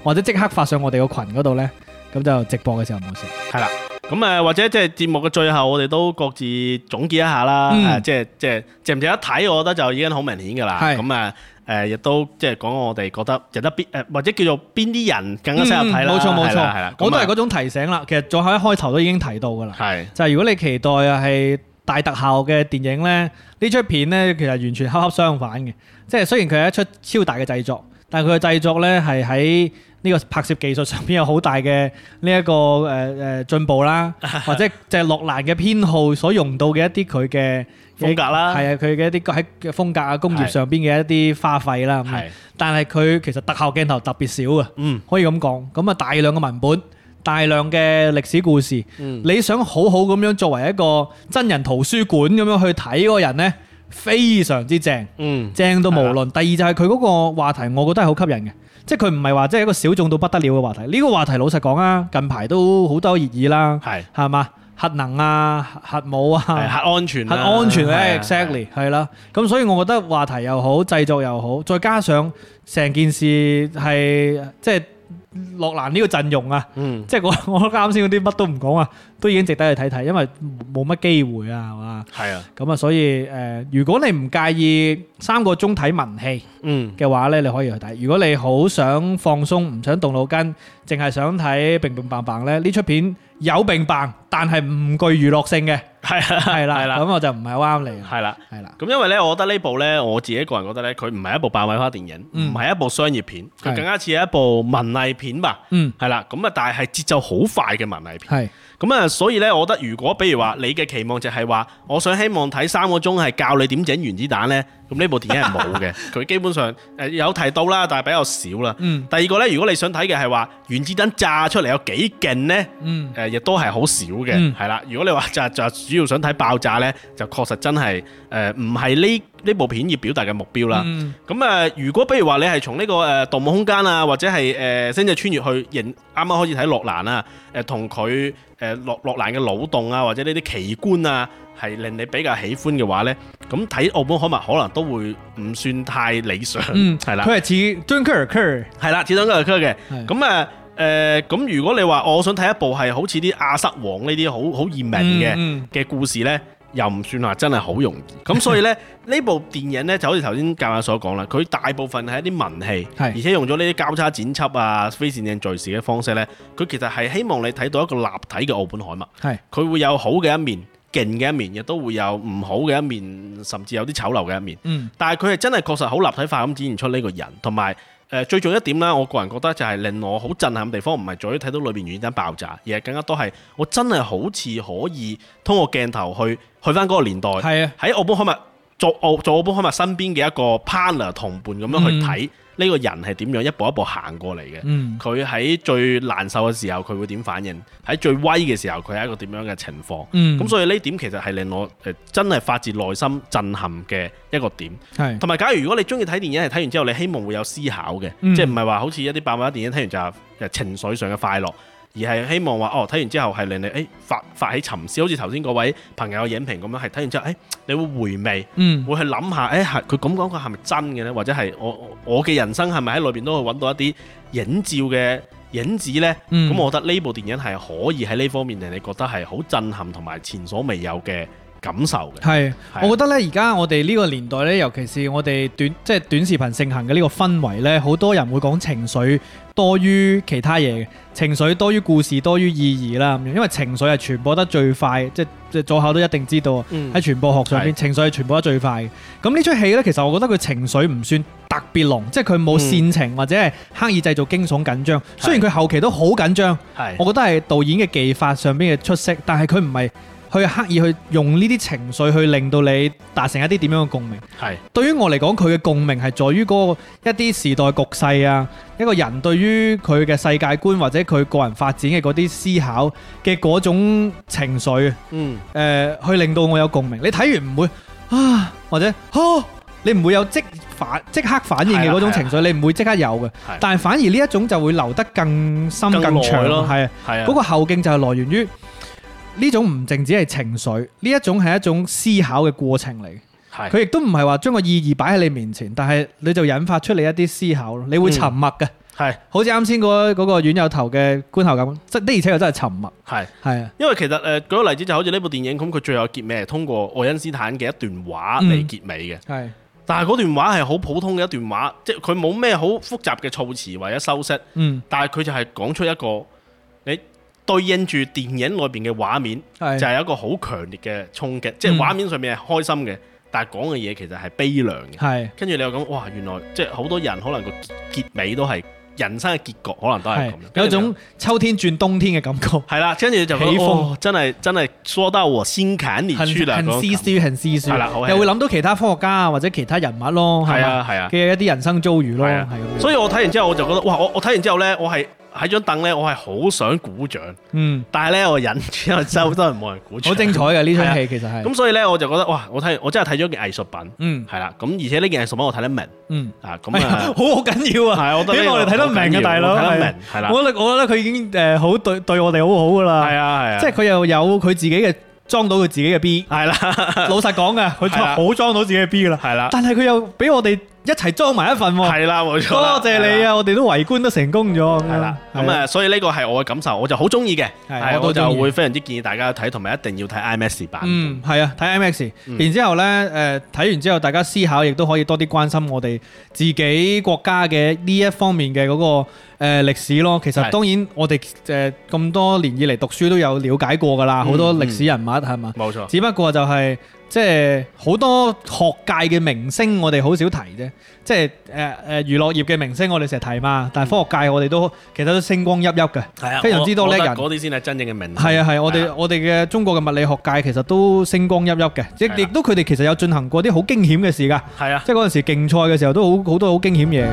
或者即刻發上我哋個群嗰度呢。咁就直播嘅時候冇事。
係啦。咁誒或者即係節目嘅最後，我哋都各自總結一下啦，
嗯
啊即係即係值唔值得睇，我覺得就已經好明顯㗎啦。
係
咁啊誒，亦都即係講我哋覺得值得邊誒，或者叫做邊啲人更加適合睇啦。
嗯冇錯冇
係啦係
錯
啦，，
我都係
咁啊
嗰種提醒啦。其實左考一開頭都已經提到㗎啦。
係
就係如果你期待啊係大特效嘅電影呢，呢出片呢其實完全恰恰相反嘅，即係雖然佢係一出超大嘅製作，但係佢嘅製作呢係喺呢個拍攝技術上邊有好大嘅呢一個誒誒進步 啦，或者就係洛蘭嘅偏好所用到嘅一啲佢嘅
風格啦
係啊佢嘅一啲喺風格啊工業上邊嘅一啲花費啦，咁樣
係
但係佢其實特效鏡頭特別少啊。
嗯
可以咁講。咁啊，大量嘅文本，大量嘅歷史故事，
嗯
你想好好咁樣作為一個真人圖書館咁樣去睇嗰個人呢，非常之正，
嗯
正到無論。第二就係佢嗰個話題，我覺得係好吸引嘅。即係佢唔係話即係一個小眾到不得了嘅話題，呢、個話題老實講啊，近排都好多熱議啦，
嗯係
係嘛？核能啊、核武啊、
係核安全
核
啦，
安全
係
咧
啊
，exactly 係啦。咁所以我覺得話題又好，製作又好，再加上成件事係即係落難呢個陣容啊，
嗯，
即係我 我啱先嗰啲乜都唔講啊，都已經值得去睇睇，因為冇乜機會啊，係嘛？
係啊，
咁啊，所以誒、呃如果你唔介意三個鐘睇文戲
嗯，
嘅話咧，你可以去睇。如果你好想放鬆，唔想動腦筋，淨係想睇並並棒棒咧，呢出片有並棒，但係唔具娛樂性嘅，
係啊，
係啦
係，啦
咁我就唔係好啱你啦，
係啦。
係啦，
咁因為咧，我覺得呢部咧，我自己個人覺得咧，佢唔係一部爆米花電影，
嗯
唔係一部商業片，
係
佢更加似係一部文藝片吧。
嗯，
係啦，咁啊，但係係節奏好快嘅文藝片。
係
咁啊，所以咧，我覺得如果比如話你嘅期望就係話，我想希望睇三個鐘係教你點整原子彈咧，咁呢部電影係冇嘅，佢基本上誒、呃有提到啦，但係比較少啦。
嗯
第二個咧，如果你想睇嘅係話原子彈炸出嚟有幾勁咧，
嗯
誒亦、都係好少嘅，
嗯
係啦、如果你話就就主要想睇爆炸咧，就確實真係誒唔係呢呢部片要表達嘅目標啦。
嗯
咁啊、如果比如話你係從呢、個誒、呃《盜夢空間》啊，或者係誒、呃《星際穿越》去認啱啱開始睇洛蘭啊，誒同佢誒洛洛蘭嘅腦洞啊，或者呢啲奇觀啊，係令你比較喜歡嘅話咧，咁睇澳本海默可能都會唔算太理想，
嗯，
係啦、
佢係似 j u n k e r k e r
係啦，始終都係 Kirk 嘅。
係
咁誒誒，咁、如果你話我想睇一部係好似啲亞瑟王呢啲好好易明嘅
嗯
嘅故事呢，又唔算話真係好容 易。咁所以呢，呢部電影呢，就好似頭先教授所講啦，佢大部分係一啲文戲，
係
而且用咗呢啲交叉剪輯啊、非線性敘事嘅方式呢，佢其實係希望你睇到一個立體嘅奧本海默。
係
佢會有好嘅一面、勁嘅一面，亦都會有唔好嘅一面，甚至有啲醜陋嘅一面。
嗯
但係佢係真係確實好立體化咁展現出呢個人，同埋誒最重要一點啦，我個人覺得就係令我好震撼嘅地方，唔係在於睇到裏邊原子彈爆炸，而係更加多係我真係好似可以通過鏡頭去去翻嗰個年代，
係啊
喺奧本海默做奧做奧本海默身邊嘅一個 partner 同伴咁樣去睇呢個人係點樣一步一步行過嚟嘅。
嗯
佢喺最難受嘅時候，佢會點反應？喺最威嘅時候，佢係一個點樣嘅情況？
嗯，
咁所以呢點其實係令我誒真係發自內心震撼嘅一個點。
係
同埋，假如如果你中意睇電影，係睇完之後你希望會有思考嘅，
嗯
即係唔係話好似一啲爆米花電影睇完就係誒情緒上嘅快樂，而係希望話哦睇完之後係令你誒、哎發發起沉思，好似頭先嗰位朋友嘅影評咁樣，係睇完之後誒、哎你會回味，
嗯
會去諗下誒係佢咁講佢係咪真嘅呢？或者係我我我嘅人生係咪喺裏邊都會揾到一啲影照嘅影子呢？咁、
嗯
我覺得呢部電影係可以喺呢方面令你覺得係好震撼同埋前所未有嘅感受嘅。
係。
係
我覺得咧，而家我哋呢個年代咧，尤其是我哋短即係短視頻盛行嘅呢個氛圍咧，好多人會講情緒多於其他嘢嘅，情緒多於故事多於意義啦咁樣，因為情緒係傳播得最快，即係即係左口都一定知道喺
嗯
傳播學上邊，
係
情緒係傳播得最快嘅。咁呢出戲咧，其實我覺得佢情緒唔算特別濃，即係佢冇煽
嗯
情或者係刻意製造驚悚緊張。雖然佢後期都好緊張。
係
我覺得係導演嘅技法上邊嘅出色，但係佢唔係去刻意去用呢啲情緒去令到你達成一啲點樣嘅共鳴。
係
對於我嚟講，佢嘅共鳴係在於嗰個一啲時代局勢啊，一個人對於佢嘅世界觀或者佢個人發展嘅嗰啲思考嘅嗰種情緒，誒、呃
嗯。
去令到我有共鳴。你睇完唔會啊，或者啊，你唔會有即反即刻反應嘅嗰種
係啦係
情緒，你唔會即刻有嘅
係。
但係反而呢一種就會留得更深
更
更
耐
長
咯
係啊。
係啊，
嗰個後勁就係來源於呢種唔淨止係情緒，呢一種係一種思考嘅過程嚟。
係
佢亦都唔係話將個意義擺喺你面前，但係你就引發出你一啲思考咯。你
嗯
會沉默嘅，
係
好似啱先嗰嗰個院友頭嘅觀後咁，即的而且確真係沉默。
係，
係啊，
因為其實誒、呃、舉個例子就好似呢部電影咁，佢最後結尾係通過愛因斯坦嘅一段話
嗯
嚟結尾嘅，
係，
但係嗰段話係好普通嘅一段話，即係佢冇咩好複雜嘅措辭或者修飾，
嗯，
但係佢就係講出一個你對應住電影裏邊嘅畫面，就
係，
係有一個好強烈嘅衝擊，即係
嗯
畫面上面係開心嘅，但係講嘅嘢其實係悲涼嘅。
係，
跟住你又講，哇！原來即係好多人可能個結結尾都係人生嘅結局，可能都係咁
係
樣，
有
跟住
種秋天轉冬天嘅感覺，
係啦，跟住就覺
起風
得哦，真係真係說到我心坎裏
很
去啦，
很
嗰種
絲絲，很絲
係啦好
絲，
係
又會諗到其他科學家啊或者其他人物咯，
感覺係
係嘛
啊係啊，
嘅一啲人生遭遇咯，
係
係
啊
咁樣。
所以我睇完之後我就覺得，哇！我我睇完之後呢，我係喺張凳咧，我係好想鼓掌，
嗯，
但係咧我忍住，因為周都係冇人鼓掌。
好精彩嘅呢出戲其實係，
咁所以咧，我就覺得哇！我睇我真係睇咗件藝術品，
嗯
係啦。咁而且呢件藝術品我睇得明
嗯，
啊，咁
係啊
啊
好，好緊要啊，
係我覺得
因
呢
為
個
我哋睇得
好緊
明
要
嘅大佬，啊
我睇得
係
明係啦，
我覺得我覺得佢已經誒好對對我哋好好噶
係
啦，
啊係啊，
即係佢又有佢自己嘅裝到佢自己嘅 B，
係啦
老實講嘅，佢
係啦啊
好裝到自己嘅 B 噶啦，
係啦
但係佢又俾我哋一齊裝埋一份喎。
係啦，冇錯
多
啦。
謝你啊！我哋都圍觀都成功咗咁樣。
係啦，
係啊
咁啊，所以呢個係我嘅感受，我就好中意嘅，
係
係
我都
我就
鍾意
會非常之建議大家睇，同埋一定要睇 IMAX 版。
嗯，係啊，睇 MX，然
嗯
之後呢，誒睇完之後，大家思考亦都可以多啲關心我哋自己國家嘅呢一方面嘅嗰個誒歷史咯。其實
係
當然我哋誒咁多年以嚟讀書都有了解過㗎
嗯
啦，好多歷史人物係嘛。
冇錯，
只不過就係、即係好多學界嘅明星，我哋好少提啫。即係誒誒娛樂業嘅明星，我哋成日提嘛。但係科學界我哋都其實都星光熠熠嘅。
係啊
非常之多
我
叻
我覺
人
得嗰啲先係真正嘅名。
係啊係，我哋我哋嘅中國嘅物理學界其實都星光熠熠嘅，
係啊
亦亦都佢哋其實有進行過啲好驚險嘅事㗎，
係啊，
即係嗰陣時競賽嘅時候都好好多好驚險嘢。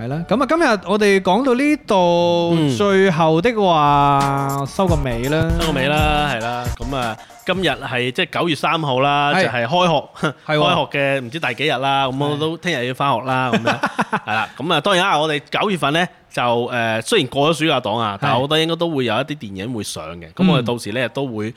係啦，咁啊，今日我哋講到呢度，
嗯
最後的話收個尾啦，
收尾啦，係啦，咁啊，今日係即係九月三號啦，
係
就係開學，
係喎
啊開學嘅唔知第幾日啦，咁我都聽日要翻學啦， 咁樣係啦，咁啊，當然啦，我哋九月份咧就誒，雖然過咗暑假檔啊，但係我覺得應該都會有一啲電影會上嘅，咁我哋
嗯
到時咧都會誒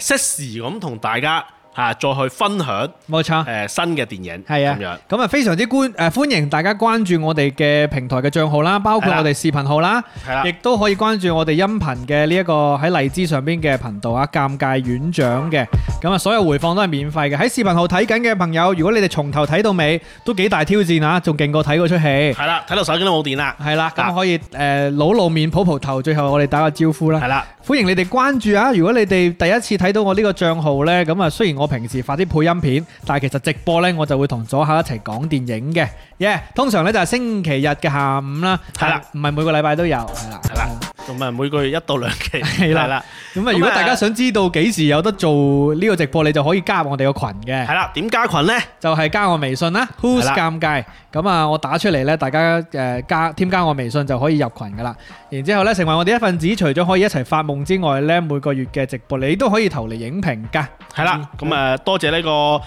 適時咁同大家嚇再去分享。
冇錯。
誒新嘅電影，
係
咁樣
啊，咁啊非常之歡誒歡迎大家關注我哋嘅平台嘅帳號啦，包括
係啦
我哋視頻號啦，
係啦
亦，都可以關注我哋音頻嘅呢一個喺荔枝上邊嘅頻道啊，尷尬院長嘅，咁啊所有回放都係免費嘅。喺視頻號睇緊嘅朋友，如果你哋從頭睇到尾，都幾大挑戰啊，仲勁過睇嗰出戲。
係啦，睇到手機都冇電啦，
係啦，咁
啊
可以誒、呃老露面抱抱頭，最後我哋打個招呼啦
係。啦，
歡迎你哋關注啊！如果你哋第一次睇到我呢個帳號呢，咁啊雖然我平時發啲配音片，但係其實直播呢，我就會同左下一齊講電影嘅。耶！通常呢就係星期日嘅下午啦，
係啦，
唔係每個禮拜都有，係啦，
係啦，咁啊每個月一到兩期，
係啦
係啦，
咁啊，如果大家想知道幾時有得做呢個直播，你就可以加入我哋個群嘅
係，啦，點加群咧？
就係加我微信啦，Who's
係啦
尷尬。咁啊，我打出嚟呢，大家誒加添加我微信就可以入群噶啦。然之後呢，成為我哋一份子，除咗可以一齊發夢之外呢，每個月嘅直播你都可以投嚟影評㗎。
係啦，咁啊多謝呢個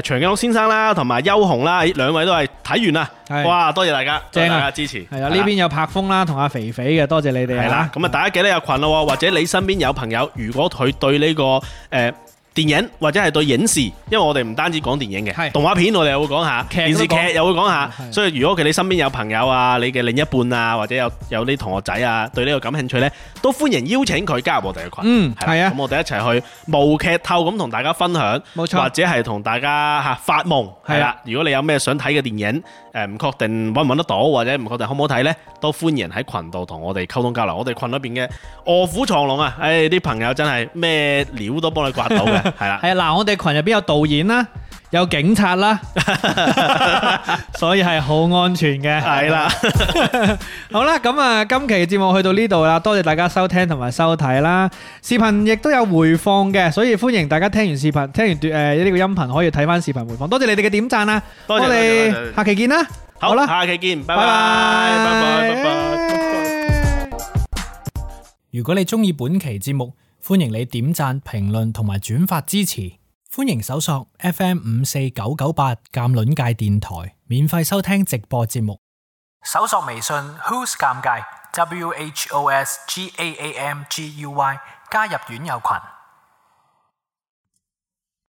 誒長頸鹿先生啦，同埋邱紅啦，咦兩位都係睇完啦，
係
哇，多謝大家，多謝
正啊
大家支持，
係啊，呢邊有柏峰啦，同阿肥肥嘅，多謝你哋啊
係啦，。咁啊大家記得入群咯喎，或者你身邊有朋友，如果佢對呢個誒電影或者係對影視，因為我哋唔單止講電影
係
嘅，動畫片我哋又會講下，
劇
電
都
視
講
劇又會講下，
係
所以如果佢你身邊有朋友啊，你嘅另一半啊，或者有有啲同學仔啊，對呢個感興趣呢，都歡迎邀請佢加入我哋嘅群。
嗯，
啦
係啊
咁，我哋一齊去無劇透咁同大家分享，
冇
或
錯，
者係同大家嚇發夢，
係啊
係啦。如果你有咩想睇嘅電影，誒唔確定揾唔揾得到，或者唔確定好唔好睇呢，都歡迎喺群度同我哋溝通交流。我哋群裏邊嘅卧虎藏龍啊，誒啲朋友真係咩料都幫你刮 到嘅，係啦，
係啊。嗱，我哋群入邊有導演啦，有警察 啦，所以係好安全嘅。
係啦，
好啦，咁啊，今期嘅節目去到呢度啦，多謝大家收聽同埋收睇啦。視頻亦都有回放嘅，所以歡迎大家聽完視頻，聽完誒呢個音頻可以睇翻視頻回放。多謝你哋嘅點讚啦，
多謝
我
多謝多
哋
謝
下期見啦。
好
好啦
下期見，拜
拜
拜，拜
拜
拜，拜拜。
如果你中意本期節目，歡迎你點讚、評論同埋轉發支持。歡迎搜索 FM 五四九九八鑑論界電台，免費收聽直播節目。搜索微信 Who's 尷尬 W H O S G A A M G U Y 加入院友群。